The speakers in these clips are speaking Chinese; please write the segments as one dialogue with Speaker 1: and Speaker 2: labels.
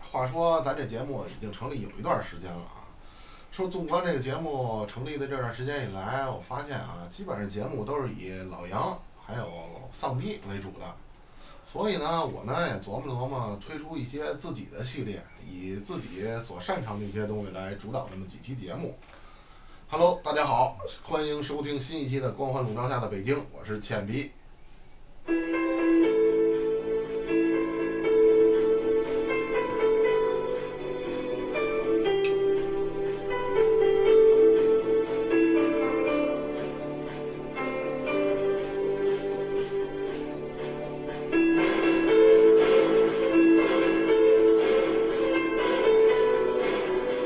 Speaker 1: 话说咱这节目已经成立有一段时间了啊。说纵观这个节目成立的这段时间以来，我发现啊，基本上节目都是以老杨还有丧逼为主的。所以呢，我呢也琢磨琢磨，推出一些自己的系列，以自己所擅长的一些东西来主导这么几期节目。Hello，大家好，欢迎收听新一期的《光环笼罩下的北京》，我是倩逼。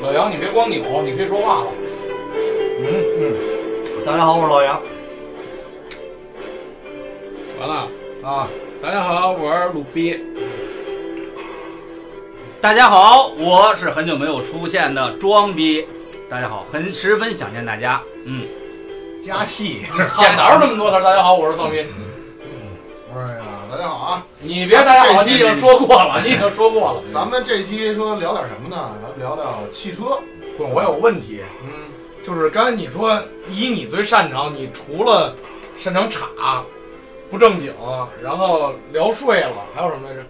Speaker 2: 老杨，你别光扭，你可以说话了。嗯
Speaker 3: 大家好，我是老杨。
Speaker 2: 嗯，完了。
Speaker 3: 啊，
Speaker 2: 大家好，我是鲁逼。
Speaker 3: 大家好，我是很久没有出现的装逼。大家好，很十分想念大家。嗯，加戏，
Speaker 2: 见哪有这么多词儿？大家好，我是丧逼。
Speaker 1: 哎呀，大家好啊！
Speaker 2: 你别大家好，你已经说过了，你已经说过了。
Speaker 1: 咱们这期说聊点什么呢？咱们聊聊汽车。
Speaker 4: 不是，我有问题，
Speaker 1: 嗯，
Speaker 4: 就是刚才你说以你最擅长，你除了擅长插不正经，然后聊睡了，还有什么来着？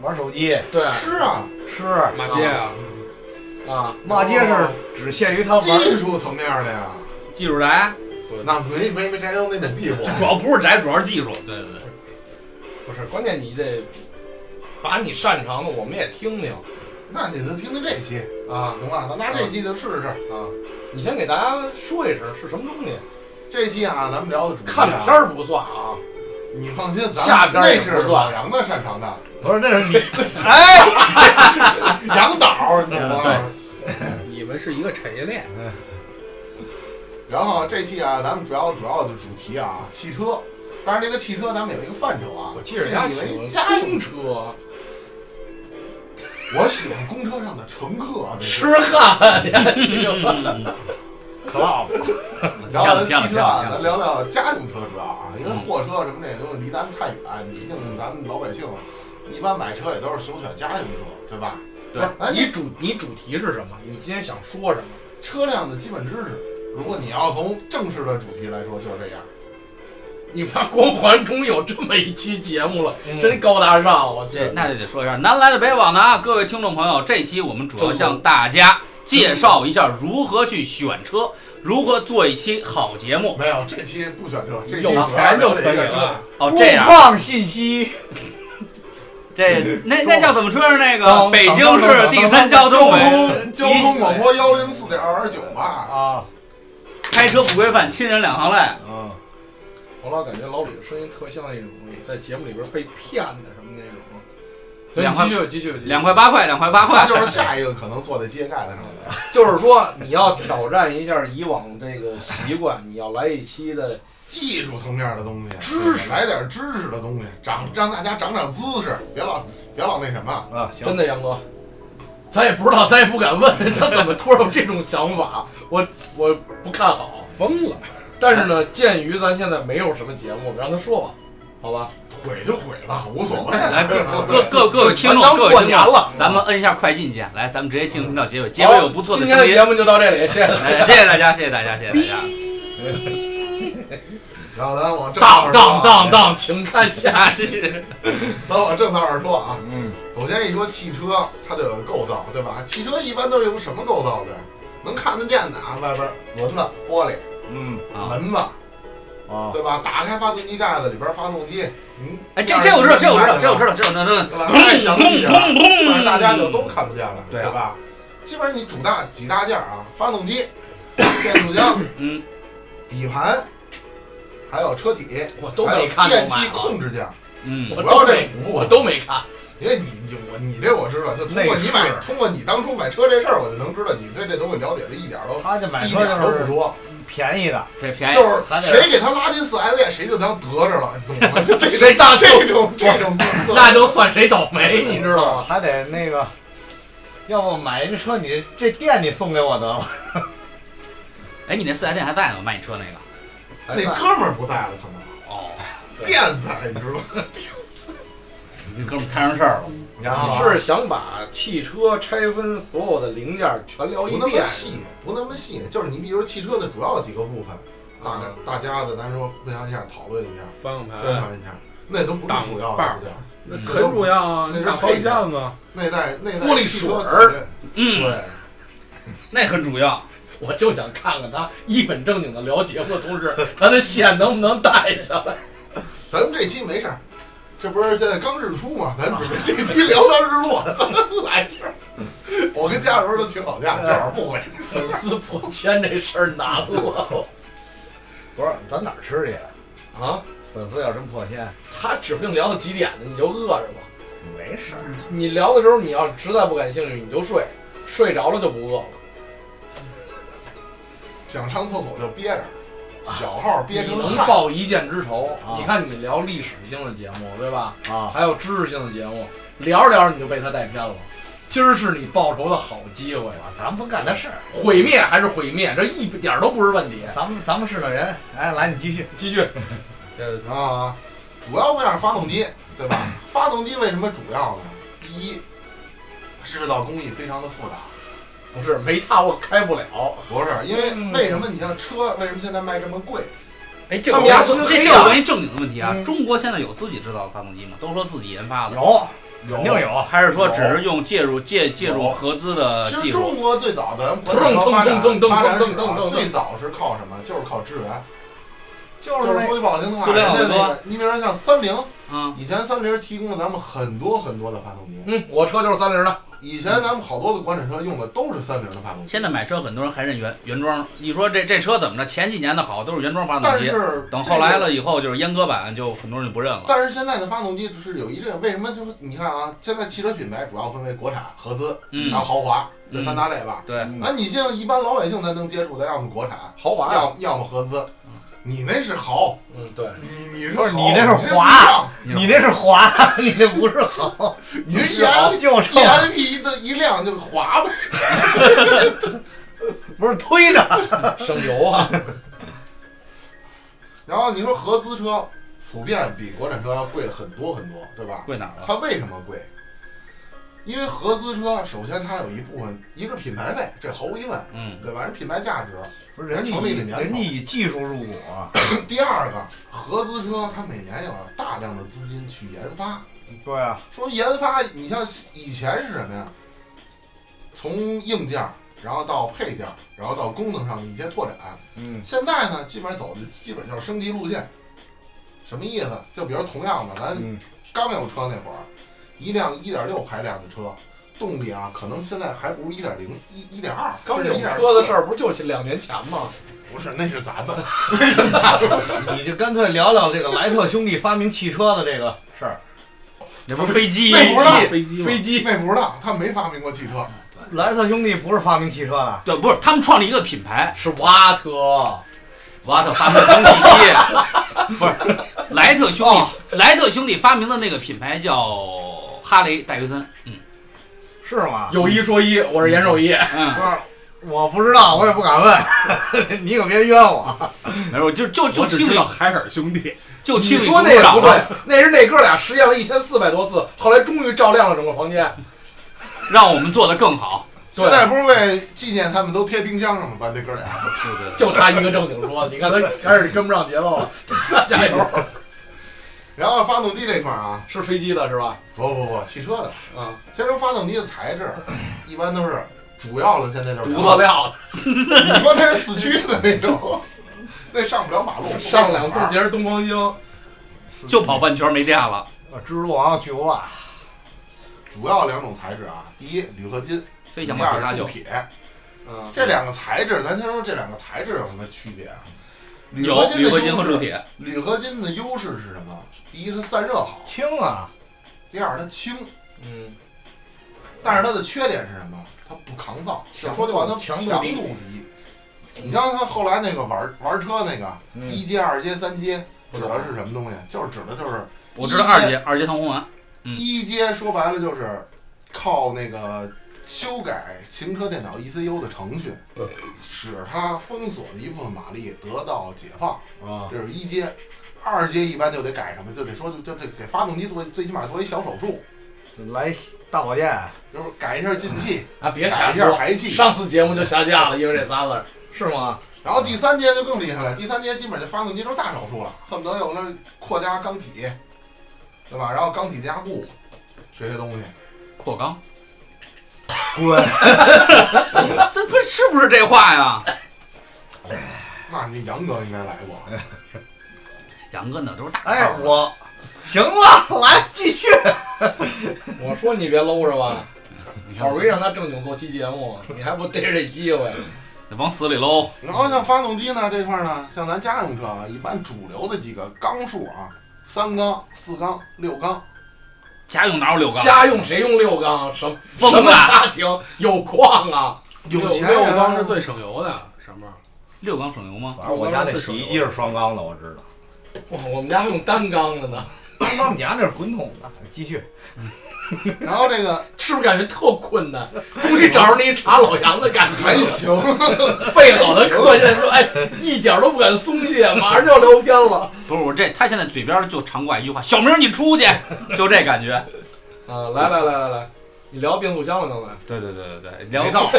Speaker 5: 玩手机、
Speaker 4: 对，
Speaker 1: 是啊，
Speaker 5: 吃、
Speaker 2: 马街啊，
Speaker 4: 啊，
Speaker 5: 骂街是只限于他玩
Speaker 1: 技术层面的呀，
Speaker 3: 技术宅，
Speaker 1: 那没没没摘到那种地步。
Speaker 3: 主要不是宅，主要是技术。对对对，
Speaker 4: 不是，关键你得把你擅长的我们也听听
Speaker 1: 那你就听听这期，
Speaker 4: 啊
Speaker 1: 行吧？咱拿这期就试试。
Speaker 4: 啊！你先给大家说一声是什么东西，
Speaker 1: 这期啊，咱们聊的主题啊
Speaker 4: 看片，儿不算啊，
Speaker 1: 你放心，咱
Speaker 4: 下片儿
Speaker 1: 那
Speaker 4: 也不
Speaker 1: 是
Speaker 4: 算
Speaker 1: 老杨的擅长的，
Speaker 5: 不是，那是你
Speaker 1: 杨导，你懂
Speaker 4: 嗯
Speaker 1: 吗？
Speaker 2: 你们是一个产业链。
Speaker 1: 然后这期啊，咱们主要主要的主题啊，汽车。但是这个汽车咱们有一个范畴啊，
Speaker 4: 我记着人家喜
Speaker 1: 定义为家
Speaker 4: 欢
Speaker 1: 用
Speaker 4: 公车，
Speaker 1: 我喜欢公车上的乘客，那是
Speaker 4: 痴汉呀，
Speaker 5: club，
Speaker 1: 嗯然后咱
Speaker 3: 嗯 漂亮
Speaker 1: 汽车啊，
Speaker 3: 漂亮
Speaker 1: 咱聊聊家用车主要啊，因为货车什么这些东西离咱们太远，毕竟咱们老百姓一般买车也都是首选家用车，对吧？
Speaker 3: 对
Speaker 1: 哎
Speaker 4: 你主你主题是什么？你今天想说什么？
Speaker 1: 车辆的基本知识，如果你要从正式的主题来说，就是这样。
Speaker 4: 你妈，光环中有这么一期节目了，
Speaker 5: 嗯
Speaker 4: 真高大上，我去
Speaker 3: 这。那就得说一下，南来的北往的啊，各位听众朋友，这期我们主要向大家介绍一下如何去选车，如何做一期好节目。
Speaker 1: 没有，这期不选车，这期
Speaker 4: 有钱就可以了。
Speaker 3: 哦，这样，
Speaker 5: 放信息，
Speaker 3: 这
Speaker 4: 嗯
Speaker 3: 那那叫怎么说是那个
Speaker 1: 当
Speaker 3: 北京市第三交通
Speaker 1: 交
Speaker 3: 委
Speaker 1: 通交通广播幺零四点二九吧。
Speaker 5: 啊，
Speaker 3: 开车不规范，亲人两行泪。
Speaker 5: 嗯，
Speaker 4: 我老感觉老李的声音特像那种在节目里边被骗的什么那种。所以
Speaker 3: 两
Speaker 4: 你
Speaker 3: 块
Speaker 4: 继续继续继续，
Speaker 3: 两块八块，两块八
Speaker 1: 那
Speaker 3: 块。
Speaker 1: 就是下一个可能坐在揭盖子上的。
Speaker 4: 就是说你要挑战一下以往这个习惯，你要来一期的
Speaker 1: 技术层面的东西，
Speaker 4: 知识
Speaker 1: 来点知识的东西，长让大家长长姿势，别老别老那什么。
Speaker 5: 啊，行，
Speaker 4: 真的杨哥，咱也不知道，咱也不敢问 他怎么突然有这种想法，我我不看好，疯了。但是呢，鉴于咱现在没有什么节目，我们让他说吧，好吧？
Speaker 1: 毁就毁吧，无所谓。
Speaker 3: 哎来，各各各各位听众，
Speaker 4: 当
Speaker 3: 各
Speaker 4: 过
Speaker 3: 位
Speaker 4: 年
Speaker 3: 听众，
Speaker 4: 了，
Speaker 3: 咱们摁一下快进键，来，咱们直接进入到结尾，结尾有不错
Speaker 4: 今
Speaker 3: 的
Speaker 4: 天的
Speaker 3: 声音
Speaker 4: 节。目就到这里，谢谢 大家。
Speaker 3: 来，谢谢大家，谢谢大家，谢谢大家。
Speaker 1: 然后咱往正道
Speaker 4: 当
Speaker 1: 上说
Speaker 4: 当
Speaker 1: 啊，
Speaker 4: 当当，请看下。
Speaker 1: 咱往正道上说啊。
Speaker 5: 嗯，
Speaker 1: 首先一说汽车，它的构造，对吧？汽车一般都是由什么构造的？能看得见的啊，外边轮子、玻璃、
Speaker 5: 嗯，
Speaker 3: 啊，
Speaker 1: 门子，
Speaker 5: 啊，
Speaker 1: 对吧？打开发动机盖子，里边发动机，嗯，
Speaker 3: 哎，这这我知道，这我知道，这我知道，这我知道，这我知道
Speaker 1: 对吧？太详细了，
Speaker 3: 嗯
Speaker 1: 基本上大家就都看不见了，
Speaker 3: 啊
Speaker 1: 对吧？基本上你主大几大件儿啊，发动 机、变速箱、
Speaker 3: 嗯，
Speaker 1: 底盘，还有车体，
Speaker 4: 我都
Speaker 1: 还有
Speaker 4: 没看
Speaker 1: 电
Speaker 4: 懂
Speaker 1: 器
Speaker 4: 买了，
Speaker 1: 控制件儿。
Speaker 3: 嗯，
Speaker 4: 我
Speaker 1: 主要
Speaker 4: 都
Speaker 1: 这
Speaker 4: 没，
Speaker 1: 五
Speaker 4: 我都没看。
Speaker 1: 因为你你我你这我知道，就通过你
Speaker 5: 内
Speaker 1: 买
Speaker 5: 饰
Speaker 1: 通过你当初买车这事儿，我就能知道你对这东西了解的一点儿都
Speaker 5: 他这买
Speaker 1: 一
Speaker 5: 车
Speaker 1: 点儿都
Speaker 5: 就
Speaker 1: 不
Speaker 5: 是
Speaker 1: 多，
Speaker 5: 便宜的，
Speaker 3: 这
Speaker 4: 哎
Speaker 3: 便宜
Speaker 1: 就。是谁给他拉进四 S 店，谁就当得着了，你懂吗？就这
Speaker 4: 谁大舅
Speaker 1: 这种这种特色
Speaker 4: 那就算谁倒霉，你知道吗？
Speaker 5: 哦还得那个，要不买一车你这店你送给我得了，
Speaker 3: 哎，你那四 S 店还在呢，我卖你车那个。
Speaker 4: 哎
Speaker 1: 那哥们儿不在了，可能
Speaker 3: 哦，
Speaker 1: 店在，你知道吗？
Speaker 3: 你这哥们摊上事儿了。
Speaker 5: 然
Speaker 1: 啊
Speaker 5: 后
Speaker 4: 你是想把汽车拆分所有的零件儿全聊一
Speaker 1: 不那么
Speaker 4: 遍？
Speaker 1: 细，不那么细，就是你比如汽车的主要几个部分，大
Speaker 4: 啊
Speaker 1: 家大家的咱说互相一下讨论一下，
Speaker 6: 方向
Speaker 1: 宣
Speaker 6: 盘，
Speaker 1: 传一下，那都不是主要
Speaker 6: 挡
Speaker 1: 的，
Speaker 6: 那很重要啊，
Speaker 1: 那
Speaker 6: 你
Speaker 1: 是
Speaker 6: 打方向啊，
Speaker 1: 那代那代
Speaker 4: 玻璃
Speaker 1: 汽车
Speaker 4: 水儿
Speaker 1: 主要，
Speaker 3: 嗯，
Speaker 1: 对，
Speaker 3: 那很主要。
Speaker 4: 我就想看看他一本正经的聊节目的同时， 他的线能不能带下来。
Speaker 1: 咱们这期没事儿，这不是现在刚日出嘛，咱准备这期聊到日落，咱们来一儿。我跟家里边都请好假，今晚上不回。
Speaker 4: 粉丝破千这事儿难了
Speaker 5: 不是咱哪儿吃去？
Speaker 4: 啊！
Speaker 5: 粉丝要真破千，
Speaker 4: 他指不定聊到几点呢，你就饿着吧。
Speaker 5: 没事儿，
Speaker 4: 你聊的时候，你要实在不感兴趣，你就睡，睡着了就不饿了。
Speaker 1: 想上厕所就憋着，小号憋
Speaker 4: 你
Speaker 1: 成
Speaker 4: 能
Speaker 1: 汗。
Speaker 4: 报一箭之仇。
Speaker 5: 啊
Speaker 4: 你看你聊历史性的节目，对吧？
Speaker 5: 啊，
Speaker 4: 还有知识性的节目，聊着聊着你就被他带偏了。今儿是你报仇的好机会，
Speaker 5: 啊咱不干那事儿，
Speaker 4: 毁灭还是毁灭，这一点儿都不是问题。
Speaker 5: 咱们咱们是个人。哎，来你继续，
Speaker 4: 继续，
Speaker 1: 啊，主要为啥发动机，对吧？发动机为什么主要呢？第一，制造工艺非常的复杂，
Speaker 4: 不是没他我开不了。
Speaker 1: 不是因为
Speaker 4: 嗯
Speaker 1: 为什么你像车为什么现在卖这么贵？
Speaker 3: 哎，这
Speaker 4: 他
Speaker 3: 个
Speaker 4: 们家
Speaker 3: 我
Speaker 4: 心
Speaker 3: 这
Speaker 4: 黑
Speaker 3: 这
Speaker 4: 啊
Speaker 3: 个关于正经的问题啊
Speaker 1: 嗯，
Speaker 3: 中国现在有自己制造的发动机吗？都说自己研发的，
Speaker 5: 有
Speaker 1: 有
Speaker 5: 肯定有，
Speaker 3: 还是说只是用介入介介入
Speaker 1: 有
Speaker 3: 合资的
Speaker 1: 其
Speaker 3: 呃技
Speaker 1: 实
Speaker 3: 术？
Speaker 1: 中国最早咱们国产车发展
Speaker 4: 咚咚咚咚
Speaker 1: 发展
Speaker 4: 咚
Speaker 1: 史
Speaker 4: 咚咚
Speaker 1: 啊
Speaker 4: 咚，
Speaker 1: 最早是靠什么？就是靠支援。
Speaker 5: 就
Speaker 1: 就是
Speaker 5: 那
Speaker 1: 说句不好听的话，
Speaker 3: 塑
Speaker 1: 人
Speaker 3: 料
Speaker 1: 家
Speaker 3: 的
Speaker 1: 那个，你比如说像三菱，
Speaker 3: 嗯，
Speaker 1: 以前三菱提供了咱们很多很多的发动机，
Speaker 4: 嗯，我车就是三菱的，
Speaker 1: 以前咱们好多的国产车用的都是三菱的发动机，
Speaker 3: 现在买车很多人还认原原装，你说这这车怎么着？前几年的好都是原装发动
Speaker 1: 但
Speaker 3: 机，
Speaker 1: 是
Speaker 3: 等后来
Speaker 1: 这个。
Speaker 3: 了以后就是阉割版，就很多人就不认了。
Speaker 1: 但是现在的发动机就是有一阵，为什么就是你看啊，现在汽车品牌主要分为国产、合资，
Speaker 3: 嗯
Speaker 1: 然后豪华这
Speaker 3: 嗯
Speaker 1: 三大类吧。
Speaker 3: 对，
Speaker 5: 嗯
Speaker 1: 啊，你像一般老百姓才能接触的，要么国产，
Speaker 4: 豪华呀。
Speaker 1: 要要么合资。你那是豪，
Speaker 4: 嗯，对，
Speaker 1: 你你是
Speaker 5: 不是
Speaker 1: 豪
Speaker 5: 你那是
Speaker 1: 不
Speaker 5: 华
Speaker 1: 一样
Speaker 5: 你那是滑， 你那不是好，
Speaker 1: 你这
Speaker 5: 是好
Speaker 1: EM
Speaker 5: 就
Speaker 1: 一
Speaker 5: 冲，
Speaker 1: M P 一的一辆就滑呗。
Speaker 5: 不是推的，
Speaker 4: 省油啊。
Speaker 1: 然后你说合资车普遍比国产车要贵很多很多，对吧？
Speaker 3: 贵哪儿了？
Speaker 1: 它为什么贵？因为合资车首先它有一部分，一个是品牌费，这毫无疑问，
Speaker 3: 嗯，
Speaker 1: 对吧？人品牌价值。
Speaker 5: 不是人家
Speaker 1: 成立
Speaker 5: 以
Speaker 1: 的年头
Speaker 5: 人家以技术入股，啊
Speaker 1: 第二个，合资车它每年要有大量的资金去研发。
Speaker 5: 对啊，
Speaker 1: 说研发，你像以前是什么呀？从硬件，然后到配件，然后到功能上的一些拓展。
Speaker 5: 嗯，
Speaker 1: 现在呢，基本上走的基本就是升级路线。什么意思？就比如同样的，咱
Speaker 5: 嗯
Speaker 1: 刚有车那会儿，一辆一点六排量的车，动力啊，可能现在还不如一点零、一一点二，
Speaker 4: 刚有
Speaker 1: 一点
Speaker 4: 车的事儿不就两年前吗？
Speaker 1: 不是，那是咱们。
Speaker 5: 嗯你就干脆聊聊这个莱特兄弟发明汽车的这个事儿。
Speaker 3: 那不是飞机
Speaker 1: 那不知道
Speaker 6: 飞机嘛，
Speaker 4: 飞机
Speaker 1: 那不知道，他没发明过汽车，
Speaker 5: 莱特兄弟不是发明汽车的，
Speaker 3: 对，不是他们创立一个品牌，
Speaker 4: 是瓦特，
Speaker 3: 瓦特发明蒸汽 机，不是莱特兄
Speaker 4: 哦
Speaker 3: 弟，莱特兄弟发明的那个品牌叫哈雷戴维森，嗯
Speaker 5: 是吗？
Speaker 4: 有一说一，我是严守一。
Speaker 5: 不
Speaker 3: 嗯，
Speaker 5: 是，我不知道，我也不敢问， 你可别冤我。
Speaker 3: 没事，我就就就
Speaker 6: 我只
Speaker 3: 清
Speaker 6: 知
Speaker 3: 理
Speaker 6: 道海尔兄弟，
Speaker 3: 就清
Speaker 4: 你
Speaker 3: 理
Speaker 4: 说那也不对，那是那哥俩实验了一千四百多次，后来终于照亮了整个房间。
Speaker 3: 让我们做得更好。
Speaker 4: 对
Speaker 1: 现在不是为纪念他们都贴冰箱上吗？把那哥俩。
Speaker 3: 对对
Speaker 4: 就他一个正经说，你看他开始跟不上节奏了。 加油！
Speaker 1: 然后发动机这块儿啊，
Speaker 4: 是飞机的是吧？
Speaker 1: 不不不，汽车的。
Speaker 4: 啊，
Speaker 1: 先说发动机的材质，一般都是主要的现在就是
Speaker 4: 塑料的，
Speaker 1: 你说那是四驱的那种，那上不了马路， 啊
Speaker 4: 上两度节是东方星，
Speaker 3: 就跑半圈没电了。
Speaker 5: 啊蜘蛛王巨无霸，
Speaker 1: 主要两种材质啊，第一铝合金，
Speaker 3: 飞
Speaker 1: 第
Speaker 3: 翔吧皮
Speaker 1: 二
Speaker 3: 卡
Speaker 1: 是铸
Speaker 3: 丘，
Speaker 1: 铁。
Speaker 4: 啊，
Speaker 1: 这两个材质，咱先说这两个材质有什么区别啊？铝合
Speaker 3: 有铝合金
Speaker 1: 金的优
Speaker 3: 和铸
Speaker 1: 势，
Speaker 3: 铁，
Speaker 1: 铝合金的优势是什么？第一，它散热好；
Speaker 5: 轻啊，
Speaker 1: 第二，它轻。
Speaker 4: 嗯，
Speaker 1: 但是它的缺点是什么？它不抗造，就说句话，它
Speaker 5: 强度
Speaker 1: 强度低。你像他后来那个玩玩车那个
Speaker 5: 嗯
Speaker 1: 一阶、二阶、三阶，指的是什么东西？就是指的就是
Speaker 3: 我知道二阶二阶唐红丸，嗯
Speaker 1: 一阶说白了就是靠那个修改行车电脑 ECU 的程序，
Speaker 4: 嗯
Speaker 1: 使它封锁的一部分马力得到解放，
Speaker 5: 啊，
Speaker 1: 这是一阶。二阶一般就得改什么，就得说就就得给发动机做最起码做一小手术，
Speaker 5: 来大保健，
Speaker 1: 就是改一下进气，
Speaker 4: 啊，
Speaker 1: 改
Speaker 4: 别瞎
Speaker 1: 一下
Speaker 4: 说。
Speaker 1: 排气。
Speaker 4: 上次节目就下架了，因为这仨字儿。
Speaker 5: 是吗？
Speaker 1: 然后第三阶就更厉害了，第三阶基本就发动机都是大手术了，恨不得有那扩加钢体，对吧？然后钢体加固这些东西，
Speaker 3: 扩缸，
Speaker 5: 滚！
Speaker 4: 啊
Speaker 3: 这不是不是这话呀？
Speaker 1: 那你杨哥应该来过。
Speaker 3: 杨哥那都是大
Speaker 5: 哎
Speaker 3: 号，
Speaker 5: 我行了，来继续。
Speaker 4: 我说你别搂着吧，
Speaker 3: 你看
Speaker 4: 好不容易让他正经做期节目，你还不逮着这机会？
Speaker 3: 往死里搂，
Speaker 1: 然后像发动机呢这块儿呢，像咱家用车啊，一般主流的几个缸数啊，三缸、四缸、六缸，
Speaker 3: 家用哪有六缸？
Speaker 4: 家用谁用六缸？什么
Speaker 3: 疯
Speaker 4: 什么
Speaker 3: 了，
Speaker 4: 家庭有矿啊？
Speaker 1: 有钱
Speaker 6: 啊六
Speaker 1: 人
Speaker 6: 缸是最省油的，上面
Speaker 3: 六缸省油吗？
Speaker 5: 反正我家那洗衣机是双缸的，我知道。
Speaker 4: 哇，我们家还用单缸的呢，
Speaker 5: 他们家那是滚筒的，继续。
Speaker 1: 然后这个
Speaker 4: 是不是感觉特困难？终于找着那一查老杨的感
Speaker 1: 还
Speaker 4: 觉，
Speaker 1: 行，
Speaker 6: 哎
Speaker 4: 备好的课现在说，哎，一点都不敢松懈，马上就要聊偏了。
Speaker 3: 不是我这，他现在嘴边就常挂一句话：“小明，你出去。” 就这感觉。
Speaker 4: 啊，来来来来来，你聊变速箱了刚才？
Speaker 3: 对对对对对，聊
Speaker 1: 没到。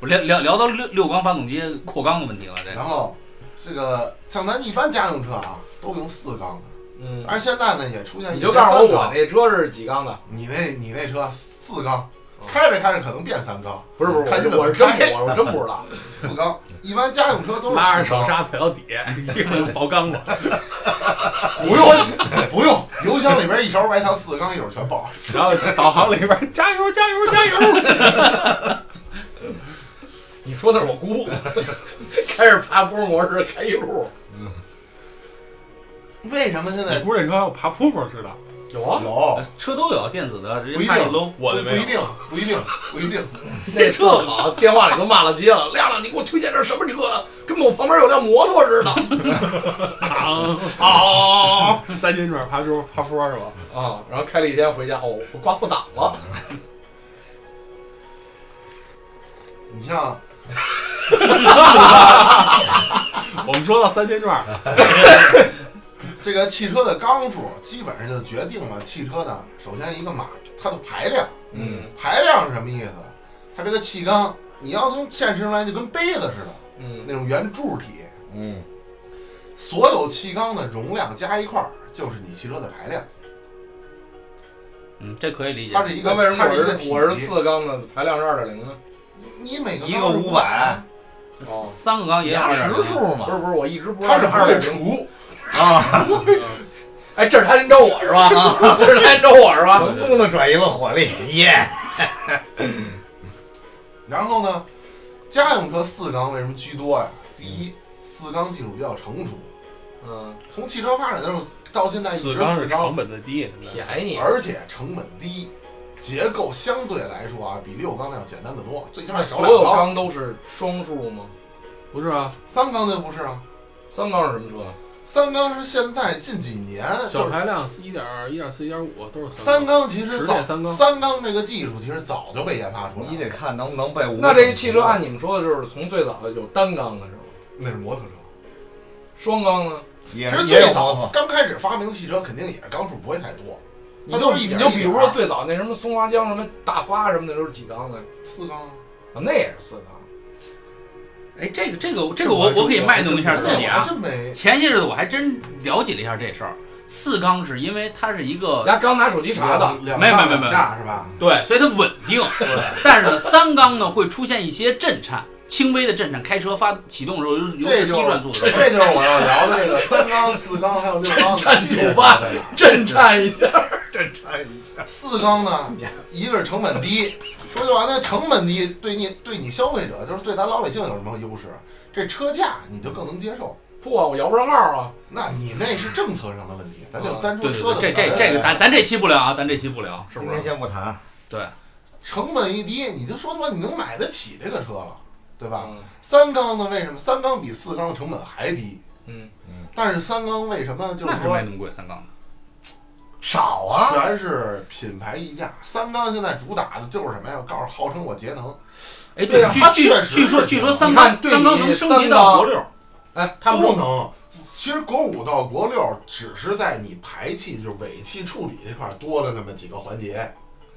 Speaker 3: 我聊聊聊到六六缸发动机扩缸的问题了，这
Speaker 1: 然后这个像咱一般家用车啊，都用四缸的，
Speaker 4: 嗯，
Speaker 1: 但是现在呢也出现一
Speaker 4: 你
Speaker 1: 些
Speaker 4: 就告诉
Speaker 1: 哎三
Speaker 4: 我我
Speaker 1: 缸，
Speaker 4: 那车是几缸的？
Speaker 1: 你那你那车四缸
Speaker 4: 哦，
Speaker 1: 开着开着可能变三缸，
Speaker 4: 不是不是，我
Speaker 1: 看你
Speaker 4: 是
Speaker 1: 怎么
Speaker 4: 我是真不我是真不知道。
Speaker 1: 四缸。一般家用车都是
Speaker 6: 拉着
Speaker 1: 四
Speaker 6: 手
Speaker 1: 缸，
Speaker 6: 刹pedal 底， 一会儿爆缸了。
Speaker 1: 不用不用，油箱里边一勺白糖，四缸一会儿全爆。
Speaker 6: 然后导航里边加油加油加油，
Speaker 4: 你说的是我姑， 开始爬坡模式开一路，
Speaker 1: 为什么现
Speaker 6: 你
Speaker 1: 在
Speaker 6: 不是这车要爬坡坡似的，
Speaker 4: 有啊，
Speaker 1: 有？
Speaker 3: 呃车都有电子的，直
Speaker 1: 不
Speaker 3: 接
Speaker 1: 一
Speaker 3: 啪
Speaker 1: 定
Speaker 3: 一搂。
Speaker 6: 我的
Speaker 1: 不
Speaker 6: 没有
Speaker 1: 一。定，不一定，不一定。
Speaker 4: 那特好，电话里都骂了街了。亮亮，你给我推荐这什么车？啊跟我旁边有辆摩托似的。
Speaker 6: 啊！ 三斤转爬坡爬坡是吧？
Speaker 4: 啊，然后开了一天回家，哦，我挂错档了。
Speaker 1: 你像
Speaker 6: 我们说到三斤转，
Speaker 1: 这个汽车的缸数，基本上就决定了汽车的首先一个马它的排量。
Speaker 5: 嗯
Speaker 1: 排量是什么意思？它这个气缸，你要从现实中来，就跟杯子似的
Speaker 4: 嗯，
Speaker 1: 那种圆柱体。
Speaker 5: 嗯，
Speaker 1: 所有气缸的容量加一块儿，就是你汽车的排量。
Speaker 3: 嗯，这可以理解
Speaker 1: 它。是一个
Speaker 4: 那为，什么
Speaker 1: 它
Speaker 4: 我
Speaker 1: 是一个
Speaker 4: 是
Speaker 1: 体
Speaker 4: 我是，四缸的，排量是二点零呢？
Speaker 1: 你你每个
Speaker 5: 一个
Speaker 1: 缸是
Speaker 5: 500，
Speaker 4: 哦
Speaker 3: 三个缸也有
Speaker 5: 压实
Speaker 3: 2.0
Speaker 5: 数
Speaker 4: 不是
Speaker 5: 嘛。
Speaker 4: 不是，我一直不知
Speaker 1: 它
Speaker 4: 道
Speaker 1: 是不
Speaker 4: 二
Speaker 1: 会
Speaker 4: 点零。
Speaker 1: 除。
Speaker 5: 啊，
Speaker 4: 哎，这是他先找我是 吧？这是他先找我是吧？
Speaker 5: 成功的转移了火力，耶！
Speaker 1: 然后呢，家用车四缸为什么居多呀？第一，四缸技术比较成熟，
Speaker 4: 嗯，
Speaker 1: 从汽车发展的时候到现在一直
Speaker 6: 四
Speaker 1: 四
Speaker 6: 缸
Speaker 1: 缸，
Speaker 6: 是成本最低，
Speaker 4: 便宜。
Speaker 1: 而且成本低，结构相对来说啊，比六缸要简单的多，最起码
Speaker 4: 那
Speaker 1: 少
Speaker 4: 所有
Speaker 1: 两缸。
Speaker 4: 缸都是双数吗？
Speaker 6: 不是啊？
Speaker 1: 三缸就不是啊，
Speaker 4: 三缸是什么车？
Speaker 1: 三缸是现在近几年就
Speaker 6: 小
Speaker 1: 是
Speaker 6: 排量一点一点四一点五都是
Speaker 1: 三
Speaker 6: 缸。
Speaker 1: 缸，其实
Speaker 6: 实
Speaker 1: 早
Speaker 6: 践三缸
Speaker 1: 三缸这个技术其实早就被研发出来
Speaker 5: 你
Speaker 1: 了，
Speaker 5: 得看能不能被无。
Speaker 4: 那这个汽车按你们说的就是从最早的有单缸的是吧？
Speaker 1: 那是摩托车。
Speaker 4: 双缸呢？
Speaker 5: 也
Speaker 1: 其实
Speaker 5: 也
Speaker 1: 最
Speaker 5: 有黄
Speaker 1: 早
Speaker 5: 河，
Speaker 1: 刚开始发明汽车，肯定也是缸数不会太多，
Speaker 4: 你
Speaker 1: 它
Speaker 4: 就
Speaker 1: 都是一
Speaker 4: 你
Speaker 1: 点
Speaker 4: 就
Speaker 1: 一
Speaker 4: 比
Speaker 1: 点
Speaker 4: 如说
Speaker 1: 儿啊
Speaker 4: 最早那什么松花江什么大发什么的都是几缸的啊，
Speaker 1: 四缸啊。
Speaker 4: 那也是四缸。
Speaker 3: 哎，这个这个这
Speaker 6: 这
Speaker 3: 个我
Speaker 6: 我
Speaker 3: 我可以卖弄一下
Speaker 1: 这
Speaker 3: 自己
Speaker 1: 我还
Speaker 3: 啊。
Speaker 1: 真没，
Speaker 3: 前些日子我还真了解了一下这事儿，四缸是因为它是一个
Speaker 4: 人家刚拿手机查的，
Speaker 1: 两
Speaker 3: 没有
Speaker 1: 上
Speaker 3: 没有没
Speaker 1: 两
Speaker 3: 有
Speaker 1: 下是吧？
Speaker 3: 对，所以它稳定。 但是呢，三缸呢会出现一些震颤，轻微的震颤。开车发启动的时候，尤尤其
Speaker 1: 这
Speaker 3: 是
Speaker 1: 就
Speaker 3: 低转速的时候，
Speaker 1: 这就是我要聊的这个三缸、四缸还有六缸的
Speaker 4: 占
Speaker 1: 区别
Speaker 4: 酒吧
Speaker 1: 在哪儿
Speaker 4: 震颤一下。
Speaker 5: 哎
Speaker 1: 四缸呢，一个是成本低，说句完了，成本低对你对你消费者就是对咱老百姓有什么优势？这车价你就更能接受。
Speaker 4: 不啊，我摇不上号啊。
Speaker 1: 那你那是政策上的问题，咱就单说
Speaker 3: 啊对对
Speaker 1: 车的
Speaker 3: 对，这这这个咱咱这期不聊啊，咱这期不聊，是
Speaker 5: 今
Speaker 3: 不
Speaker 5: 天
Speaker 3: 是？
Speaker 5: 先不谈，啊
Speaker 1: 成本一低，你就说他妈你能买得起这个车了，对吧？
Speaker 4: 嗯
Speaker 1: 三缸呢，为什么三缸比四缸的成本还低？
Speaker 4: 嗯
Speaker 5: 嗯，
Speaker 1: 但是三缸为什么就
Speaker 3: 那
Speaker 1: 是
Speaker 3: 是
Speaker 1: 说
Speaker 3: 卖那么贵三缸的。
Speaker 5: 少啊，
Speaker 1: 全是品牌溢价？三缸现在主打的就是什么呀？告诉号称我节能，
Speaker 3: 哎，
Speaker 1: 对啊
Speaker 3: 据
Speaker 1: 它
Speaker 3: 据
Speaker 1: 确实
Speaker 3: 据说
Speaker 1: 是
Speaker 3: 据
Speaker 1: 这
Speaker 3: 说
Speaker 1: 样
Speaker 3: 三
Speaker 4: 你
Speaker 3: 缸
Speaker 4: 看对
Speaker 3: 三缸能
Speaker 4: 比
Speaker 3: 升级
Speaker 4: 三
Speaker 3: 到
Speaker 4: 缸
Speaker 3: 国六，
Speaker 1: 他们不能。其实国五到国六只是在你排气就是尾气处理这块儿多了那么几个环节，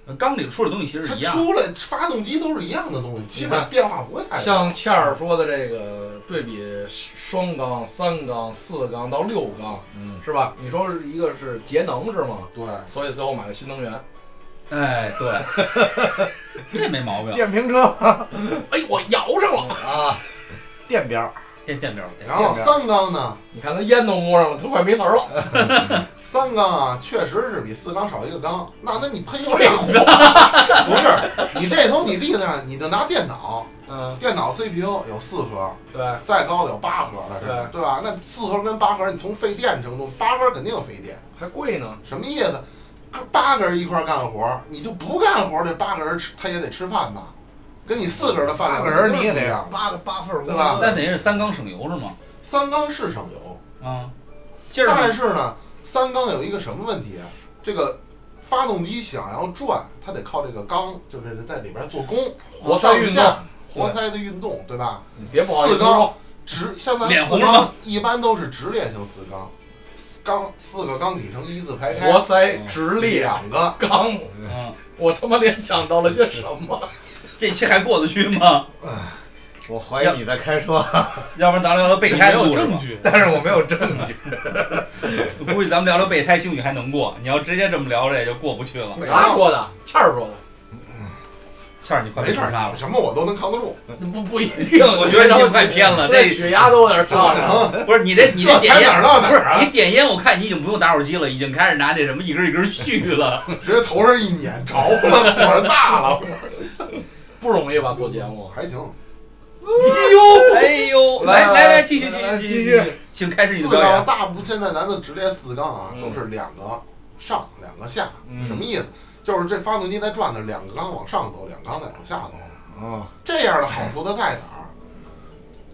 Speaker 3: 呃缸里出的东西其实
Speaker 1: 它
Speaker 3: 是一样的。
Speaker 1: 出来发动机都是一样的东西，基本变化不会太大。
Speaker 4: 像倩儿说的这个对比双缸、三缸、四缸到六缸，
Speaker 5: 嗯，
Speaker 4: 是吧？你说是一个是节能是吗？
Speaker 1: 对，
Speaker 4: 所以最后买了新能源。
Speaker 3: 哎，对，这没毛病。
Speaker 5: 电瓶车
Speaker 4: 哎，我摇上了！
Speaker 5: 啊， 电标儿
Speaker 3: 电电表，电
Speaker 1: 然后三缸呢，
Speaker 4: 你看他烟都摸上了，他快没词儿了。
Speaker 1: 三缸啊确实是比四缸少一个缸，那那你喷油
Speaker 4: 废
Speaker 1: 量
Speaker 4: 话，
Speaker 1: 不是你这从你例子上，你就拿电脑，
Speaker 4: 嗯，
Speaker 1: 电脑 CPU 有四核，
Speaker 4: 对，
Speaker 1: 再高的有八核了，是吧？对吧？那四核跟八核，你从费电程度，八核肯定费电，
Speaker 4: 还贵呢。
Speaker 1: 什么意思？哥八个人一块儿干活，你就不干活，这八个人吃他也得吃饭吧？跟你四个人的饭量
Speaker 5: 八个人你也
Speaker 1: 肯定
Speaker 5: 得
Speaker 1: 不一样
Speaker 5: 八个八份儿
Speaker 1: 对吧
Speaker 3: 但等于是三缸省油是吗？
Speaker 1: 三缸是省油，
Speaker 3: 啊，劲儿
Speaker 1: 但是呢，三缸有一个什么问题啊？这个发动机想要转，它得靠这个缸，就是在里边做功，
Speaker 4: 活塞运动，
Speaker 1: 活塞的运动，对吧？
Speaker 4: 你别不好意思
Speaker 1: 四缸
Speaker 4: 说，
Speaker 1: 直像咱
Speaker 3: 脸
Speaker 1: 四
Speaker 3: 红了吗
Speaker 1: 缸一般都是直列型四缸，缸四个缸体成一字排开，
Speaker 4: 活塞
Speaker 1: 嗯
Speaker 4: 直立啊
Speaker 1: 两个。
Speaker 4: 缸，
Speaker 3: 嗯，
Speaker 4: 我他妈联想到了些什么？
Speaker 3: 这期还过得去吗？
Speaker 5: 我怀疑你在开车，
Speaker 3: 要不然咱聊聊备
Speaker 6: 你
Speaker 3: 胎
Speaker 6: 没
Speaker 3: 的故
Speaker 6: 有
Speaker 3: 事
Speaker 6: 证
Speaker 3: 吧。
Speaker 6: 据，
Speaker 5: 但是我没有证据。
Speaker 3: 估计咱们聊聊备胎，兴许还能过。你要直接这么聊着，也就过不去了。
Speaker 4: 他说的，倩儿说的，
Speaker 3: 倩儿，你快
Speaker 1: 没
Speaker 3: 被
Speaker 1: 事
Speaker 3: 封杀
Speaker 1: 儿，
Speaker 3: 了。
Speaker 1: 什么我都能扛得住。
Speaker 4: 不不一定。 啊
Speaker 3: 我觉得你快 偏了
Speaker 4: 这
Speaker 3: 这啊
Speaker 4: 血压都有点上来了。
Speaker 3: 不是你这你
Speaker 1: 这
Speaker 3: 这点
Speaker 1: 哪
Speaker 3: 烟
Speaker 1: 儿到哪
Speaker 3: 不是
Speaker 1: 儿啊？
Speaker 3: 你点烟，我看你已经不用打火机了，已经开始拿那什么一根一根续了。
Speaker 1: 直接头上一捻，着了， 火儿大了，
Speaker 4: 不容易吧？做节目，
Speaker 1: 还行。
Speaker 3: 哎呦，来来来，继续继续继续，请开始你的
Speaker 1: 四啊
Speaker 3: 表
Speaker 1: 缸
Speaker 3: 演。
Speaker 1: 大部分现在咱的直列四缸啊，
Speaker 5: 嗯
Speaker 1: 都是两个上两个下，什
Speaker 5: 嗯
Speaker 1: 么意思？就是这发动机在转的时候，两个缸往上走，两缸在往下走。
Speaker 5: 嗯，
Speaker 1: 这样的好处它在哪儿？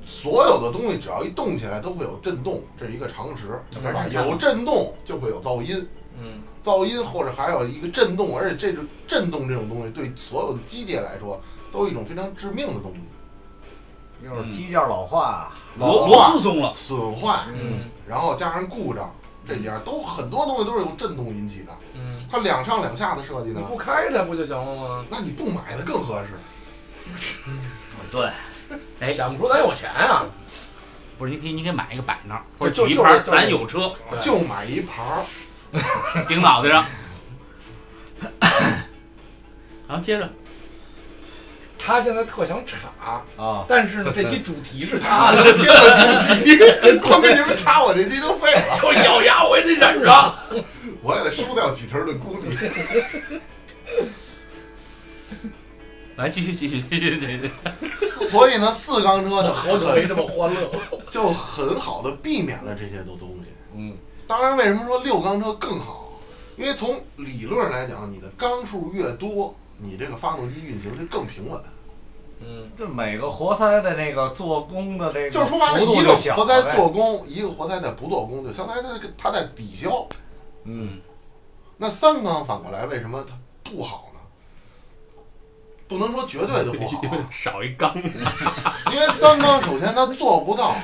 Speaker 1: 所有的东西只要一动起来都会有震动，这是一个常识，对吧？有震动就会有噪音，
Speaker 4: 嗯，
Speaker 1: 噪音或者还有一个震动，而且这种震动这种东西对所有的机械来说都是一种非常致命的东西，
Speaker 5: 又是机件老化，
Speaker 1: 老
Speaker 3: 螺螺
Speaker 1: 化、
Speaker 3: 丝松了，
Speaker 1: 损坏，
Speaker 4: 嗯
Speaker 1: 然后加上故障，这几样都很多东西都是由震动引起的。
Speaker 4: 嗯，
Speaker 1: 它两上两下的设计
Speaker 4: 你
Speaker 1: 呢，
Speaker 4: 不开它不就行了吗？
Speaker 1: 那你不买它更合适。
Speaker 3: 对，哎
Speaker 4: 想不出咱有钱啊！
Speaker 3: 不是你可以你给买一个摆那儿，
Speaker 1: 不是
Speaker 3: 就举一
Speaker 1: 就
Speaker 3: 盘儿，
Speaker 1: 就就
Speaker 3: 咱有车
Speaker 4: 对
Speaker 1: 就买一盘儿，
Speaker 3: 顶脑袋上。 然后接着，
Speaker 4: 他现在特想插，
Speaker 5: 啊，
Speaker 4: 但是呢，这期主题是他 的，
Speaker 1: 天的主题，光给你们插我这鸡都废了，
Speaker 4: 就咬牙我也得忍着。
Speaker 1: 我也得输掉几成的功力。
Speaker 3: 来继续继续继续继续。
Speaker 1: 四所以呢，四缸车就
Speaker 4: 我可没
Speaker 1: 很
Speaker 4: 这么欢乐。
Speaker 1: 就很好的避免了这些的东西。
Speaker 5: 嗯，
Speaker 1: 当然，为什么说六缸车更好？因为从理论上来讲，你的缸数越多，你这个发动机运行就更平稳。
Speaker 4: 嗯，
Speaker 5: 这每个活塞的那个做工的这个
Speaker 1: 就是说白了，
Speaker 5: 幅
Speaker 1: 一
Speaker 5: 度
Speaker 1: 个
Speaker 5: 就小
Speaker 1: 活塞
Speaker 5: 呗
Speaker 1: 做工，一个活塞在不做工，就相当于它它在抵消。
Speaker 5: 嗯
Speaker 1: 那三缸反过来为什么它不好呢？不能说绝对的不 好啊，
Speaker 3: 少一缸，
Speaker 1: 因为三缸首先它做不 到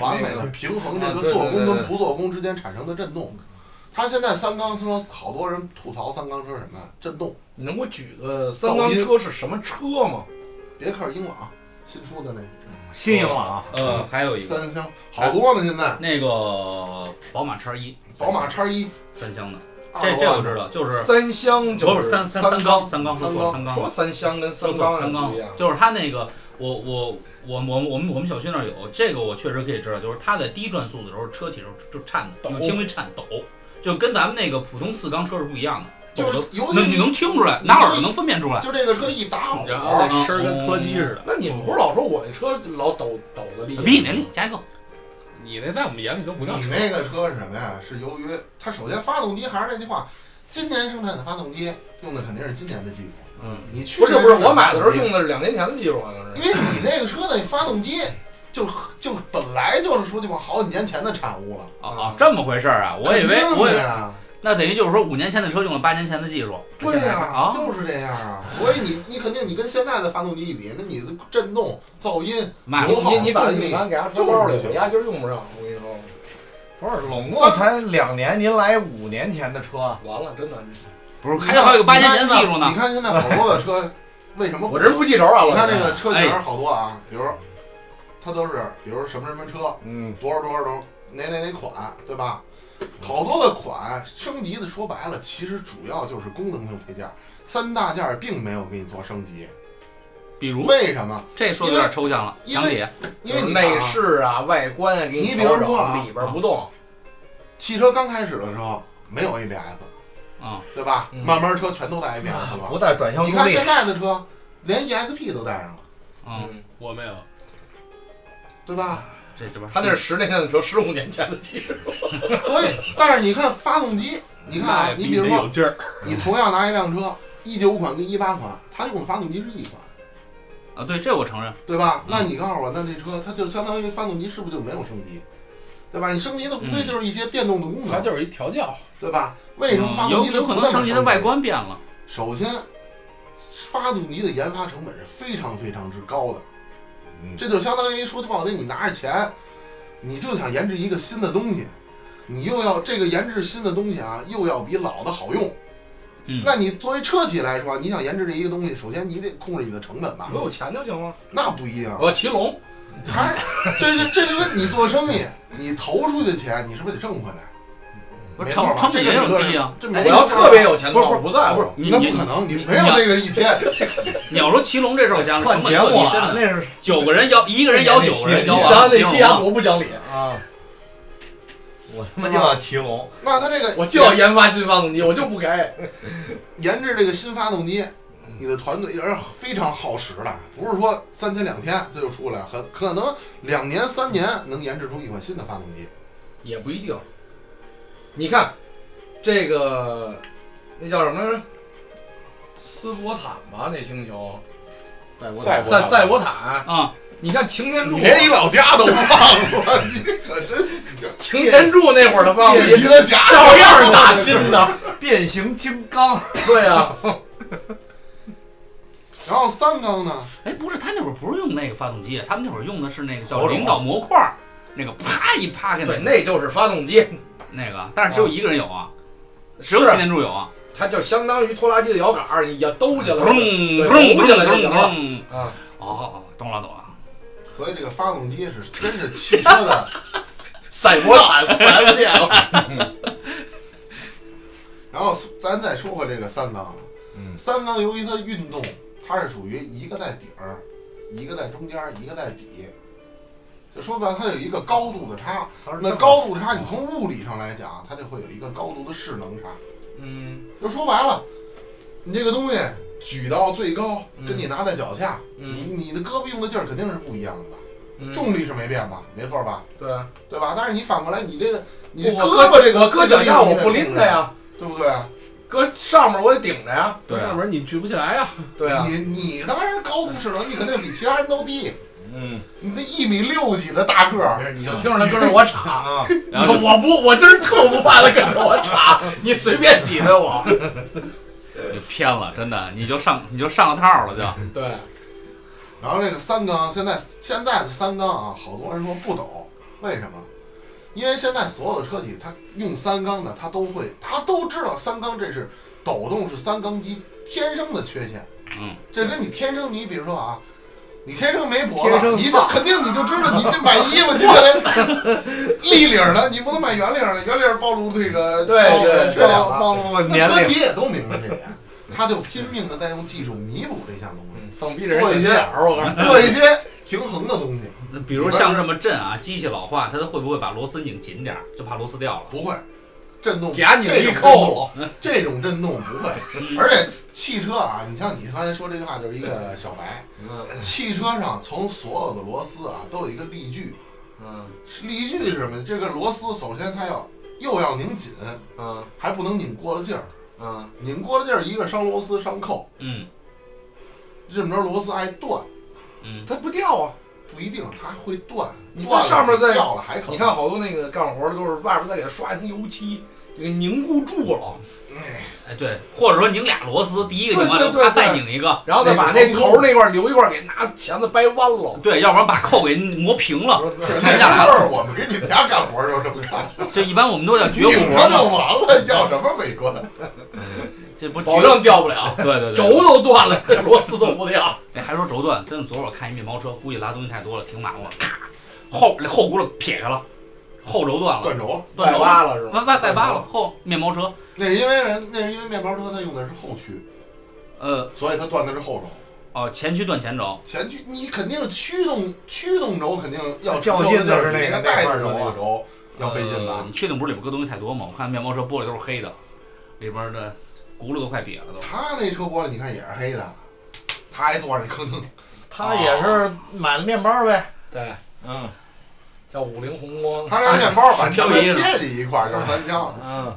Speaker 1: 完美的平衡
Speaker 5: 啊
Speaker 1: 这个做工跟不做工之间产生的震动。它现在三缸车好多人吐槽三缸车什么呀震动，
Speaker 4: 你能给我举个三缸车是什么车吗？
Speaker 1: 别克英朗新出的那
Speaker 5: 新颖啊朗，
Speaker 1: 嗯
Speaker 3: 呃，还有一个
Speaker 1: 三厢好多呢，现在
Speaker 3: 那个宝马叉一，
Speaker 1: 宝马啊叉一
Speaker 3: 三厢的，
Speaker 1: 二
Speaker 3: 这
Speaker 1: 十
Speaker 3: 这我
Speaker 1: 万
Speaker 3: 知
Speaker 1: 的，
Speaker 3: 道，就是
Speaker 4: 三厢
Speaker 3: 不
Speaker 4: 就是
Speaker 3: 三三
Speaker 1: 三
Speaker 3: 三缸
Speaker 1: 缸
Speaker 3: 三缸说错了三缸
Speaker 4: 说
Speaker 3: 了
Speaker 4: 三厢跟
Speaker 3: 说
Speaker 4: 三
Speaker 3: 错
Speaker 4: 缸
Speaker 3: 了三
Speaker 4: 人不
Speaker 3: 缸
Speaker 4: 一样，
Speaker 3: 就是它那个我我我我我们我们小区那儿有这个我确实可以知道，就是它在低转速的时候车体是就颤的，
Speaker 4: 抖
Speaker 3: 有轻微颤抖，就跟咱们那个普通四缸车是不一样的，
Speaker 1: 就
Speaker 3: 抖的
Speaker 1: 是尤其
Speaker 3: 能你能听出来，
Speaker 1: 你
Speaker 3: 拿耳朵能分辨出 来。
Speaker 1: 就这个车一打
Speaker 6: 然后那
Speaker 1: 火，
Speaker 6: 声儿跟拖拉机似的。
Speaker 4: 那你们不是老说我这车老抖抖的厉害？
Speaker 3: 比你那厉害，加一个。
Speaker 6: 你那在我们眼里都不叫
Speaker 1: 你
Speaker 6: 车，
Speaker 1: 那个车是什么呀？是由于它首先发动机还是那句话，今年生产的发动机用的肯定是今年的技术。
Speaker 3: 嗯，
Speaker 1: 你去
Speaker 4: 不是不是，
Speaker 1: 年生产
Speaker 4: 我买的时候
Speaker 1: 发动机
Speaker 4: 用的是两年前的技术，好像
Speaker 1: 因
Speaker 4: 是。
Speaker 1: 为你那个车的发动机就就本来就是说句话，好几年前的产物了。
Speaker 3: 啊啊，这么回事儿啊！我以
Speaker 1: 肯
Speaker 3: 为
Speaker 1: 定
Speaker 3: 我以
Speaker 1: 的
Speaker 3: 为
Speaker 1: 呀，
Speaker 3: 那等于就是说五年前的车用了八年前的技术，
Speaker 1: 对呀、
Speaker 3: 啊
Speaker 1: 就是这样啊。所以你你肯定你跟现在的发动机一比，那你的震动、噪音，
Speaker 3: 买
Speaker 1: 油
Speaker 4: 你
Speaker 1: 耗
Speaker 4: 你把你把给它揣包里，我压根儿用不上。我跟你说，
Speaker 5: 不是，拢共才两年，您来五年前的车，
Speaker 4: 完了，真的，
Speaker 3: 不是，还有还有个八年前的技术呢
Speaker 1: 你。看现在好多的车，为什么
Speaker 4: 我这人不记仇啊！
Speaker 1: 你看
Speaker 4: 我
Speaker 1: 这个车型儿好多啊，比如它都是，比如什么什么车，
Speaker 5: 嗯，
Speaker 1: 多少多少多少哪哪哪款，对吧？好多的款升级的，说白了，其实主要就是功能性配件儿，三大件儿并没有给你做升级。
Speaker 3: 比如
Speaker 1: 为什么？
Speaker 3: 这说的有点抽象了，
Speaker 1: 因
Speaker 3: 详
Speaker 1: 为
Speaker 3: 解。
Speaker 1: 因为你看
Speaker 4: 内
Speaker 1: 啊，
Speaker 4: 饰啊、外观啊，给
Speaker 1: 你比
Speaker 4: 调
Speaker 1: 如说啊
Speaker 4: 整，里边不动，
Speaker 1: 汽车刚开始的时候没有 ABS，
Speaker 3: 啊，
Speaker 1: 对吧？
Speaker 4: 嗯
Speaker 1: 慢慢车全都带 ABS 了。
Speaker 5: 不带转向
Speaker 1: 啊
Speaker 5: 助
Speaker 1: 你看
Speaker 5: 力
Speaker 1: 现，在的车，连 ESP 都带上了，
Speaker 3: 嗯，
Speaker 6: 我没有，
Speaker 1: 对吧？
Speaker 3: 这这边
Speaker 4: 他那是十年前的车，十五年前的技术。
Speaker 1: 所以，但是你看发动机，你看啊
Speaker 6: 那，也
Speaker 1: 你
Speaker 6: 比
Speaker 1: 比如
Speaker 6: 你
Speaker 1: 说
Speaker 6: 有劲儿，
Speaker 1: 你同样拿一辆车，一九款跟一八款，它用的发动机是一款，
Speaker 3: 啊，对，这我承认。
Speaker 1: 对吧
Speaker 3: 嗯？
Speaker 1: 那你告诉我，那这车它就相当于发动机是不是就没有升级，对吧？你升级的无非
Speaker 3: 嗯
Speaker 1: 就是一些变动的功
Speaker 6: 它
Speaker 1: 能，
Speaker 6: 就是一调教，
Speaker 1: 对吧？为什么发
Speaker 3: 嗯
Speaker 1: 动
Speaker 3: 有
Speaker 1: 机它
Speaker 3: 有
Speaker 1: 不
Speaker 3: 可
Speaker 1: 那
Speaker 3: 能
Speaker 1: 么
Speaker 3: 升级的外？观变了，
Speaker 1: 首先，发动机的研发成本是非常非常之高的，
Speaker 5: 嗯
Speaker 1: 这就相当于说句不好听，你拿着钱，你就想研制一个新的东西。你又要这个研制新的东西啊，又要比老的好用。
Speaker 3: 嗯
Speaker 1: 那你作为车企来说，你想研制这一个东西，首先你得控制你的成本吧
Speaker 5: 我？
Speaker 4: 哦
Speaker 5: 有钱就行了。
Speaker 1: 那不一样，
Speaker 4: 我骑龙，
Speaker 1: 还这这这就跟你做生意，你投出去的钱，你是不是得挣回来？
Speaker 3: 不是
Speaker 1: 没
Speaker 3: 成
Speaker 1: 错吧
Speaker 3: 成本也
Speaker 1: 这个
Speaker 3: 很
Speaker 1: 理
Speaker 3: 低
Speaker 1: 论
Speaker 3: 啊。
Speaker 1: 这
Speaker 4: 我
Speaker 1: 没错
Speaker 4: 要特别有钱的话，
Speaker 3: 不是
Speaker 4: 我不在乎。
Speaker 3: 你
Speaker 1: 那
Speaker 3: 你
Speaker 1: 不可能，你没有那个一天。
Speaker 3: 你要说骑龙这事儿，我想想成
Speaker 5: 串
Speaker 3: 本
Speaker 5: 节
Speaker 3: 特
Speaker 5: 目
Speaker 3: 低，真
Speaker 5: 啊，
Speaker 3: 的。
Speaker 5: 那是
Speaker 3: 九个人摇一个人摇九个人
Speaker 4: 你
Speaker 3: 摇
Speaker 5: 要
Speaker 4: 想想
Speaker 5: 啊
Speaker 3: 完，
Speaker 4: 那
Speaker 3: 骑
Speaker 4: 气
Speaker 3: 龙
Speaker 4: 压
Speaker 3: 啊
Speaker 4: 多不讲理，
Speaker 5: 啊，我他妈就要骑龙，
Speaker 1: 那他这个
Speaker 4: 我就要研发新发动机，我就不改。
Speaker 1: 研制这个新发动机，你的团队也是非常耗时的，不是说三天两天它就出来，很可能两年三年能研制出一款新的发动机。
Speaker 4: 也不一定。你看，这个那叫什么来着？斯伯坦吧，那星球
Speaker 5: 赛博
Speaker 1: 赛博
Speaker 4: 赛赛博坦。
Speaker 3: 啊，
Speaker 4: 你看擎天柱
Speaker 1: 你，连你老家都忘了，你可真
Speaker 4: 擎天柱那会儿的发动
Speaker 1: 你
Speaker 4: 机，
Speaker 1: 的家
Speaker 5: 照样打新的变形金刚，
Speaker 4: 对啊，
Speaker 1: 然后三缸呢，
Speaker 3: 哎，不是，他那会儿不是用那个发动机，他们那会儿用的是那个叫
Speaker 5: 火种
Speaker 3: 领导模块儿，那个啪一啪开
Speaker 4: 啊对，
Speaker 3: 那
Speaker 4: 那就是发动机，
Speaker 3: 那个，但是只有一个人有啊，只
Speaker 4: 是
Speaker 3: 有擎天柱有啊，
Speaker 4: 它就相当于拖拉机的摇杆儿，你要兜去
Speaker 3: 咚
Speaker 4: 了，
Speaker 3: 咚
Speaker 4: 对
Speaker 3: 咚
Speaker 4: 兜
Speaker 3: 咚
Speaker 4: 起来就行
Speaker 3: 咚
Speaker 4: 了。
Speaker 3: 咚，
Speaker 4: 啊，
Speaker 3: 哦，懂了懂了，
Speaker 1: 所以这个发动机是真是汽车 的。
Speaker 4: 赛博坦四 S 店，
Speaker 1: 然后咱再说回这个三缸，
Speaker 5: 嗯
Speaker 1: 三缸由于它运动，它是属于一个在顶儿，一个在中间儿，一个在底，就说白了，它有一个高度的差。那高度差，你从物理上来讲，它就会有一个高度的势能差。
Speaker 4: 嗯
Speaker 1: 就说白了，你这个东西举到最高，跟你拿在脚下，
Speaker 4: 嗯
Speaker 1: 你你的胳膊用的劲儿肯定是不一样的吧？
Speaker 4: 嗯，
Speaker 1: 重力是没变吧？没错吧？
Speaker 4: 对啊，
Speaker 1: 对吧？但是你反过来，你这个你这
Speaker 4: 我
Speaker 1: 胳
Speaker 4: 胳
Speaker 1: 膊这个
Speaker 4: 我搁脚下我不拎
Speaker 1: 它
Speaker 4: 着，呀，
Speaker 1: 对不对？
Speaker 4: 搁上面我得顶着呀，
Speaker 6: 这
Speaker 1: 啊
Speaker 6: 上面你举不起来呀，
Speaker 4: 对啊，
Speaker 1: 你你当然高度势能，你肯定比其他人都低。
Speaker 5: 嗯
Speaker 1: 你那一米六几的大个儿，
Speaker 4: 没事，啊你就听着他跟着我吵。
Speaker 5: 啊，
Speaker 3: 然后就
Speaker 4: 我不，我真是特不怕他跟着我吵，你随便挤兑我。
Speaker 3: 就偏了，真的，你就上你就上了套了就，
Speaker 4: 对，
Speaker 1: 然后这个三缸，现在现在的三缸啊，好多人说不懂，为什么？因为现在所有的车企，它用三缸的，它都会，它都知道三缸这是抖动是三缸机天生的缺陷。
Speaker 3: 嗯，
Speaker 1: 这跟你天生，你比如说啊，你天生没脖子，
Speaker 5: 天生
Speaker 1: 你就肯定你就知道，你这买衣服你就得 立领的，你不能买圆领的，圆领暴露这个
Speaker 5: 对
Speaker 1: 暴露
Speaker 5: 对，
Speaker 1: 缺点了
Speaker 5: 暴暴露年
Speaker 1: 那车
Speaker 5: 龄，
Speaker 1: 企也都明白这点，他就拼命的在用技术弥补这项东西，
Speaker 4: 丧逼人小心眼儿，我告诉你。
Speaker 1: 做一些平衡的东西。
Speaker 3: 那比如像这么震啊，机器老化，它会不会把螺丝拧紧点儿，就怕螺丝掉了？
Speaker 1: 不会，震动
Speaker 4: 给俺你
Speaker 1: 这
Speaker 4: 一
Speaker 1: 种
Speaker 4: 扣了，
Speaker 1: 这种震动不会。而且汽车啊，你像你刚才说这句话就是一个小白，
Speaker 4: 嗯
Speaker 1: 汽车上从所有的螺丝啊都有一个力矩，
Speaker 4: 嗯
Speaker 1: 力矩是什么？这个螺丝首先它要又要拧紧，
Speaker 4: 嗯
Speaker 1: 还不能拧过了劲儿，
Speaker 4: 嗯
Speaker 1: 拧过了劲儿一个伤螺丝伤扣，
Speaker 3: 嗯
Speaker 1: 这么着螺丝爱断，
Speaker 3: 嗯，
Speaker 4: 它不掉啊。
Speaker 1: 不一定它会断，
Speaker 4: 你这
Speaker 1: 断了
Speaker 4: 上面再
Speaker 1: 掉了还可能
Speaker 4: 你看好多那个干活的都是外边再给它刷一层油漆，这个凝固住了，
Speaker 3: 哎，对，或者说拧俩螺丝，第一个拧完
Speaker 4: 对
Speaker 3: 了，
Speaker 4: 对对
Speaker 3: 啪再拧一个，
Speaker 4: 然后再把那头那块儿留一块儿给拿钳子掰弯了。
Speaker 3: 对，要不然把扣给磨平了。
Speaker 1: 这事儿我们给你们家干活儿就这么干，
Speaker 3: 这一般我们都叫绝
Speaker 1: 拧
Speaker 3: 骨
Speaker 1: 着
Speaker 3: 活
Speaker 1: 就
Speaker 3: 嘛，
Speaker 1: 完 了，要什么美观？
Speaker 3: 这不
Speaker 4: 保
Speaker 3: 绝？
Speaker 4: 证掉不了，
Speaker 3: 对对
Speaker 4: 轴
Speaker 3: 对，
Speaker 4: 都断了， 这螺丝都不 掉。
Speaker 3: 这还说轴断，真的，昨晚我看一面包车，估计拉东西太多了，停马路了，咔，后后轱辘撇开了，后轴断了，
Speaker 1: 断轴了，
Speaker 4: 拐
Speaker 3: 断轴了，
Speaker 4: 弯了是吗？
Speaker 3: 外外外八了，后面包车，
Speaker 1: 那是因为人，那是因为面包车它用的是后驱，
Speaker 3: 呃，
Speaker 1: 所以它断的是后轴，
Speaker 3: 哦，前驱断前轴，
Speaker 1: 前驱你肯定驱动驱动轴肯定要
Speaker 5: 较劲的是嗯那
Speaker 1: 那
Speaker 5: 个
Speaker 1: 带
Speaker 5: 那块
Speaker 1: 着
Speaker 5: 儿
Speaker 1: 的
Speaker 5: 轴啊
Speaker 1: 那个轴要费劲
Speaker 3: 呃
Speaker 1: 吧？
Speaker 3: 你确定不是里边搁东西太多吗？我看面包车玻璃都是黑的，里边的轱辘都快瘪了都。
Speaker 1: 他那车玻璃你看也是黑的，他还坐着你吭吭，
Speaker 5: 他也是买了面包呗。
Speaker 4: 对，
Speaker 5: 嗯
Speaker 4: 叫五菱宏光，
Speaker 1: 他
Speaker 5: 哎
Speaker 1: 那面包反
Speaker 3: 小
Speaker 1: 正
Speaker 3: 漂移是吧
Speaker 1: 切你一块儿就是三枪。
Speaker 5: 嗯，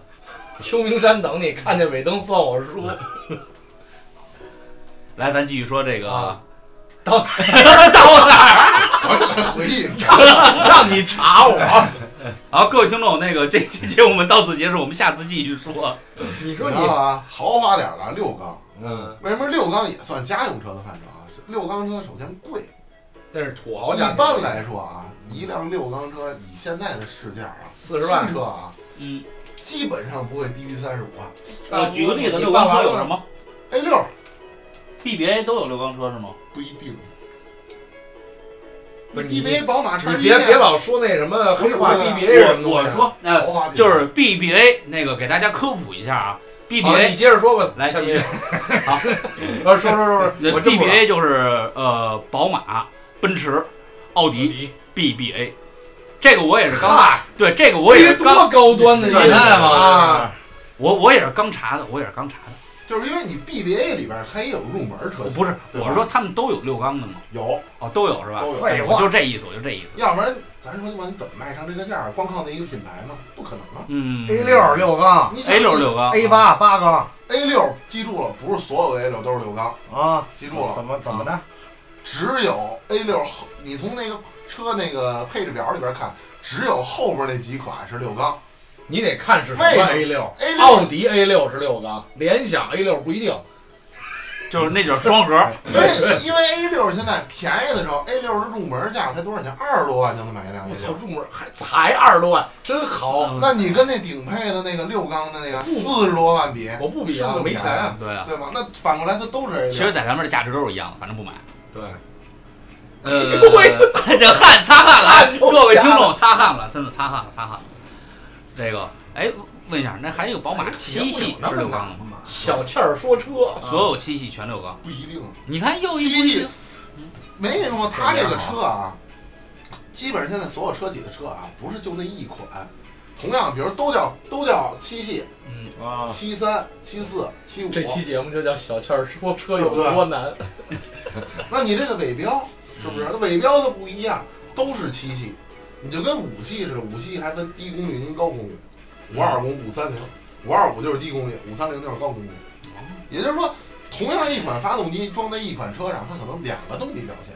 Speaker 4: 秋名山等你，看见尾灯算我输。
Speaker 3: 来，咱继续说这个
Speaker 4: 啊，
Speaker 3: 到
Speaker 4: 到
Speaker 3: 到哪儿？
Speaker 1: 回忆，
Speaker 4: 让你查我，
Speaker 3: 好，各位听众，那个这期节目我们到此结束，我们下次继续说。
Speaker 4: 嗯
Speaker 5: 你
Speaker 1: 你知道吧？豪华点儿的六缸，
Speaker 5: 嗯，
Speaker 1: 为什么六缸也算家用车的范畴啊？六缸车首先贵，
Speaker 4: 那是土豪
Speaker 1: 一
Speaker 4: 家庭。
Speaker 1: 般来说啊，一辆六缸车以现在的市价啊，
Speaker 4: 40万
Speaker 1: 新车啊，
Speaker 3: 嗯，
Speaker 1: 基本上不会低于三十五万。
Speaker 3: 呃，举个例子，
Speaker 4: 你
Speaker 3: 六缸
Speaker 4: 爸爸
Speaker 3: 车有
Speaker 4: 妈妈
Speaker 3: 什么
Speaker 1: A 六
Speaker 3: ？BBA 都有六缸车是吗？
Speaker 1: 不一定，
Speaker 4: 不是你
Speaker 1: BBA 宝马叉
Speaker 4: 你
Speaker 1: 一
Speaker 4: 别别老说那什么黑化
Speaker 1: 不是
Speaker 4: BBA 什么
Speaker 3: 我
Speaker 4: 东
Speaker 3: 我
Speaker 4: 西啊
Speaker 3: 说，那
Speaker 1: 豪华品牌
Speaker 3: 就是 BBA 那个给大家科普一下啊
Speaker 4: 好，你
Speaker 3: ，BBA
Speaker 4: 接着说吧，
Speaker 3: 来
Speaker 4: 前
Speaker 3: 继续
Speaker 4: 面。
Speaker 3: 好，
Speaker 4: 呃，说说说说，啊我真不知道
Speaker 3: BBA 就是呃宝马、奔驰、奥迪 BBA，这个我也是刚
Speaker 4: 嗨，
Speaker 3: 对这个我也是刚
Speaker 6: 多高端的 一
Speaker 5: 转
Speaker 6: 个
Speaker 5: 态嘛
Speaker 4: 啊，
Speaker 3: 我我也是刚查的，我也是刚查的。
Speaker 1: 就是因为你 BBA 里边它也有入门车
Speaker 3: 我
Speaker 1: 型，
Speaker 3: 不是，
Speaker 1: 对吧
Speaker 3: 我是说他们都有六缸的吗？
Speaker 1: 有
Speaker 3: 哦，都有是吧？
Speaker 1: 都有，
Speaker 5: 废
Speaker 3: 我
Speaker 5: 话，
Speaker 3: 就这意思，我就这意思。
Speaker 1: 要不然咱说你怎么卖上这个价儿？光靠那一个品牌吗？不可能啊！
Speaker 3: 嗯
Speaker 5: A 六六缸
Speaker 1: 你想
Speaker 3: A 六六缸
Speaker 5: ，A 八八缸
Speaker 1: A 六记住了，不是所有的 A 六都是六缸，
Speaker 5: 啊，
Speaker 1: 记住了，啊
Speaker 5: 怎么怎么的？
Speaker 1: 只有 A 六后，你从那个车那个配置表里边看，只有后边那几款是六缸。
Speaker 4: 你得看是什么
Speaker 1: 为什么
Speaker 4: A 六，
Speaker 1: A
Speaker 4: 奥
Speaker 1: 六
Speaker 4: 迪 A 六是六缸，联想 A 六不一定。
Speaker 3: 就是那就是双核，
Speaker 1: 对，因为 A 六现在便宜的时候，A 六是入门价才多少钱？二十多万就能买一辆
Speaker 4: 我
Speaker 1: A
Speaker 4: 操，
Speaker 1: 六。
Speaker 4: 入门还才二十多万，真好。
Speaker 3: 嗯
Speaker 1: 那你跟那顶配的那个六缸的那个四十多万比，
Speaker 4: 我不比
Speaker 1: 是
Speaker 4: 啊，
Speaker 1: 不
Speaker 4: 没
Speaker 1: 比
Speaker 4: 钱啊。
Speaker 3: 对啊。
Speaker 1: 对吗？那反过来它都是 A
Speaker 3: 其实，
Speaker 1: 六。
Speaker 3: 在咱们这价值都是一样的，反正不买。
Speaker 4: 对，
Speaker 3: 呃， 这汗擦汗了啊，各位听
Speaker 4: 瞎
Speaker 3: 众擦汗了，真的擦汗了，擦汗了。这个，哎，问一下，那还有宝
Speaker 5: 哎
Speaker 3: 马七系是六缸的吗？
Speaker 4: 小倩儿说车，啊
Speaker 3: 所有七系全六缸。
Speaker 1: 不一定，
Speaker 3: 你看又一
Speaker 1: 七
Speaker 3: 不一
Speaker 1: 系没人说它这个车啊，基本上现在所有车企的车啊，不是就那一款。同样，比如都叫都叫七系、
Speaker 3: 嗯，
Speaker 5: 啊，
Speaker 1: 七三、七四、七五，
Speaker 4: 这期节目就叫小倩儿说车有多难。
Speaker 1: 那你这个尾标是
Speaker 4: 嗯
Speaker 1: 不是？那尾标都不一样，都是七系，你就跟五系似的，五系还分低功率跟高功率，
Speaker 4: 嗯
Speaker 1: 五二五、五三零，五二五就是低功率，五三零就是高功率。
Speaker 4: 哦
Speaker 1: 也就是说，同样一款发动机装在一款车上，它可能两个动力表现。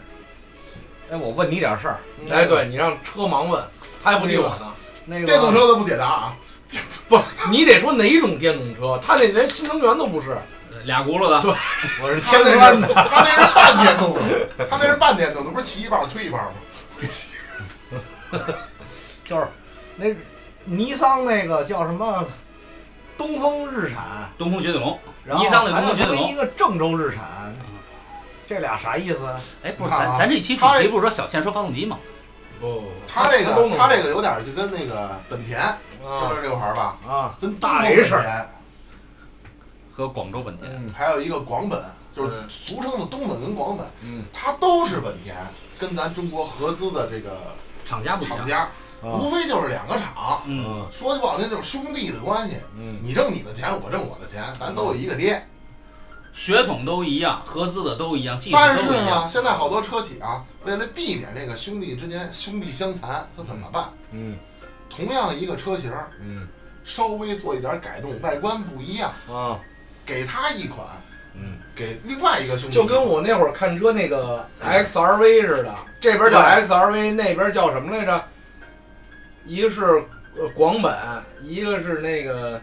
Speaker 5: 哎，我问你点事儿，
Speaker 4: 哎，对你让车盲问，他还不理我呢。
Speaker 5: 那个
Speaker 1: 电嗯动车都不解答 啊，
Speaker 4: 不是，你得说哪种电动车，他那连新能源都不是。
Speaker 3: 呃俩轱辘的。
Speaker 5: 我是
Speaker 1: 它
Speaker 5: 铅
Speaker 1: 那
Speaker 5: 酸
Speaker 1: 是
Speaker 5: 的，
Speaker 1: 它那是半电动的，它那是半电动的，不是骑一半儿推一半儿吗？
Speaker 5: 就是那尼桑那个叫什么东风日产，
Speaker 3: 东风雪铁龙，
Speaker 5: 然后
Speaker 3: 尼桑的嗯
Speaker 5: 还
Speaker 3: 东
Speaker 5: 有
Speaker 3: 风雪
Speaker 5: 他
Speaker 3: 铁龙
Speaker 5: 妈一个郑州日产，这俩啥意思啊？
Speaker 3: 哎，不是，
Speaker 1: 你看
Speaker 3: 咱
Speaker 1: 啊
Speaker 3: 咱这期主
Speaker 1: 它
Speaker 3: 题不是说小倩说发动机吗？
Speaker 4: 不，
Speaker 1: 它这
Speaker 4: 都
Speaker 1: 个
Speaker 4: 能嗯
Speaker 1: 它这个有点就跟那个本田，知道这个牌儿吧？
Speaker 5: 啊，
Speaker 1: 跟
Speaker 5: 大
Speaker 1: 东风
Speaker 5: H
Speaker 1: 本田
Speaker 3: 和广州本田。
Speaker 5: 嗯
Speaker 1: 还有一个广本，就是
Speaker 4: 嗯
Speaker 1: 俗称的东本跟广本，
Speaker 5: 嗯
Speaker 1: 它都是本田，跟咱中国合资的这个
Speaker 3: 厂家不一
Speaker 1: 厂
Speaker 3: 样。
Speaker 1: 家，
Speaker 5: 啊
Speaker 1: 无非就是两个厂，
Speaker 3: 嗯，
Speaker 5: 嗯
Speaker 1: 说句不好听就是兄弟的关系，
Speaker 5: 嗯，
Speaker 1: 你挣你的钱，我挣我的钱，咱都有一个爹。
Speaker 3: 血统都一样，合资的都一样，技术
Speaker 1: 但
Speaker 3: 都
Speaker 1: 是
Speaker 3: 一样。
Speaker 1: 呢，现在好多车企啊，为了避免这个兄弟之间兄弟相残，他怎么办？
Speaker 5: 嗯
Speaker 1: 同样一个车型，
Speaker 5: 嗯
Speaker 1: 稍微做一点改动，外观不一样，
Speaker 5: 啊，
Speaker 1: 给他一款，
Speaker 5: 嗯
Speaker 1: 给另外一个兄弟一
Speaker 4: 就
Speaker 1: 款，
Speaker 4: 跟我那会儿看车那个
Speaker 1: 嗯
Speaker 4: XRV 似的，这边叫 XRV，那边叫什么来着？一个是呃广本，一个是那个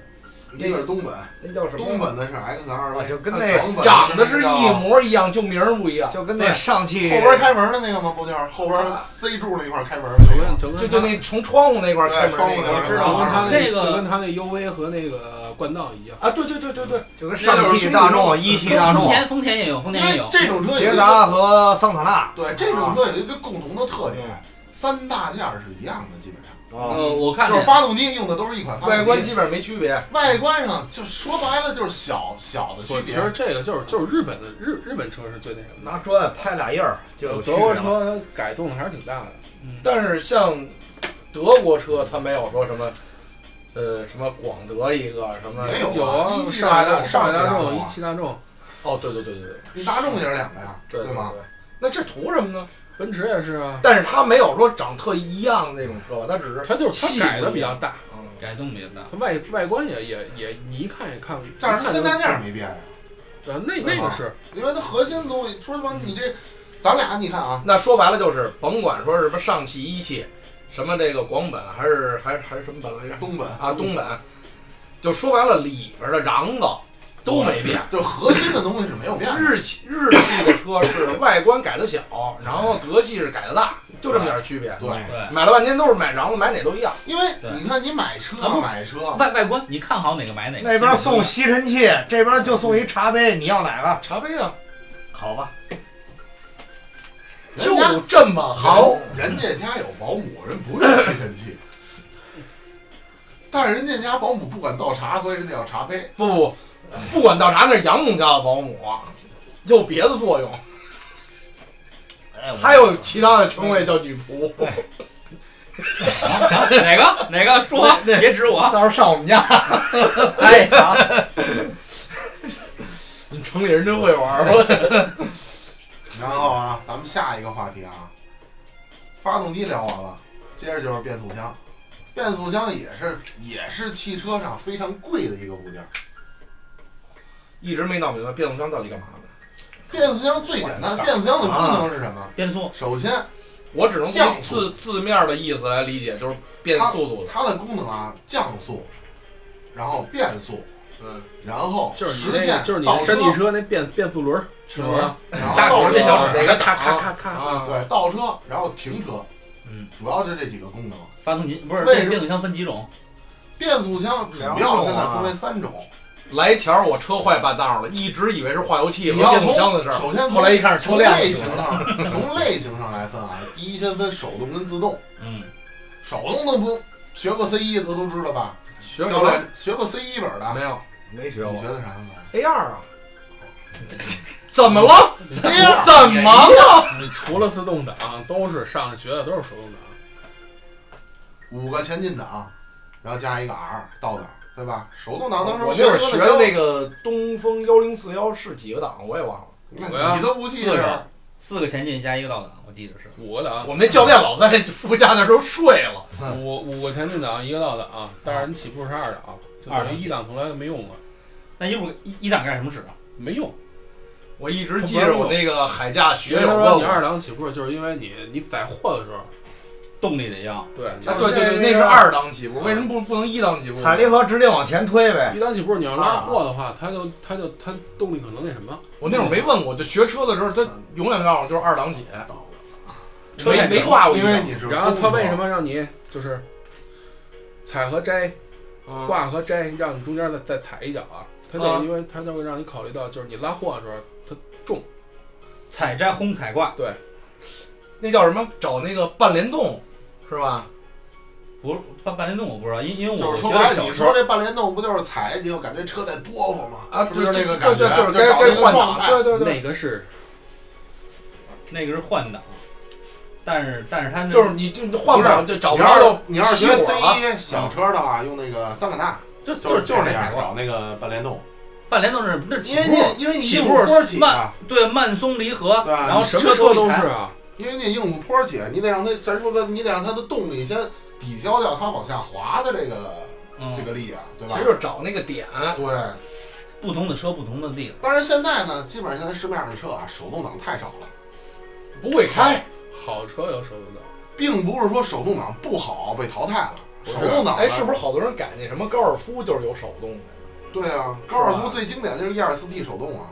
Speaker 1: 一个是东本，
Speaker 4: 那叫什么
Speaker 1: 东本的是 X 二
Speaker 5: 啊，
Speaker 1: 位，
Speaker 5: 就跟
Speaker 4: 啊
Speaker 5: 那
Speaker 1: 广本
Speaker 4: 长得是
Speaker 1: 那个
Speaker 4: 一模一样，就名儿不一样，
Speaker 5: 就跟那上汽
Speaker 1: 后边开门的那个吗？不就是后边 C 柱那块开门的
Speaker 6: 就
Speaker 1: 那个
Speaker 6: 跟
Speaker 1: 吗？
Speaker 6: 就跟
Speaker 4: 就就那从窗户那块儿开门
Speaker 1: 对窗户那
Speaker 4: 那个，
Speaker 1: 块儿啊
Speaker 4: 知
Speaker 6: 就
Speaker 4: 道
Speaker 6: 跟他
Speaker 4: 吗？
Speaker 3: 那个
Speaker 6: 就跟他那 UV 和那个冠道一样，
Speaker 4: 啊，对对对对对，
Speaker 5: 就跟上汽大众、一汽大
Speaker 3: 丰
Speaker 5: 众、
Speaker 3: 田丰田也有，丰
Speaker 1: 因
Speaker 3: 田
Speaker 1: 为
Speaker 3: 也有。
Speaker 1: 这种车有
Speaker 5: 捷
Speaker 1: 一个
Speaker 5: 达和桑塔纳。
Speaker 1: 对这种车有一个共同的特点，三大件儿是一样的，基本上
Speaker 5: 啊，
Speaker 3: 呃，我看
Speaker 1: 就是
Speaker 3: 见
Speaker 1: 发动机用的都是一款发
Speaker 4: 外
Speaker 1: 动
Speaker 4: 观
Speaker 1: 机，
Speaker 4: 基本上没区别。
Speaker 1: 外观上就说白了就是小小的区
Speaker 6: 不，其实
Speaker 1: 别。
Speaker 6: 这个就是就是日本的日日本车是最那什么
Speaker 5: 拿砖拍俩印儿就
Speaker 6: 的，
Speaker 5: 有
Speaker 6: 德国
Speaker 5: 区别了啊
Speaker 6: 车改动的还是挺大的。
Speaker 4: 但是像德国车，它没有说什么，呃，什么广德一个什么，
Speaker 1: 也
Speaker 6: 有
Speaker 1: 啊
Speaker 6: 啊，
Speaker 1: 一汽
Speaker 6: 上海
Speaker 1: 大
Speaker 6: 大
Speaker 1: 众
Speaker 6: 上海大
Speaker 1: 上汽大众
Speaker 6: 众、
Speaker 1: 啊
Speaker 6: 一汽大众、
Speaker 4: 哦，对对对对对
Speaker 1: 大众也是两个呀，
Speaker 4: 对对
Speaker 1: 吗？？
Speaker 4: 那这图什么呢？
Speaker 6: 奔驰也是啊，
Speaker 4: 但是它没有说长特一样的那种
Speaker 1: 嗯
Speaker 4: 车吧，它只是
Speaker 6: 它就是
Speaker 4: 细
Speaker 6: 它改的
Speaker 4: 不一
Speaker 6: 比
Speaker 4: 样
Speaker 6: 较大，
Speaker 4: 嗯
Speaker 3: 改动比较大。
Speaker 6: 它外外观也也也你一看也看，
Speaker 1: 但是
Speaker 6: 一看就
Speaker 1: 三大件儿啊没变呀，
Speaker 6: 呃那
Speaker 1: 对
Speaker 6: 那
Speaker 1: 吧
Speaker 6: 个是
Speaker 1: 因为它核心东西，说白了你这，咱俩你看啊，
Speaker 4: 那说白了就是，甭管说是什么上汽、一汽，什么这个广本，还是还是还是什么本来着
Speaker 1: 东本
Speaker 4: 啊，东本，就说白了里边的瓤子都没变。
Speaker 1: 就核心的东西是没有变的。
Speaker 4: 日系日系的车是外观改的小，然后德系是改的大，就这么点区别。
Speaker 1: 对，
Speaker 3: 对，
Speaker 4: 买了半天都是买瓤子，买哪都一样。
Speaker 1: 因为
Speaker 3: 对
Speaker 1: 你看你买车
Speaker 3: 咱们
Speaker 1: 买车，
Speaker 3: 外外观你看好哪个买哪个。
Speaker 5: 那边送吸尘器，这边就送一茶杯，你要哪个？
Speaker 4: 茶杯啊，
Speaker 5: 好吧，
Speaker 1: 人
Speaker 4: 就
Speaker 1: 家
Speaker 4: 这么好。
Speaker 1: 人家家有保姆，人不是吸尘器。但是人家家保姆不管倒茶，所以人家要茶杯。
Speaker 4: 不不，不管倒茶那是养母家的保姆，有别的作用，
Speaker 5: 哎，我
Speaker 4: 还有其他的称谓叫女仆。
Speaker 3: 啊 哪个哪个说， 别指我。
Speaker 4: 到时候上我们 家。
Speaker 3: 哎，好
Speaker 4: 你城里人真会玩
Speaker 6: 哎
Speaker 4: 儿，
Speaker 1: 然后啊，咱们下一个话题啊，发动机聊完了，接着就是变速箱。变速箱也是也是汽车上非常贵的一个部件。
Speaker 4: 一直没闹明白变速箱到底干嘛的。
Speaker 1: 变速箱最简单，变速箱的功能是什么？
Speaker 3: 变速
Speaker 1: 首先，
Speaker 4: 我只能
Speaker 1: 降
Speaker 4: 从
Speaker 1: 速
Speaker 4: 字字面的意思来理解，就是变速度的。
Speaker 1: 它的功能啊，降速，然后变速，
Speaker 4: 嗯，
Speaker 1: 然后
Speaker 6: 就是
Speaker 1: 实
Speaker 6: 你那
Speaker 1: 现
Speaker 6: 个就是你
Speaker 1: 倒
Speaker 6: 那山地车那变变速轮儿是吧？
Speaker 1: 然后
Speaker 3: 大
Speaker 1: 倒
Speaker 3: 小
Speaker 1: 车
Speaker 3: 这小
Speaker 4: 哪个
Speaker 6: 咔
Speaker 4: 卡
Speaker 6: 咔
Speaker 4: 咔
Speaker 6: 咔
Speaker 4: 咔
Speaker 6: 咔
Speaker 4: 啊？
Speaker 1: 对，倒车，然后停车，
Speaker 3: 嗯，
Speaker 1: 主要是这几个功能。
Speaker 3: 发动机不是
Speaker 1: 为什
Speaker 3: 变
Speaker 1: 么
Speaker 3: 变速箱分几种？
Speaker 1: 变速箱主要现在
Speaker 6: 啊
Speaker 1: 分为三种，
Speaker 4: 来前儿我车坏半道了，一直以为是化油
Speaker 1: 你
Speaker 4: 器和
Speaker 1: 要
Speaker 4: 变
Speaker 1: 从
Speaker 4: 速箱的事儿，
Speaker 1: 首先从
Speaker 4: 后来一看是车
Speaker 1: 从
Speaker 4: 辆
Speaker 1: 类型上，从类型上来分啊，第一先分手动跟自动，
Speaker 3: 嗯，
Speaker 1: 手动的不学过 C 一的都知道吧？
Speaker 4: 学
Speaker 1: 教啊
Speaker 4: 过来
Speaker 1: 练学过 C 一本的，
Speaker 4: 没有
Speaker 5: 没学
Speaker 1: 你
Speaker 5: 过
Speaker 1: 学，的啥呢？
Speaker 4: ？A 二啊？ 怎么了？
Speaker 1: 这样
Speaker 4: 怎么了？
Speaker 6: 你除了自动挡都是上学的都是手动挡，
Speaker 1: 五个前进档，然后加一个 R 倒档，对吧？手动挡当时
Speaker 4: 我那会儿
Speaker 1: 学
Speaker 4: 学
Speaker 1: 的
Speaker 4: 的
Speaker 1: 那
Speaker 4: 那个东风幺零四幺是几个档我也忘了，
Speaker 1: 那你都不记
Speaker 3: 四
Speaker 1: 着
Speaker 3: 个，四个前进加一个倒档，我记得是。
Speaker 6: 五个档，
Speaker 4: 我们那教练老在副驾那儿都睡了。
Speaker 6: 五五个前进档一个倒档，但是你起步是二档，啊就
Speaker 3: 二
Speaker 6: 等于一档从来没用过，
Speaker 3: 那一步一一档干什么使啊？
Speaker 6: 没用。
Speaker 4: 我一直记着我那个海驾学
Speaker 6: 学
Speaker 4: 友
Speaker 6: 生
Speaker 4: 问
Speaker 6: 说你
Speaker 4: 我，
Speaker 6: 二档起步，就是因为你你载货的时候，
Speaker 3: 动力得要。
Speaker 6: 对，
Speaker 4: 啊，
Speaker 6: 就是
Speaker 4: 对对对，那是二档起步，为什么不不能嗯一档起步？
Speaker 5: 踩离合直接往前推呗。
Speaker 6: 一档起步你要拉货的话，它就它就它动力可能那什么，
Speaker 4: 我那会儿没问过，就学车的时候，他永远告诉我就是二档起，
Speaker 3: 车
Speaker 4: 没
Speaker 3: 也
Speaker 4: 没挂过一
Speaker 1: 因
Speaker 4: 档
Speaker 1: 为你是
Speaker 6: 然后它
Speaker 1: 中国
Speaker 6: 为什么让你就是踩和摘，挂和摘，让你中间再再踩一脚啊？它就是因为它就会让你考虑到，就是你拉货的时候，
Speaker 3: 采摘、轰、采挂，
Speaker 4: 那叫什么？找那个半联动，是吧？
Speaker 3: 不是半半联动我不知道，因因为
Speaker 1: 就
Speaker 3: 我
Speaker 1: 是
Speaker 3: 学
Speaker 1: 说白
Speaker 3: 的
Speaker 1: 了，
Speaker 3: 小
Speaker 1: 你
Speaker 3: 时
Speaker 1: 说
Speaker 3: 候，
Speaker 1: 这半联动不就是踩你就感觉车在哆嗦吗？
Speaker 4: 啊，
Speaker 1: 是不是
Speaker 4: 对
Speaker 1: 那个
Speaker 4: 对
Speaker 1: 感觉？
Speaker 4: 对对，就是该
Speaker 1: 找那
Speaker 4: 该
Speaker 1: 个
Speaker 4: 换
Speaker 1: 状
Speaker 4: 挡，
Speaker 1: 态。
Speaker 4: 对对对，
Speaker 6: 那个是
Speaker 3: 那个是换挡，但是但是它那
Speaker 4: 就是你就嗯换不了，就找
Speaker 1: 你
Speaker 4: 不着
Speaker 1: 要
Speaker 4: 就
Speaker 1: 是你要是
Speaker 4: 熄
Speaker 1: 学
Speaker 4: 火了。
Speaker 1: C 一小车的话，用那个桑塔纳，
Speaker 3: 就
Speaker 1: 就
Speaker 3: 就是
Speaker 1: 就是那
Speaker 3: 采摘
Speaker 1: 样
Speaker 3: 采挂
Speaker 1: 找那个半联动，
Speaker 3: 半联动是那是起
Speaker 1: 因为
Speaker 3: 步，
Speaker 1: 那因为你
Speaker 3: 起
Speaker 1: 硬
Speaker 3: 步
Speaker 1: 骨坡起啊，
Speaker 3: 对慢松离合，
Speaker 1: 对啊
Speaker 3: 然后
Speaker 6: 什么
Speaker 3: 车
Speaker 6: 车都是
Speaker 3: 离开
Speaker 6: 啊，
Speaker 1: 因为你硬骨坡起，你得让它咱说白了，你得让它的动力先抵消掉它往下滑的这个这
Speaker 3: 嗯，
Speaker 1: 个力啊，对
Speaker 4: 其
Speaker 1: 吧
Speaker 4: 实？就是找那个点，
Speaker 1: 对，
Speaker 3: 不同的车不同的地方。
Speaker 1: 但是现在呢，基本上现在市面上的车啊，手动挡太少了，
Speaker 4: 不会开，
Speaker 6: 好车有手动挡，
Speaker 1: 并不是说手动挡不好被淘汰了，手动挡的
Speaker 4: 哎，是不是好多人改那什么高尔夫就是有手动的呀？
Speaker 1: 对啊，高尔夫最经典就是 E 二四 T 手动啊，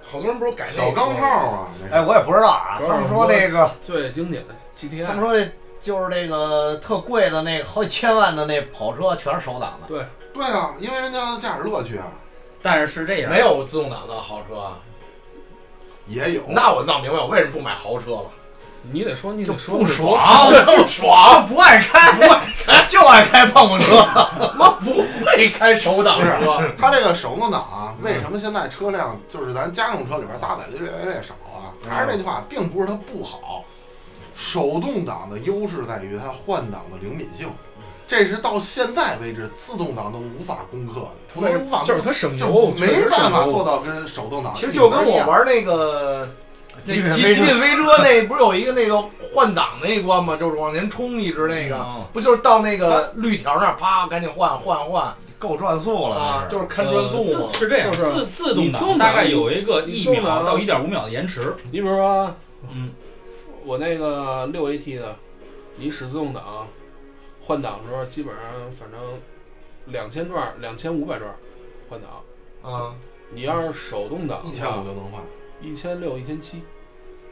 Speaker 4: 好多人不是改哎那
Speaker 1: 小钢炮啊，那是
Speaker 5: 哎，我也不知道啊，他们说那个，
Speaker 6: 最经典的 GTI，
Speaker 5: 他们说这就是那个特贵的那好几千万的那跑车，全是手挡的。
Speaker 1: 对啊，因为人家驾驶乐趣啊，
Speaker 3: 但是是这样，
Speaker 4: 没有自动挡的豪车啊？
Speaker 1: 也有。
Speaker 4: 那我闹明白我为什么不买豪车了，
Speaker 6: 你得说你得说
Speaker 5: 不
Speaker 6: 是
Speaker 5: 爽
Speaker 6: 多
Speaker 5: 啊
Speaker 4: 对，不爽，
Speaker 5: 不爱开，不爱开，就爱开碰碰车。
Speaker 4: 我不会开手挡车。
Speaker 1: 它这个手动挡啊，为什么现在车辆就是咱家用车里边搭载的越来越少啊？
Speaker 4: 嗯
Speaker 1: 还是那句话，并不是它不好，手动挡的优势在于它换挡的灵敏性，这是到现在为止自动挡都无法攻克的，
Speaker 6: 他
Speaker 1: 不是无法
Speaker 6: 就
Speaker 1: 攻
Speaker 6: 是
Speaker 1: 克，
Speaker 6: 他省油
Speaker 1: 就，没办法做
Speaker 6: 到。
Speaker 1: 到跟手动挡
Speaker 4: 其实就跟
Speaker 1: 一模一
Speaker 4: 我
Speaker 1: 样
Speaker 4: 玩那个那
Speaker 5: 极品
Speaker 4: 极
Speaker 5: 飞车
Speaker 4: 极品飞车那不是有一个那个换挡那一关吗？就是往前冲一直那
Speaker 6: 嗯
Speaker 4: 个，
Speaker 3: 嗯
Speaker 4: 不就是到那个绿条那儿啪赶紧换换换
Speaker 5: 够转速了
Speaker 4: 啊，
Speaker 5: 这
Speaker 4: 就是是看转速嘛
Speaker 3: 呃。自是这样，
Speaker 6: 就是
Speaker 3: 自自动
Speaker 6: 你就
Speaker 3: 挡
Speaker 6: 能
Speaker 3: 大概有一个
Speaker 6: 你
Speaker 3: 一
Speaker 6: 就能
Speaker 3: 秒到一点五秒的延迟。
Speaker 6: 你比如说，
Speaker 3: 嗯，
Speaker 6: 我那个六 AT 的，你使自动挡换挡的时候，基本上反正两千转、两千五百转换挡。
Speaker 4: 啊，
Speaker 6: 你要是手动挡，
Speaker 1: 一千五，就能换。
Speaker 6: 一千六、一千七，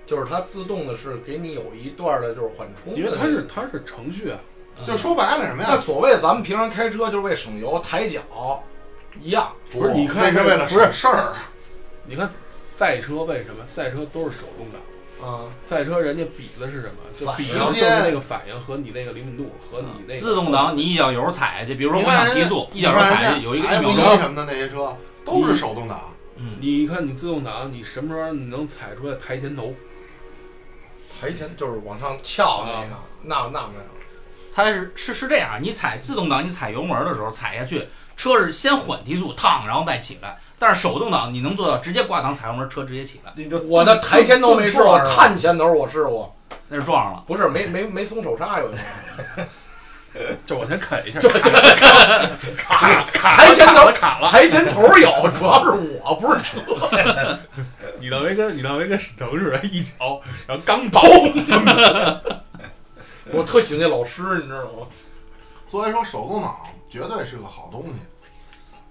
Speaker 4: 就是它自动的是给你有一段的，就是缓冲的那
Speaker 6: 因
Speaker 4: 个，
Speaker 6: 为它是它是程序啊，
Speaker 3: 嗯
Speaker 1: 就说白了什么
Speaker 4: 那
Speaker 1: 呀？
Speaker 4: 所谓咱们平常开车就是为省油抬脚一样，
Speaker 6: 不是你看
Speaker 1: 那是为了
Speaker 6: 不是
Speaker 1: 事儿，
Speaker 6: 你看赛车为什么赛车都是手动挡？
Speaker 4: 啊，
Speaker 6: 赛车人家比的是什么？就
Speaker 4: 反
Speaker 6: 比
Speaker 1: 应
Speaker 6: 的就是
Speaker 1: 间
Speaker 6: 那个反应和你那个灵敏度和你那个
Speaker 3: 啊自动挡，你一脚油踩下去，比如说
Speaker 1: 你哎
Speaker 3: 我
Speaker 1: 看人
Speaker 3: 想
Speaker 1: 家
Speaker 3: 提速，一脚油踩下去有一个一秒
Speaker 1: F
Speaker 3: 钟。嗯
Speaker 1: 一什么的那些车都是手动挡，
Speaker 6: 你看你自动挡，你什么时候你能踩出来抬前头？
Speaker 4: 抬前就是往上翘那个，那那没有。
Speaker 3: 它是是是这样，你踩自动挡，你踩油门的时候踩下去，车是先缓提速，烫，然后再起来。但是手动挡你能做到直接挂档踩油门，车直接起来，
Speaker 4: 我的抬前头没试过，
Speaker 5: 顿挫是吧
Speaker 4: 探前头我试过，
Speaker 3: 那是撞上了。
Speaker 4: 不是没没没松手刹有一回，
Speaker 6: 就往前啃一下，
Speaker 4: 卡抬前头
Speaker 6: 卡了。
Speaker 4: 抬前头有，主要是我不是车，
Speaker 6: 你倒没跟你倒没跟史腾似的，一脚然后刚爆。
Speaker 4: 我特喜欢那老师，你知道吗？
Speaker 1: 所以说手动挡绝对是个好东西，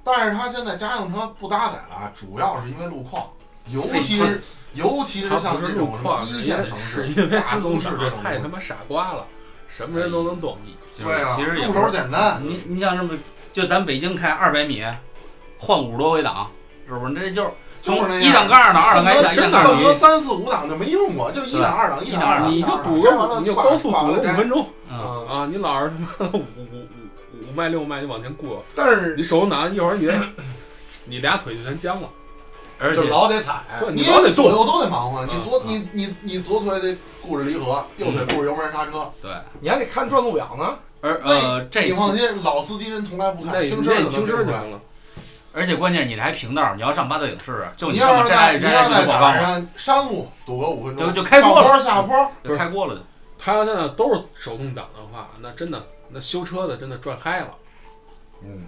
Speaker 1: 但是它现在家用车不搭载了，主要是因为路况，尤其是尤其是
Speaker 6: 它
Speaker 1: 像
Speaker 6: 不
Speaker 1: 这
Speaker 6: 是路
Speaker 1: 种什么
Speaker 6: 况，
Speaker 1: 一线城市，
Speaker 6: 是因为
Speaker 1: 大
Speaker 6: 自动
Speaker 1: 都
Speaker 6: 式
Speaker 1: 市
Speaker 6: 这
Speaker 1: 这种
Speaker 6: 太他妈傻瓜了，什么人都能懂。
Speaker 1: 对啊，
Speaker 3: 其实也
Speaker 1: 入
Speaker 3: 不
Speaker 1: 手
Speaker 3: 是。
Speaker 1: 简单，
Speaker 3: 你你想这么，就咱北京开二百米，换五十多回档，是不是？这就是从
Speaker 1: 就是那样
Speaker 3: 一档跟二档，二档跟一档，一档
Speaker 6: 真
Speaker 3: 跟
Speaker 6: 的
Speaker 3: 二
Speaker 1: 恨
Speaker 3: 档
Speaker 1: 不
Speaker 6: 你
Speaker 1: 得三四五档就没用过，就一档二档一档二档，
Speaker 6: 你
Speaker 1: 一档二档
Speaker 6: 就堵
Speaker 1: 这完
Speaker 6: 个，
Speaker 1: 了
Speaker 6: 你就
Speaker 1: 挂
Speaker 6: 高速
Speaker 1: 挂
Speaker 6: 堵
Speaker 1: 了
Speaker 6: 个
Speaker 1: 摘
Speaker 6: 五分钟
Speaker 3: 嗯，
Speaker 4: 啊，
Speaker 6: 啊！你老是他妈五五五五迈六迈，你往前过，
Speaker 4: 但是
Speaker 6: 你手动挡一会儿你你俩腿就全僵了。
Speaker 3: 而
Speaker 4: 就
Speaker 3: 且
Speaker 4: 老得踩，
Speaker 6: 对，
Speaker 1: 你
Speaker 6: 老得
Speaker 1: 左
Speaker 6: 坐。
Speaker 1: 右都得忙活，你左
Speaker 3: 嗯
Speaker 1: 你你你左腿得顾着离合，右
Speaker 6: 嗯
Speaker 1: 腿顾着油门刹车。
Speaker 3: 对，
Speaker 4: 你还得看转速表呢。
Speaker 3: 而呃这
Speaker 1: 你放心，老司机人从来不看，
Speaker 6: 那你
Speaker 1: 听
Speaker 6: 那
Speaker 1: 声
Speaker 6: 你
Speaker 1: 就能
Speaker 6: 听
Speaker 1: 听
Speaker 6: 声
Speaker 1: 出
Speaker 6: 就
Speaker 1: 来。
Speaker 6: 行了。
Speaker 3: 而且关键你这还平道，你要上八道影试，啊就
Speaker 1: 你
Speaker 3: 这
Speaker 1: 要
Speaker 3: 么
Speaker 1: 是在
Speaker 3: 摘摘
Speaker 1: 你要是
Speaker 3: 摘就
Speaker 1: 在赶
Speaker 3: 广告了，
Speaker 1: 上山路堵个五分钟，
Speaker 3: 就就开锅了
Speaker 1: 上坡下坡，
Speaker 6: 不
Speaker 3: 就是开锅了就。
Speaker 6: 他要现在都是手动挡的话，那真的那修车的真的赚嗨了。
Speaker 4: 嗯，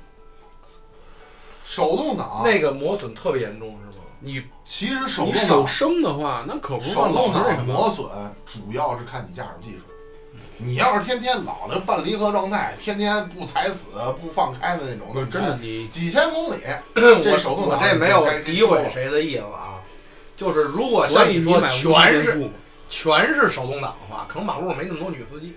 Speaker 1: 手动挡
Speaker 4: 那个磨损特别严重是吗？
Speaker 6: 你
Speaker 1: 其实手
Speaker 6: 你
Speaker 1: 动
Speaker 6: 手
Speaker 1: 挡
Speaker 6: 生的话，那可不是
Speaker 1: 手
Speaker 6: 老
Speaker 1: 动
Speaker 6: 是那什
Speaker 1: 挡
Speaker 6: 么。嗯
Speaker 1: 磨损主要是看你驾驶技术。你要是天天老的半离合状态，天天不踩死不放开的那种，
Speaker 6: 不是真的，你
Speaker 1: 几千公里，
Speaker 4: 我
Speaker 1: 手动
Speaker 4: 我
Speaker 1: 挡
Speaker 4: 这没有
Speaker 1: 该该
Speaker 4: 诋
Speaker 1: 修
Speaker 4: 毁
Speaker 1: 了
Speaker 4: 谁的意思啊，就是如果
Speaker 6: 所
Speaker 4: 像
Speaker 6: 以
Speaker 4: 你
Speaker 6: 你
Speaker 4: 说
Speaker 6: 买无
Speaker 4: 全
Speaker 6: 级变
Speaker 4: 是
Speaker 6: 速嘛，
Speaker 4: 全是手动挡的话，可能马路上没那么多女司机。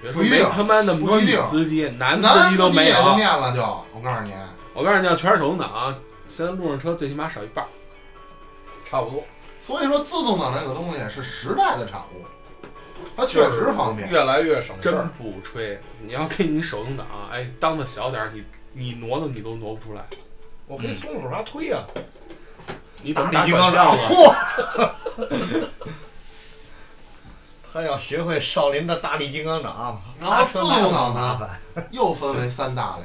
Speaker 6: 别
Speaker 1: 不
Speaker 6: 说
Speaker 1: 一
Speaker 6: 没
Speaker 1: 定
Speaker 6: 他妈那么
Speaker 1: 不
Speaker 6: 多
Speaker 1: 一
Speaker 6: 女
Speaker 1: 定
Speaker 6: 司机，男司
Speaker 1: 男
Speaker 6: 机
Speaker 1: 司
Speaker 6: 都
Speaker 1: 机
Speaker 6: 没
Speaker 1: 也就
Speaker 6: 有。啊
Speaker 1: 面了就。我告诉你，
Speaker 6: 我告诉你，要全是手动挡啊，现在路上车最起码少一半儿。
Speaker 4: 差不多，
Speaker 1: 所以说自动挡这个东西是时代的产物，它确实方便。
Speaker 4: 越来越省事
Speaker 6: 真
Speaker 4: 儿。
Speaker 6: 不吹，你要给你手动挡，哎，当的小点儿，你你挪挪你都挪不出来。
Speaker 4: 我可以松手刹推啊，
Speaker 6: 你怎么
Speaker 5: 大
Speaker 6: 打
Speaker 5: 力金
Speaker 6: 转
Speaker 5: 刚掌
Speaker 6: 向啊？
Speaker 5: 他要学会少林的大力金刚掌，
Speaker 1: 然后自动
Speaker 5: 挡
Speaker 1: 挡呢， 又分为三大类。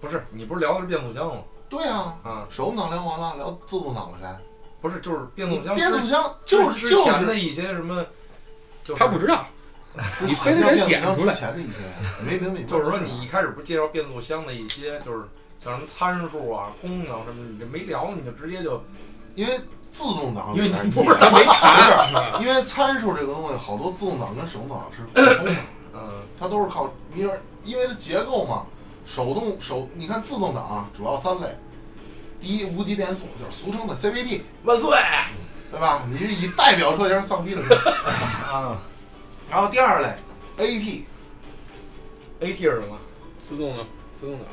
Speaker 4: 不是你不是聊的是变速箱吗？
Speaker 1: 对啊，
Speaker 4: 啊，
Speaker 1: 手动挡聊完了，聊自动挡了该。
Speaker 4: 不是就是变速箱
Speaker 1: 变速
Speaker 4: 之
Speaker 1: 箱就是
Speaker 4: 之
Speaker 1: 就
Speaker 4: 前
Speaker 1: 是
Speaker 4: 的一些什么，就是
Speaker 6: 他不知道，你非得
Speaker 1: 要
Speaker 6: 给
Speaker 1: 变速箱
Speaker 6: 人点出
Speaker 1: 之
Speaker 6: 来。
Speaker 1: 前的一些没明白，
Speaker 4: 就是说你一开始不是介绍变速箱的一些就是像什么参数啊、功能什么，你这没聊你就直接就
Speaker 1: 因为自动挡
Speaker 4: 因
Speaker 1: 里
Speaker 4: 为
Speaker 1: 边，
Speaker 4: 你不知道
Speaker 1: 没查，因为参数这个东西好多自动挡跟手动挡是不通的。
Speaker 4: 嗯
Speaker 1: 它都是靠你是因为它结构嘛，手动手你看自动挡、啊、主要三类，第一无级变速就是俗称的 CVT，
Speaker 4: 万岁！
Speaker 1: 对吧？你是以代表车型丧逼的车，
Speaker 5: 啊，
Speaker 1: 然后第二类 AT
Speaker 4: AT 是什么？
Speaker 6: 自动挡，自动挡，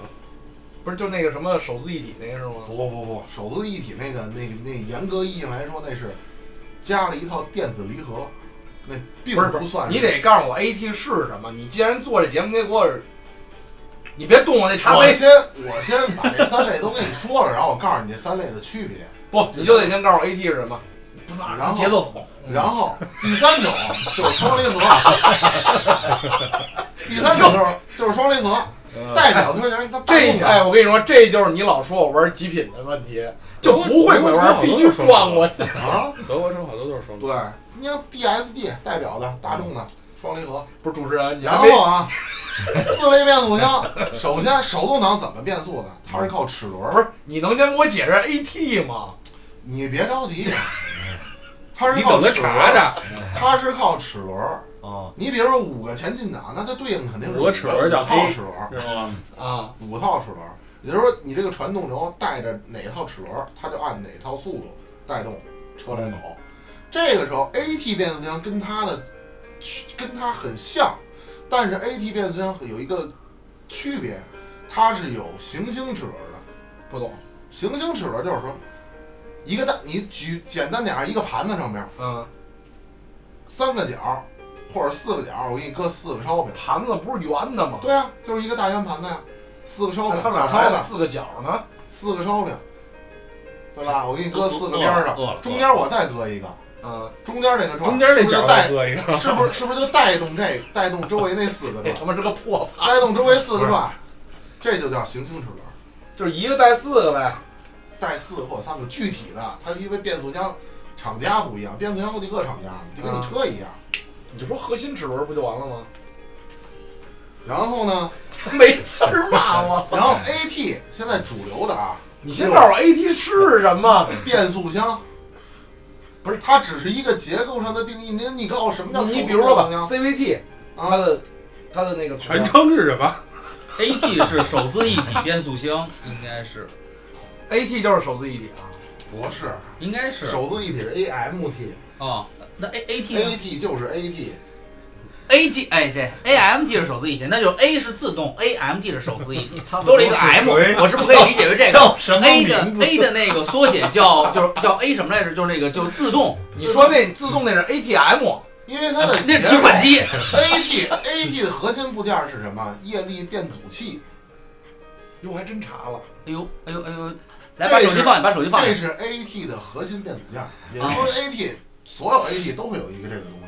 Speaker 4: 不是就那个什么手自一体那个是吗？
Speaker 1: 不不不，手自一体那个那个那严格意义上来说，那是加了一套电子离合，那并
Speaker 4: 不是不
Speaker 1: 算
Speaker 4: 你得告诉我 AT 是什么？你既然做这节目，你得给我，你别动我那茶
Speaker 1: 我
Speaker 4: 杯，
Speaker 1: 先我先把这三类都跟你说了，然后我告诉你这三类的区 别，
Speaker 4: 不，你就得先告诉我 AT 是什么。
Speaker 1: 然后
Speaker 4: 节奏走，
Speaker 1: 然后第三 种就是双离合，第三种就是就是双离合，代表车型它大
Speaker 4: 这
Speaker 1: 众
Speaker 4: 哎，
Speaker 1: 的
Speaker 4: 我跟你说，这就是你老说我玩极品的问题，就不会拐弯必须撞过去。
Speaker 1: 啊，
Speaker 6: 德国车好多都是双离
Speaker 1: 对，你像 DSG 代表的大众的双离合，
Speaker 4: 不是主持人，你
Speaker 1: 然
Speaker 4: 还没
Speaker 1: 后啊，四位变速箱，首先手动挡怎么变速的？它是靠齿轮
Speaker 4: 不
Speaker 1: 儿。
Speaker 4: 是你能先给我解释 AT 吗？
Speaker 1: 你别着急，它是
Speaker 6: 你
Speaker 1: 靠
Speaker 6: 等他
Speaker 1: 齿轮
Speaker 6: 查
Speaker 1: 儿，
Speaker 6: 查，
Speaker 1: 它是靠齿轮儿。
Speaker 5: 哦，
Speaker 1: 你比如说五个前进档，那它对应肯定是
Speaker 6: 五个齿轮儿叫
Speaker 1: 五套
Speaker 6: A
Speaker 1: 齿轮儿，
Speaker 6: 知道吗？
Speaker 4: 啊，
Speaker 1: 五套齿轮儿。也就是说，你这个传动轴带着哪套齿轮儿，它就按哪套速度带动车来走。
Speaker 4: 嗯
Speaker 1: 这个时候，AT 变速箱跟它的跟它很像，但是 AT 变速箱有一个区别，它是有行星齿轮的。
Speaker 4: 不懂，
Speaker 1: 行星齿轮就是说，一个大你举简单点儿，一个盘子上边儿
Speaker 4: 嗯，
Speaker 1: 三个角儿或者四个角儿，我给你搁四个烧饼。
Speaker 4: 盘子不是圆的吗？
Speaker 1: 对啊，就是一个大圆盘子呀，四个烧饼，
Speaker 4: 那它
Speaker 1: 小
Speaker 4: 俩
Speaker 1: 烧
Speaker 4: 还有
Speaker 1: 饼，
Speaker 4: 四个角呢？啊
Speaker 1: 四个烧饼，对吧？我给你搁四个
Speaker 3: 饿
Speaker 1: 边儿
Speaker 3: 饿了
Speaker 1: 上，中间我再搁一个，
Speaker 4: 嗯，
Speaker 1: 中间这个转，
Speaker 6: 中间那
Speaker 1: 是不是
Speaker 6: 角
Speaker 1: 就
Speaker 6: 再
Speaker 1: 带
Speaker 6: 搁一个，
Speaker 1: 是不是是不是就带动这带动周围那四个
Speaker 4: 这
Speaker 1: 转，
Speaker 4: 哎他妈是个破盘，
Speaker 1: 带动周围四个转，这就叫行星齿轮，
Speaker 4: 就是一个带四个呗。
Speaker 1: 带四个或三个。具体的，它因为变速箱厂家不一样，变速箱好几个厂家呢，就
Speaker 4: 嗯
Speaker 1: 跟你车一样。
Speaker 4: 你就说核心齿轮不就完了吗？
Speaker 1: 然后呢，
Speaker 4: 没词儿骂我。
Speaker 1: 然后 AT 现在主流的啊，
Speaker 4: 你先告诉我 AT 是什么？
Speaker 1: 变速箱
Speaker 4: 不是
Speaker 1: 它只是一个结构上的定义。你你告诉我什么叫
Speaker 4: 你
Speaker 1: 手动
Speaker 4: 你比如说吧
Speaker 1: 变速箱
Speaker 4: ，CVT 它
Speaker 1: 啊，
Speaker 4: 的它的那个
Speaker 6: 全称是什么？
Speaker 3: AT 是手自一体变速箱，应该是，
Speaker 4: AT 就是手自一体啊。
Speaker 1: 不是
Speaker 3: 应该是
Speaker 1: 手自一体是 AMT，AT
Speaker 3: 哦。那 A A T 呢
Speaker 1: 就是 AT，
Speaker 3: A G 哎这 A M G 是手自一体，那就是 A 是自动，A M G 是手自一体，
Speaker 5: 他们
Speaker 3: 多了一个 M，
Speaker 5: 谁
Speaker 3: 我是不可以理解为这个。
Speaker 5: 叫什么
Speaker 3: A 的
Speaker 5: 名字？
Speaker 3: A 的那个缩写叫就是叫 A 什么来着？就是那个就自动，
Speaker 4: 你说那自动那是 ATM，
Speaker 1: 因为它的
Speaker 3: 啊那
Speaker 1: 结
Speaker 3: 提款机
Speaker 1: AT AT 的核心部件是什么？液力变阻器，
Speaker 4: 哟，我还真查了。
Speaker 3: 哎呦，哎呦，哎呦！来，把手机放下，把手机放啊
Speaker 1: 这
Speaker 3: 下。
Speaker 1: 是 AT 的核心变阻件。也就是说，AT 所有 AT 都会有一个这个东西。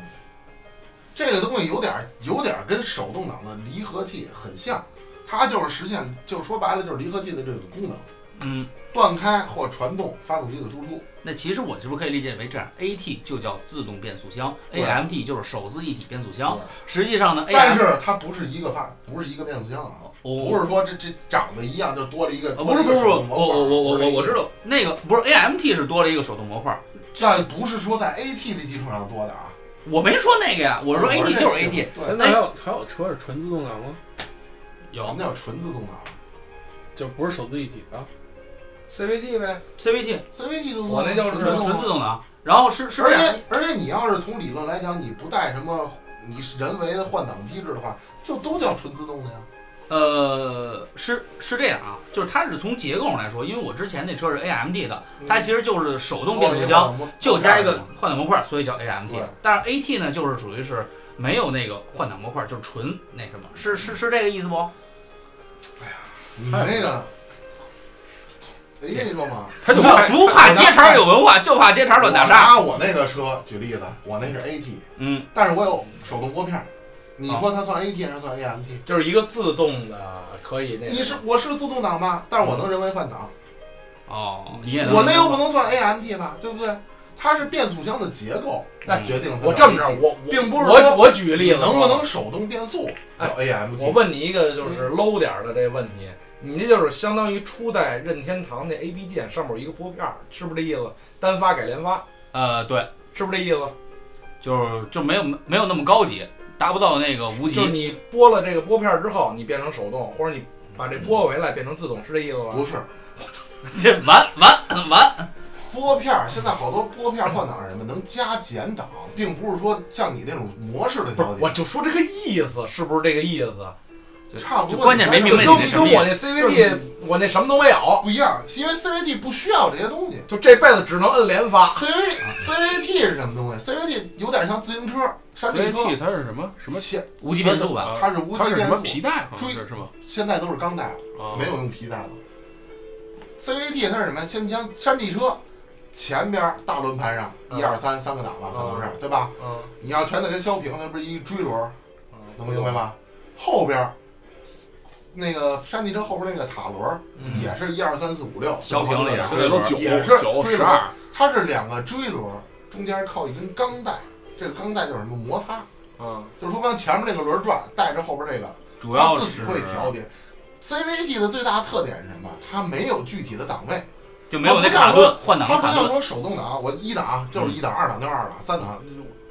Speaker 1: 这个东西有点儿有点儿跟手动挡的离合器很像，它就是实现，就是说白了就是离合器的这个功能，
Speaker 3: 嗯，
Speaker 1: 断开或传动发动机的输出。
Speaker 3: 那其实我是不是可以理解为这样？AT 就叫自动变速箱
Speaker 1: 对
Speaker 3: ，AMT 就是手自一体变速
Speaker 1: 对
Speaker 3: 箱。实际上呢，
Speaker 1: 但
Speaker 3: AM
Speaker 1: 是它不是一个发，不是一个变速箱啊，
Speaker 3: 哦
Speaker 1: 不是说这这长得一样就多了一个，
Speaker 3: 啊，
Speaker 1: 多
Speaker 3: 不
Speaker 1: 了一
Speaker 3: 是不
Speaker 1: 个
Speaker 3: 是不是，
Speaker 1: 手
Speaker 3: 我
Speaker 1: 动模块
Speaker 3: 我我我我我
Speaker 1: 不是
Speaker 3: 知道那个不是 AMT 是多了一个手动模块儿，
Speaker 1: 但不是说在 AT 的基础上多的啊。
Speaker 3: 我没说那个呀，我说
Speaker 1: 嗯
Speaker 3: AT 就是
Speaker 1: 这个
Speaker 3: AT，
Speaker 1: 对
Speaker 6: 现在还有还有车是纯自动挡吗？
Speaker 1: 什
Speaker 3: 有
Speaker 1: 么叫纯自动挡
Speaker 6: 就不是手自一体的，
Speaker 4: CVT 呗，
Speaker 3: CVT
Speaker 1: ？CVT 都
Speaker 4: 我那就是
Speaker 1: 纯
Speaker 4: 自动
Speaker 1: 动
Speaker 3: 纯
Speaker 1: 吗
Speaker 3: 自动挡，然后是是这
Speaker 1: 而
Speaker 3: 样，
Speaker 1: 且而且你要是从理论来讲，你不带什么你是人为的换挡机制的话，就都叫纯自动的呀。
Speaker 3: 呃，是是这样啊，就是它是从结构上来说，因为我之前那车是 AMT 的，
Speaker 1: 嗯哦
Speaker 3: 它其实就是手动变速箱，，就加一个换挡模块，所以叫 AMT
Speaker 1: 对。
Speaker 3: 但是 AT 呢，就是属于是没有那个换挡模块，就是纯那什么，是是是这个意思不？
Speaker 1: 你那个，哎，跟你说嘛，
Speaker 6: 他就
Speaker 1: 你看
Speaker 6: 开
Speaker 3: 不怕接茬儿有文化，就怕接茬儿
Speaker 1: 我
Speaker 3: 乱打岔。
Speaker 1: 拿我那个车举例子，我那是 AT，
Speaker 3: 嗯，
Speaker 1: 但是我有手动拨片儿。
Speaker 3: 哦
Speaker 1: 你说它算 AT 还是算 AMT？
Speaker 4: 就是一个自动的，可以那个。
Speaker 1: 你是我是自动挡吧，但是我能人为换挡，
Speaker 3: 哦，你也能
Speaker 1: 我那又不能算 AMT 吧，对不对？它是变速箱的结构
Speaker 4: 哎
Speaker 1: 决定了它
Speaker 4: 我
Speaker 1: 叫
Speaker 4: 这么着，
Speaker 1: AT
Speaker 4: 我我
Speaker 1: 并不是
Speaker 4: 我
Speaker 1: 说
Speaker 4: 我举个例
Speaker 1: 你
Speaker 4: 子，
Speaker 1: 能不能？嗯手动变速叫 AMT？
Speaker 4: 哎我问你一个就是 low 点儿的这个问题，你这就是相当于初代任天堂那 AB 键上面有一个拨片儿，是不是这意思？单发改连发，
Speaker 3: 呃，对，
Speaker 4: 是不是这意思？
Speaker 3: 就是就没有没有那么高级。达不到那个无
Speaker 4: 就是
Speaker 3: 极。
Speaker 4: 你拨了这个拨片儿之后，你变成手动，或者你把这拨回来变成自动，是这意思吧？
Speaker 1: 不是
Speaker 3: 这完完完，
Speaker 1: 拨片儿，现在好多拨片儿换挡是什么能加减档，并不是说像你那种模式的
Speaker 4: 不
Speaker 1: 调
Speaker 4: 是，我
Speaker 1: 节，
Speaker 4: 就说这个意思，是不是这个意思？
Speaker 1: 差不
Speaker 3: 就
Speaker 1: 多。
Speaker 3: 关键没明白
Speaker 4: 跟
Speaker 3: 你那什
Speaker 4: 跟
Speaker 3: 么意
Speaker 4: 我
Speaker 3: 思。
Speaker 4: 那 CVT，我那什么都没有，
Speaker 1: 不一样，因为 CVT 不需要这些东西。
Speaker 4: 就这辈子只能摁连发。
Speaker 1: CV
Speaker 3: 啊
Speaker 1: CVT 是什么东西？CVT 有点像自行车、山地车
Speaker 6: CVT 它是什么什么？
Speaker 1: 前
Speaker 3: 无极变速吧，
Speaker 6: 啊
Speaker 1: 它是无
Speaker 6: 它
Speaker 1: 级
Speaker 6: 是什
Speaker 1: 变
Speaker 6: 么
Speaker 1: 速，
Speaker 6: 皮带？好像
Speaker 1: 追
Speaker 6: 是是吗？
Speaker 1: 现在都是钢带了，
Speaker 6: 啊，
Speaker 1: 没有用皮带了。CVT 它是什么？像你像山地车，前边儿大轮盘上
Speaker 4: 嗯
Speaker 1: 一二三三个档吧，可能是对吧？
Speaker 4: 嗯，
Speaker 1: 你要全都跟削平，那不是一锥轮儿，能嗯明白
Speaker 4: 吧？
Speaker 1: 吧？后边儿那个山地车后边那个塔轮儿
Speaker 4: 嗯
Speaker 1: 也是一二三四五六，
Speaker 3: 削平了也是
Speaker 6: 现在都嗯九
Speaker 1: 也是
Speaker 6: 九
Speaker 1: 追
Speaker 6: 十二，
Speaker 1: 它是两个锥轮儿，中间靠一根钢带，这个钢带就是什么摩擦。
Speaker 5: 啊
Speaker 4: 嗯，
Speaker 1: 就是说，刚前面那个轮转带着后边这个，
Speaker 3: 主
Speaker 1: 它
Speaker 3: 要
Speaker 1: 自己
Speaker 3: 是
Speaker 1: 会调节。CVT 的最大特点是什么？它没有具体的档位，
Speaker 3: 就没有那卡顿换挡
Speaker 1: 它
Speaker 3: 的
Speaker 1: 不
Speaker 3: 卡
Speaker 1: 像
Speaker 3: 顿，
Speaker 1: 说手动挡，我一档就是一档，二档就是二档，三档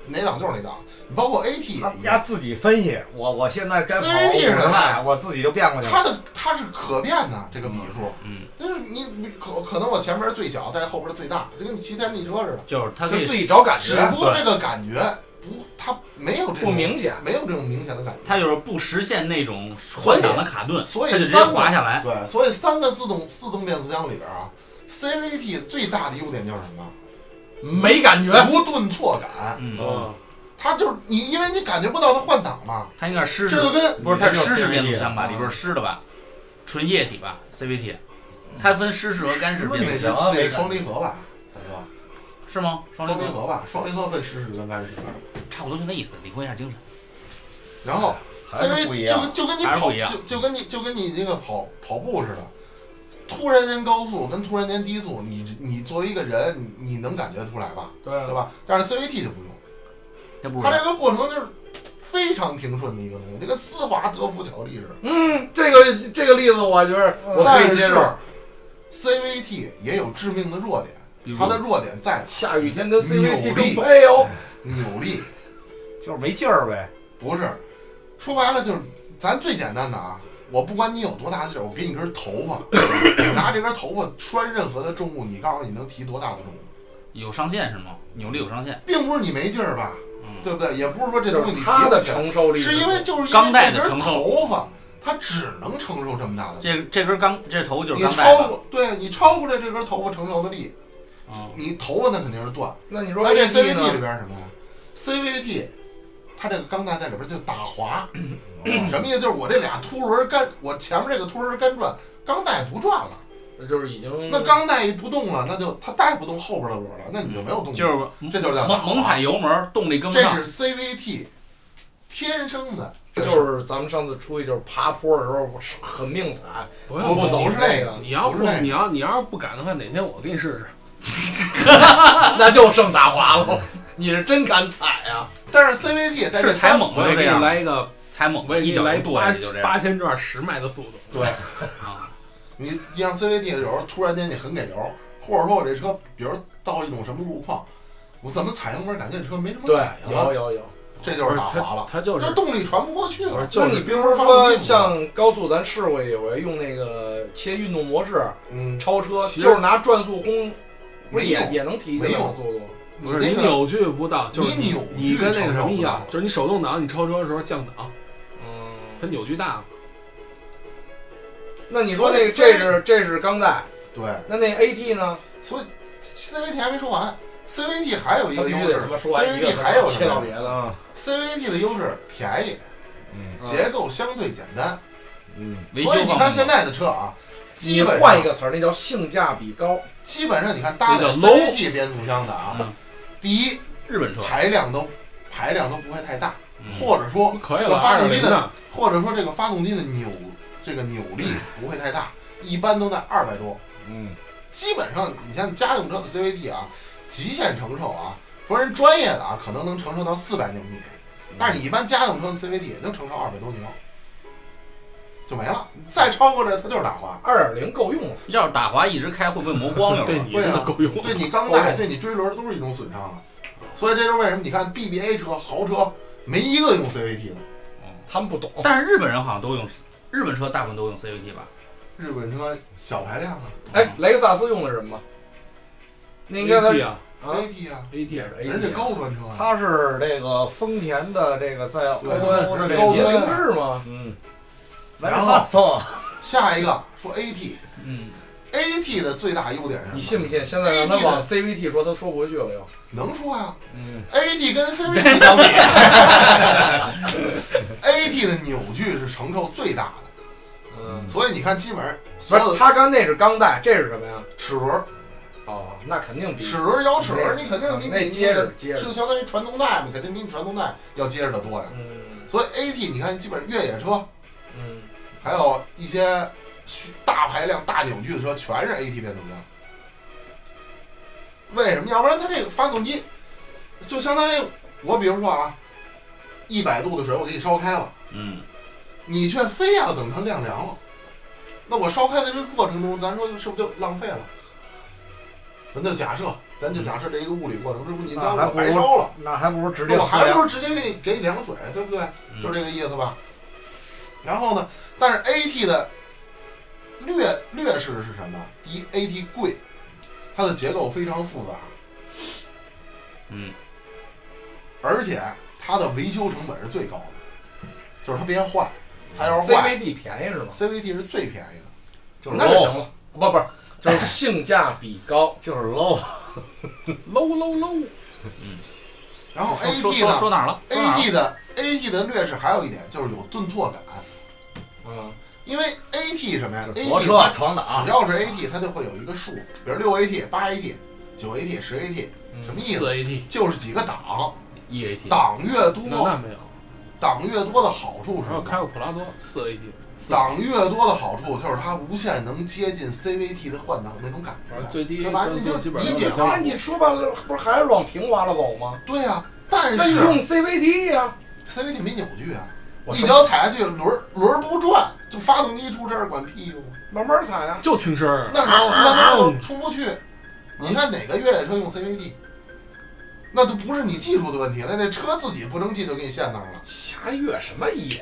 Speaker 1: 哪档就是哪档。你包括 AT
Speaker 5: 他
Speaker 1: 也
Speaker 5: 们
Speaker 1: 一
Speaker 5: 家
Speaker 1: 样，
Speaker 5: 自己分析，我我现在该跑
Speaker 1: CVT 是
Speaker 5: 五
Speaker 1: 什
Speaker 5: 十
Speaker 1: 么呀
Speaker 5: 迈，我自己就变过去了。
Speaker 1: 它的它是可变的这个米数，
Speaker 3: 嗯，
Speaker 1: 就是你你可可能我前边最小，但后边最大，就跟你骑山地车似的。
Speaker 3: 就是它可
Speaker 4: 就自
Speaker 3: 以，
Speaker 4: 己找感
Speaker 1: 只
Speaker 4: 觉，
Speaker 1: 不过这个感觉不，它没有这
Speaker 4: 不
Speaker 1: 种，
Speaker 4: 明显。
Speaker 1: 没有这种明显的感觉。
Speaker 3: 它就是不实现那种换挡的卡顿，
Speaker 1: 所以
Speaker 3: 它就直接
Speaker 1: 三个
Speaker 3: 滑下来。
Speaker 1: 对，所以三个自动自动变速箱里边啊，CVT 最大的优点就是什么？
Speaker 4: 没感觉，
Speaker 1: 无顿挫感。
Speaker 3: 嗯，
Speaker 6: 嗯，
Speaker 1: 它就是你，因为你感觉不到它换挡嘛，
Speaker 3: 它应该是湿
Speaker 1: 这
Speaker 3: 式
Speaker 1: 就跟
Speaker 3: 不是，它是湿式
Speaker 5: 就是
Speaker 3: 变
Speaker 5: CVT
Speaker 3: 速箱吧？里边是湿的吧？纯液体吧？CVT，它分湿式和干式变
Speaker 1: 那
Speaker 3: 速
Speaker 1: 是
Speaker 3: 箱
Speaker 1: 那是双离合吧，大哥，
Speaker 3: 是吗？双离
Speaker 1: 双离
Speaker 3: 合，
Speaker 1: 合吧，双离合分湿式跟干式。
Speaker 3: 差不多就那意思，领会一下精神。
Speaker 1: 然后
Speaker 5: 还是不
Speaker 1: CV
Speaker 5: 一样
Speaker 1: 就跟就跟你
Speaker 3: 还是
Speaker 1: 跑
Speaker 3: 不一样
Speaker 1: 就就跟你就跟你那个跑跑步似的，突然间高速跟突然间低速，你你作为一个人，你你能感觉出来吧，
Speaker 4: 对
Speaker 3: 啊
Speaker 1: 对吧？但是 CVT 就不用。
Speaker 3: 那不
Speaker 1: 它这个过程就是非常平顺的一个东西，就跟丝滑德芙巧克力似的。
Speaker 4: 嗯，这个这个例子，我觉得
Speaker 3: 嗯
Speaker 4: 我可
Speaker 1: 但
Speaker 4: 以接
Speaker 1: 是
Speaker 4: 受。
Speaker 1: CVT 也有致命的弱点，
Speaker 3: 比如
Speaker 1: 它的弱点在
Speaker 4: 下雨天跟 CVT
Speaker 1: 扭力
Speaker 4: 更配哦。
Speaker 1: 扭力，
Speaker 5: 就是没劲儿呗。
Speaker 1: 不是，说白了就是咱最简单的啊。我不管你有多大的劲儿，我给你根头发，你拿这根头发拴任何的重物，你告诉你能提多大的重物，
Speaker 3: 有上限是吗？扭力有上限，
Speaker 1: 并不是你没劲儿吧，
Speaker 3: 嗯，
Speaker 1: 对不对？也不是说这
Speaker 4: 就
Speaker 1: 东西
Speaker 4: 是
Speaker 1: 你提
Speaker 4: 他
Speaker 1: 不
Speaker 4: 的
Speaker 1: 起来，
Speaker 4: 承受力
Speaker 1: 是因为就是因为
Speaker 3: 钢带的
Speaker 1: 这根
Speaker 3: 承受
Speaker 1: 头发，它只能承受这么大的力。
Speaker 3: 这这根钢这头就是
Speaker 1: 嗯你
Speaker 3: 钢带
Speaker 1: 超
Speaker 3: 的，
Speaker 1: 过对你超过了这根头发承受的力，
Speaker 3: 嗯，
Speaker 1: 你头发那肯定是断。
Speaker 4: 那你说
Speaker 1: 那这
Speaker 4: AT
Speaker 1: CVT 里
Speaker 4: 呢？
Speaker 1: 边是什么呀？CVT，它这个钢带在里边就打滑，什么意思？就是我这俩凸轮干，我前面这个凸轮干转，钢带不转了，
Speaker 4: 就是已经
Speaker 1: 那钢带一不动了，那就它带不动后边的轮了，那你就没有动力，
Speaker 3: 就是
Speaker 1: 这就是叫打
Speaker 3: 猛
Speaker 1: 滑
Speaker 3: 猛踩，油门，动力跟不
Speaker 1: 这
Speaker 3: 上。
Speaker 1: 是 CVT 天生的，
Speaker 4: 就是咱们上次出去就是爬坡的时候，我是很命惨，
Speaker 6: 不
Speaker 1: 不
Speaker 6: 要
Speaker 1: 不
Speaker 4: 不
Speaker 1: 不
Speaker 4: 走
Speaker 1: 是
Speaker 4: 这
Speaker 1: 那
Speaker 4: 个
Speaker 1: 个，
Speaker 6: 你要
Speaker 1: 不
Speaker 6: 不
Speaker 1: 是那个
Speaker 6: 你要你要是不敢的话，哪天我给你试试。
Speaker 4: 那就剩打滑了。你是真敢踩啊！
Speaker 1: 但是 CVT 在这
Speaker 3: 是踩
Speaker 1: 三
Speaker 3: 猛
Speaker 6: 我
Speaker 3: 了
Speaker 6: 也
Speaker 3: 就
Speaker 6: 给
Speaker 3: 这
Speaker 6: 你
Speaker 3: 样，
Speaker 6: 来一个，
Speaker 3: 踩猛
Speaker 6: 我也
Speaker 3: 了
Speaker 6: 给
Speaker 3: 一
Speaker 6: 你
Speaker 3: 脚
Speaker 6: 来一
Speaker 3: 就跺下
Speaker 6: 八
Speaker 3: 去就这
Speaker 6: 八
Speaker 3: 样
Speaker 6: 千转十迈的速度。
Speaker 3: 啊。
Speaker 1: 你你像 CVT 有时候突然间你很给油，或者说我这车，比如到一种什么路况，我怎么踩油门感觉这车没什么
Speaker 4: 对
Speaker 1: 反，应啊
Speaker 4: 有有有。
Speaker 1: 这
Speaker 6: 不
Speaker 1: 就是是打滑
Speaker 6: 它
Speaker 1: 了，
Speaker 6: 它就是
Speaker 1: 这动力传不过去
Speaker 6: 不是
Speaker 1: 了。
Speaker 6: 就
Speaker 4: 那你
Speaker 6: 是
Speaker 4: 比如说像高速，咱试过一回，用那个切运动模式
Speaker 1: 嗯，
Speaker 4: 超车，
Speaker 6: 其实
Speaker 4: 就是拿转速轰，不是
Speaker 1: 没
Speaker 4: 也
Speaker 1: 用
Speaker 4: 也能提
Speaker 1: 没
Speaker 4: 这
Speaker 1: 用
Speaker 4: 种速度？
Speaker 1: 你
Speaker 6: 不是
Speaker 1: 那
Speaker 6: 你
Speaker 1: 个
Speaker 6: 扭矩不到，就是
Speaker 1: 你
Speaker 6: 你
Speaker 1: 扭
Speaker 6: 你
Speaker 1: 矩
Speaker 6: 跟那
Speaker 1: 承
Speaker 6: 个什
Speaker 1: 受
Speaker 6: 么
Speaker 1: 不
Speaker 6: 一样
Speaker 1: 了，
Speaker 6: 就是你手动挡你超车的时候降档，
Speaker 4: 嗯，
Speaker 6: 它扭矩大。
Speaker 4: 那你说那个
Speaker 1: 所以
Speaker 4: 这是这是钢带，
Speaker 1: 对，
Speaker 4: 那那 AT 呢？
Speaker 1: 所以 CVT 还没说完，CVT 还有一
Speaker 4: 它
Speaker 1: 个
Speaker 4: 必
Speaker 1: 优
Speaker 4: 须
Speaker 1: 势
Speaker 4: 得什么说完一个
Speaker 1: ，CVT 还有
Speaker 4: 切
Speaker 1: 什
Speaker 4: 到
Speaker 1: 么
Speaker 4: 别的。
Speaker 5: 嗯
Speaker 1: ？CVT 的优势便宜，
Speaker 5: 嗯
Speaker 1: 结构相对简单，
Speaker 5: 嗯，
Speaker 3: 维修
Speaker 1: 所以你
Speaker 3: 方
Speaker 1: 看
Speaker 3: 面
Speaker 1: 现在的车啊，
Speaker 4: 你
Speaker 1: 基本
Speaker 4: 换一
Speaker 1: 上
Speaker 4: 个词儿，那叫性价比高。
Speaker 1: 基本上你看搭载
Speaker 6: 那叫 low
Speaker 1: CVT 变速箱的啊
Speaker 3: 嗯，
Speaker 1: 第一
Speaker 3: 日本车，
Speaker 1: 排量都排量都不会太大，
Speaker 3: 嗯
Speaker 1: 或者说
Speaker 6: 可以
Speaker 1: 这个
Speaker 6: 了，
Speaker 1: 发
Speaker 6: 二
Speaker 1: 动
Speaker 6: 点
Speaker 1: 机
Speaker 6: 零
Speaker 1: 的
Speaker 6: 的，
Speaker 1: 或者说这个发动机的扭这个扭力不会太大，一般都在二百多。
Speaker 5: 嗯，
Speaker 1: 基本上你像家用车的 CVT 啊，极限承受啊，说人专业的啊，可能能承受到四百牛米，但是你一般家用车的 CVT 也能承受二百多牛，就没了。
Speaker 4: 嗯
Speaker 1: 再超过这它就是打滑，
Speaker 4: 二点零够用了，
Speaker 3: 要是打滑一直开会不会磨光溜
Speaker 6: 对
Speaker 3: 了？
Speaker 6: 你
Speaker 1: 对
Speaker 6: 真
Speaker 1: 啊
Speaker 6: 的够用。
Speaker 1: 对你钢带、对你锥轮都是一种损伤啊。所以这就是为什么你看 BBA 车、豪车没一个用 CVT 的。
Speaker 4: 他们不懂，
Speaker 3: 但是日本人好像都用，日本车大部分都用 CVT 吧？
Speaker 1: 日本车小排量啊
Speaker 4: 哎，雷克萨斯用的是什么？那应该他
Speaker 6: AT 啊
Speaker 4: 啊
Speaker 1: ，AT 啊，
Speaker 6: ，AT
Speaker 4: 也
Speaker 6: 啊
Speaker 4: 是
Speaker 1: 人
Speaker 4: A
Speaker 1: 家高端车啊。
Speaker 5: 它是这个丰田的这个在欧
Speaker 1: 对
Speaker 5: 洲的这
Speaker 1: 高
Speaker 4: 杰
Speaker 1: 端
Speaker 5: 个，
Speaker 4: 凌志吗？
Speaker 5: 嗯，
Speaker 1: 然后
Speaker 5: 发错，
Speaker 1: 下一个说 AT，AT
Speaker 3: 嗯，
Speaker 1: 的最大优点是什么
Speaker 4: 你信不信？现在让他往 CVT 说，他说不回去了又。
Speaker 1: 能说呀、啊、
Speaker 4: 嗯，
Speaker 1: ，AT 跟 CVT
Speaker 3: 真能比。
Speaker 1: AT 的扭矩是承受最大的，
Speaker 4: 嗯，
Speaker 1: 所以你看，基本上
Speaker 4: 不
Speaker 1: 所有
Speaker 4: 是，
Speaker 1: 的
Speaker 4: 他刚那是钢带，这是什么呀？
Speaker 1: 齿轮、
Speaker 4: 哦，那肯定比
Speaker 1: 齿轮、摇齿轮，
Speaker 4: 那
Speaker 1: 你肯定你
Speaker 4: 嗯那
Speaker 1: 你
Speaker 4: 结实
Speaker 1: 你
Speaker 4: 结实。
Speaker 1: 是相当于传动带嘛，肯定比你传动带要结实的多呀。
Speaker 4: 嗯
Speaker 1: 所以 AT 你看，基本上越野车
Speaker 4: 嗯，
Speaker 1: 还有一些大排量、大扭矩的车，全是 AT 变速箱。为什么？要不然它这个发动机就相当于我，比如说啊，一百度的水我给你烧开了，
Speaker 3: 嗯，
Speaker 1: 你却非要等它晾凉了，那我烧开的这个过程中，咱说是不是就浪费了？咱就假设，咱就假设这一个物理过程，是不是你
Speaker 5: 那
Speaker 1: 当
Speaker 5: 啊还
Speaker 1: 我
Speaker 5: 不
Speaker 1: 白
Speaker 5: 如
Speaker 1: 烧了？
Speaker 5: 那还不如直接
Speaker 1: 那我
Speaker 5: 喝
Speaker 1: 还
Speaker 5: 凉
Speaker 1: 不是直接给你给你凉水，对不对？
Speaker 3: 嗯
Speaker 1: 就是这个意思吧。然后呢，但是 AT 的劣劣势是什么？第一，AT 贵，它的结构非常复杂，
Speaker 3: 嗯，
Speaker 1: 而且它的维修成本是最高的，就是它别坏，它要是坏
Speaker 4: CVT 便宜是吗？
Speaker 1: ，CVT 是最便宜的。
Speaker 5: 就是
Speaker 4: 那就
Speaker 5: low，
Speaker 4: 行了，不不是，就是性价比高。
Speaker 5: 就是 low，啊
Speaker 6: ，low low low，
Speaker 1: 然后
Speaker 3: 说说
Speaker 1: AT
Speaker 3: 说
Speaker 1: 呢
Speaker 3: 说哪儿了？说哪儿了
Speaker 1: ，AT 的 AT 的劣势还有一点就是有顿挫感，
Speaker 4: 嗯，
Speaker 1: 因为 AT 什么哎呀
Speaker 5: 就是
Speaker 1: ？AT
Speaker 5: 左车
Speaker 1: 它
Speaker 5: 闯挡啊
Speaker 1: 只，要是 AT，它就会有一个数，比如六 AT、八 AT、九 AT、十 AT，什么意
Speaker 6: 嗯四
Speaker 1: 思？
Speaker 6: AT，
Speaker 1: 就是几个档，
Speaker 3: ，EAT
Speaker 1: 档越
Speaker 6: 那那
Speaker 1: 多，
Speaker 6: 没有，
Speaker 1: 档越多的好处是
Speaker 6: 还
Speaker 1: 什
Speaker 6: 有
Speaker 1: 么？
Speaker 6: 开过普拉多四 AT，四
Speaker 1: 档越多的好处就是它无限能接近 CVT 的换挡那种感
Speaker 6: 反正
Speaker 1: 觉，
Speaker 6: 啊最低
Speaker 1: 对吧？
Speaker 6: 转
Speaker 1: 你
Speaker 6: 速
Speaker 1: 就
Speaker 6: 基本
Speaker 1: 理
Speaker 6: 上
Speaker 1: 解
Speaker 4: 那
Speaker 6: 两千
Speaker 1: 吧
Speaker 6: 五。
Speaker 4: 啊你说吧，不是还是往平滑了走吗？
Speaker 1: 对呀、但
Speaker 4: 那你
Speaker 1: 是
Speaker 4: 用 CVT 呀？
Speaker 1: CVT 没扭矩啊，
Speaker 4: 我
Speaker 1: 一
Speaker 4: 什么
Speaker 1: 脚踩下去，轮儿轮儿不转，就发动机出事儿，管屁用。
Speaker 4: 慢慢踩呀。
Speaker 6: 就听声儿啊，
Speaker 1: 那哪那哪出不去？你看哪个越野车用 CVT？那都不是你技术的问题，那那车自己不争气就给你陷那儿了。
Speaker 4: 瞎越什么啊野？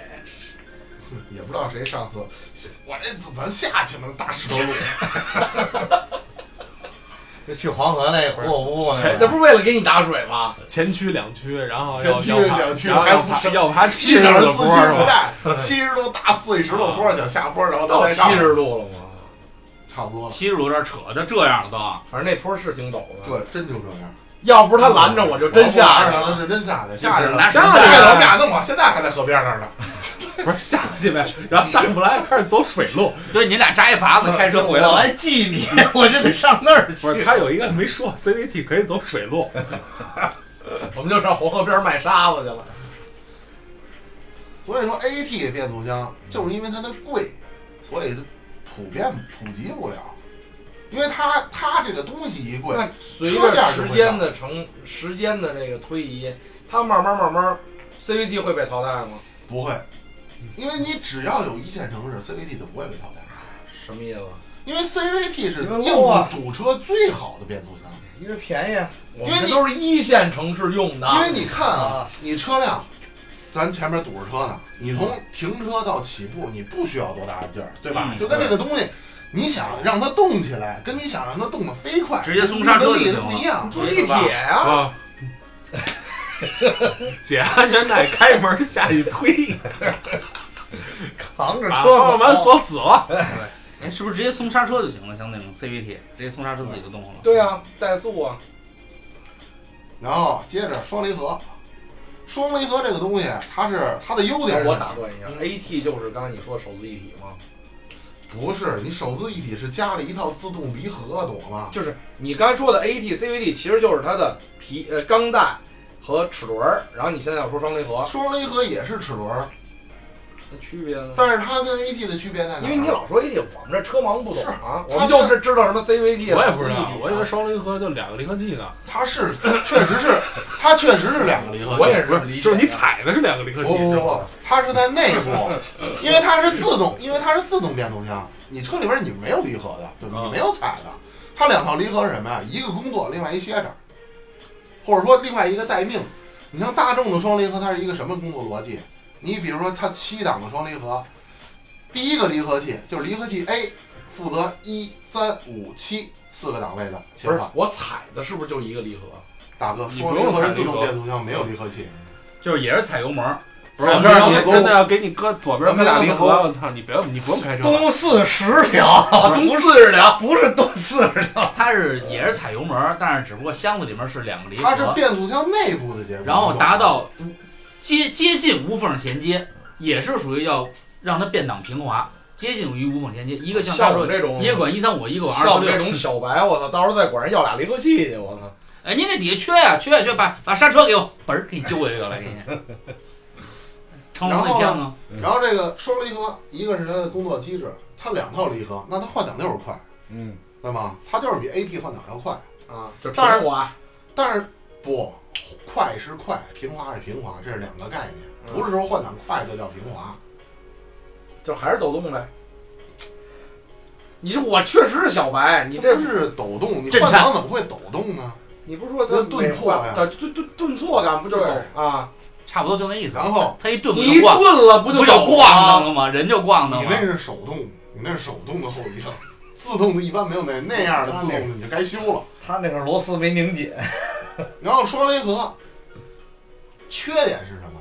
Speaker 1: 哼也不知道谁上次，我这咱下去能大石头路。
Speaker 5: 就去黄河那火火屋那个
Speaker 6: 前
Speaker 4: 那哎不是为了给你打水吗？
Speaker 6: 前驱两驱，然后
Speaker 1: 前
Speaker 6: 要
Speaker 1: 驱两驱
Speaker 6: 要爬然后
Speaker 1: 还
Speaker 6: 要
Speaker 1: 不
Speaker 6: 爬
Speaker 1: 升
Speaker 6: 要爬七
Speaker 1: 七
Speaker 6: 十
Speaker 1: 点
Speaker 6: 度
Speaker 1: 四七
Speaker 6: 的坡是
Speaker 1: 不
Speaker 6: 吧？
Speaker 1: 带，七十度大碎石头坡想下坡，然后
Speaker 4: 到
Speaker 1: 再
Speaker 4: 七
Speaker 1: 上，
Speaker 4: 十度了吗？
Speaker 1: 差不多了。
Speaker 3: 七十度有点扯，都这样了都。
Speaker 4: 反正那坡是挺陡的。
Speaker 1: 对，真就这样。
Speaker 4: 要不是他拦着，我就真下去
Speaker 1: 了，
Speaker 4: 了。
Speaker 1: 是真下去，下去了。
Speaker 3: 拿手
Speaker 6: 下
Speaker 1: 大
Speaker 6: 去
Speaker 1: 概
Speaker 6: 了
Speaker 1: 我们俩弄我现在还在河边那儿呢。
Speaker 6: 不是下去呗，然后上不来开始走水路，
Speaker 3: 对，你俩扎一筏子开车回来
Speaker 5: 我
Speaker 3: 了。
Speaker 5: 来记你， 我就得上那儿
Speaker 6: 不是
Speaker 5: 去。
Speaker 6: 他有一个没说 CVT 可以走水路，
Speaker 4: 我们就上黄河边卖沙子去了。
Speaker 1: 所以说，AT 变速箱就是因为它的贵，所以普遍普及不了，因为它它这个东西一贵，
Speaker 4: 那随着时间的成时间的这个推移，它慢慢慢慢，CVT 会被淘汰吗？
Speaker 1: 不会，因为你只要有一线城市，CVT 就不会被淘汰，
Speaker 4: 什么意思？啊
Speaker 1: 因为 CVT 是
Speaker 5: 因为
Speaker 1: 应
Speaker 5: 漏
Speaker 1: 付
Speaker 5: 啊
Speaker 1: 堵车最好的变速箱。
Speaker 5: 一个便宜啊，
Speaker 1: 因
Speaker 4: 我
Speaker 1: 为
Speaker 4: 们
Speaker 1: 你
Speaker 4: 这都是一线城市用的，
Speaker 1: 因为你看啊
Speaker 5: 啊，
Speaker 1: 你车辆，咱前面堵着车呢，你从停车到起步，你不需要多大的劲儿，对吧？
Speaker 3: 嗯
Speaker 1: 就跟这个东西，你想让它动起来，跟你想让它动得飞快，
Speaker 3: 直接松刹车就
Speaker 1: 力
Speaker 3: 行
Speaker 1: 的不一样。
Speaker 4: 坐地铁呀、
Speaker 6: 啊。解安全带，开门下去推，
Speaker 5: 扛着
Speaker 6: 把
Speaker 5: 车
Speaker 6: 方向盘
Speaker 5: 走。
Speaker 6: 锁死了。
Speaker 3: 哎，是不是直接松刹车就行了？像那种 CVT，直接松刹车自己就动了。
Speaker 4: 对啊，怠速啊，
Speaker 1: 然后接着双离合，双离合这个东西，它是它的优点是
Speaker 4: 我
Speaker 1: 什么
Speaker 4: 打断一下，AT 就是刚才你说的手自一体吗？
Speaker 1: 不是你手自一体是加了一套自动离合，懂吗？
Speaker 4: 就是你刚才说的 AT、CVT 其实就是它的皮呃钢带和齿轮儿，然后你现在要说双离合，
Speaker 1: 双离合也是齿轮，
Speaker 4: 那区别呢？
Speaker 1: 但是它跟 AT 的区别在哪儿？
Speaker 4: 因为你老说 AT，我们这车盲不懂啊，我
Speaker 1: 它
Speaker 4: 们
Speaker 1: 就
Speaker 4: 就是知道什么 CVT 啊，
Speaker 6: 我也不知
Speaker 4: 手自一体
Speaker 6: 道
Speaker 4: 啊，
Speaker 6: 我以为双离合就两个离合器呢，
Speaker 1: 它是确实是它确实是哦两个离合器。
Speaker 4: 我也
Speaker 6: 不
Speaker 4: 是理
Speaker 6: 是，
Speaker 4: 解，
Speaker 6: 就是你踩的是两个离合器
Speaker 1: 不不
Speaker 6: 是
Speaker 1: 不
Speaker 6: 吧？
Speaker 1: 不，它是在内部，因为它是自动，因为它是自动变速箱，你车里边你没有离合的，对吧？
Speaker 3: 嗯
Speaker 1: 你没有踩的，它两套离合是什么呀？一个工作，另外一歇着。或者说另外一个待命。你像大众的双离合，它是一个什么工作逻辑？你比如说，它七档的双离合，第一个离合器就是离合器 A，负责一三五七四个档位的切
Speaker 4: 不是
Speaker 1: 换。
Speaker 4: 我踩的是不是就一个离合？
Speaker 1: 大哥，
Speaker 4: 你
Speaker 1: 双
Speaker 4: 不
Speaker 1: 离
Speaker 4: 用
Speaker 1: 合
Speaker 4: 踩
Speaker 1: 是自
Speaker 4: 离合
Speaker 1: 动变速箱，没有离合器。
Speaker 3: 就是也是踩油门，
Speaker 6: 不是，我
Speaker 1: 咱们
Speaker 6: 告诉
Speaker 1: 要
Speaker 6: 你，
Speaker 1: 不
Speaker 6: 真的要给你搁左边
Speaker 1: 咱们
Speaker 6: 搁俩离
Speaker 1: 要不
Speaker 6: 合，我操，你别你不用开车了，
Speaker 5: 东四十条，
Speaker 3: 哦
Speaker 4: 啊，东四十两，
Speaker 5: 不是东四十条，
Speaker 3: 它是也是踩油门，但是只不过箱子里面是两个离
Speaker 1: 它是
Speaker 3: 合，
Speaker 1: 变速箱内部的结构，
Speaker 3: 然后达到接接近无缝衔接，也是属于要让它变档平滑，接近于无缝衔接。一个像他
Speaker 4: 像我
Speaker 3: 说
Speaker 4: 们，这种
Speaker 3: 一个管一三五，一个管
Speaker 4: 像
Speaker 3: 二
Speaker 4: 我
Speaker 3: 十
Speaker 4: 们这
Speaker 3: 六
Speaker 4: 种。小白，我操，到时候再管人要俩离合器去，我操。
Speaker 3: 哎，您这底下缺呀、缺呀、缺，把把刹车给我，嘣儿给你揪回去了，给你。成龙那天呢？
Speaker 1: 然后这个双离合，一个是它的工作机制，它两套离合，那它换挡就是快，
Speaker 5: 嗯，
Speaker 1: 对吗？它就是比 AT 换挡要快，
Speaker 4: 啊，就平
Speaker 1: 当然
Speaker 4: 滑，
Speaker 1: 但是不快是快，平滑是平滑，这是两个概念，不是说换挡快就叫平滑。
Speaker 4: 就还是抖动呗。你这我确实是小白，你这
Speaker 1: 不是抖动，你
Speaker 3: 震
Speaker 1: 换
Speaker 3: 颤
Speaker 1: 挡怎么会抖动呢？
Speaker 4: 你不是说
Speaker 1: 这
Speaker 4: 它
Speaker 1: 顿挫呀
Speaker 4: 啊，顿顿顿挫感不就抖啊？
Speaker 3: 差不多就那意思。
Speaker 1: 然后
Speaker 3: 他一顿不
Speaker 4: 你一
Speaker 3: 就
Speaker 4: 顿
Speaker 3: 咣，
Speaker 4: 了不
Speaker 3: 不
Speaker 4: 就
Speaker 3: 就
Speaker 4: 抖
Speaker 3: 咣
Speaker 4: 啊？
Speaker 3: 当了吗？人就咣当
Speaker 1: 你那
Speaker 3: 了。
Speaker 1: 是手动，你那是手动的后遗症，自动的一般没有那那样的自动的你就该修了。
Speaker 5: 他那个螺丝没拧紧，
Speaker 1: 然后双离合，缺点是什么？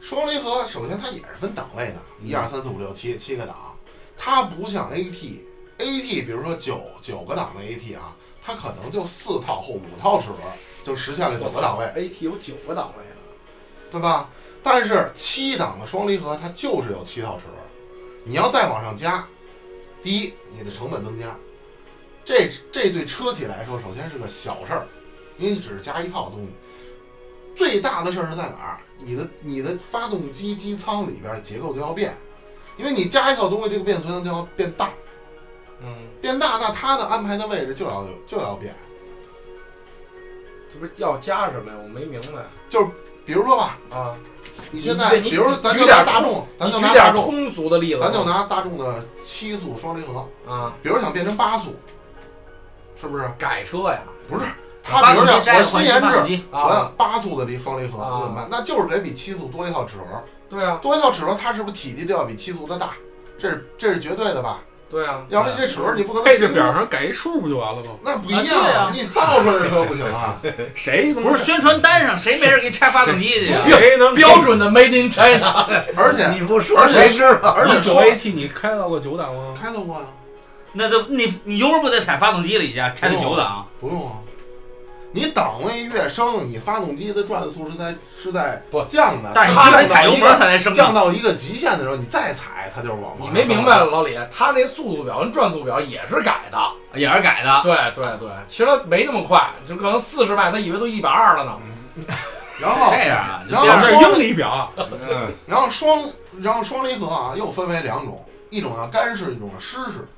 Speaker 1: 双离合首先它也是分档位的，一二三四五六七七个档，它不像 AT，AT 比如说九九个档的 AT 啊，它可能就四套或五套齿轮就实现了九个档位，
Speaker 4: AT 有九个档位啊，
Speaker 1: 对吧？但是七档的双离合它就是有七套齿轮，你要再往上加，第一你的成本增加，这这对车企来说首先是个小事儿，因为你只是加一套东西。最大的事儿是在哪儿？你的你的发动机机舱里边结构就要变，因为你加一套东西，这个变速箱就要变大，
Speaker 4: 嗯，
Speaker 1: 变大，那它的安排的位置就要有就要变。
Speaker 4: 这不是要加什么呀？我没明白
Speaker 1: 比如说吧，
Speaker 4: 啊。
Speaker 1: 你现在，
Speaker 4: 你你
Speaker 1: 比如说咱
Speaker 4: 举
Speaker 1: 就
Speaker 4: 点
Speaker 1: 拿大众，咱
Speaker 4: 你
Speaker 1: 就
Speaker 4: 举
Speaker 1: 拿大
Speaker 4: 点
Speaker 1: 众，
Speaker 4: 通俗的例子吧，
Speaker 1: 咱就拿大众的七速双离合，
Speaker 4: 啊，
Speaker 1: 比如想变成八速，是不是？
Speaker 4: 改车呀
Speaker 1: 他比如
Speaker 3: 发动机
Speaker 1: 想
Speaker 3: 摘
Speaker 1: 我
Speaker 3: 了
Speaker 1: 新
Speaker 3: 换
Speaker 1: 研
Speaker 3: 新发动
Speaker 1: 制，
Speaker 3: 机，
Speaker 1: 我
Speaker 4: 啊，
Speaker 1: 想八速的离双离合，
Speaker 4: 啊
Speaker 1: 那怎么办？那就是得比七速多一套齿轮，
Speaker 4: 对啊，
Speaker 1: 多一套齿轮，它是不是体积就要比七速的大？这是这是绝对的吧？
Speaker 4: 对啊，
Speaker 1: 要是这齿轮你不可能
Speaker 6: 配置表上改一数不就完了吗？
Speaker 1: 那不一
Speaker 3: 啊对
Speaker 1: 样
Speaker 3: 啊，
Speaker 1: 你造出来的车不行啊！
Speaker 6: 谁
Speaker 3: 不是宣传单上谁没事给拆发动机去啊呀？
Speaker 6: 谁能
Speaker 4: 标准的 Made in China，
Speaker 1: 而且
Speaker 5: 你不说
Speaker 1: 而且
Speaker 5: 谁知道？
Speaker 1: 而且
Speaker 6: 九 AT 你开到过九档吗？
Speaker 1: 开了过呀，
Speaker 3: 那都你你油门不得踩发动机里去，开到九档，
Speaker 1: 不用啊。你档位越升，你发动机的转速是在是在
Speaker 4: 不
Speaker 1: 降的，
Speaker 3: 但是你
Speaker 1: 它
Speaker 3: 得
Speaker 1: 降到
Speaker 3: 踩油
Speaker 1: 一
Speaker 3: 门
Speaker 1: 个
Speaker 3: 它才 升
Speaker 1: 降
Speaker 3: 档。
Speaker 1: 到一个极限的时候，你再踩它就是往
Speaker 4: 你
Speaker 1: 往
Speaker 4: 没
Speaker 1: 上
Speaker 4: 明
Speaker 1: 升
Speaker 4: 白了，老李，他那速度表跟转速表也是改的，
Speaker 3: 也是改的。
Speaker 4: 对对对，其实他没那么快，就可能四十迈，他以为都一百二了呢。
Speaker 1: 然后
Speaker 3: 这样啊，
Speaker 1: 然后
Speaker 3: 就别
Speaker 6: 表
Speaker 3: 让
Speaker 1: 是
Speaker 3: 人
Speaker 6: 是英里表，
Speaker 5: 嗯，
Speaker 1: 然后双，然后双离合啊，又分为两种，一种叫干式，一种叫湿式。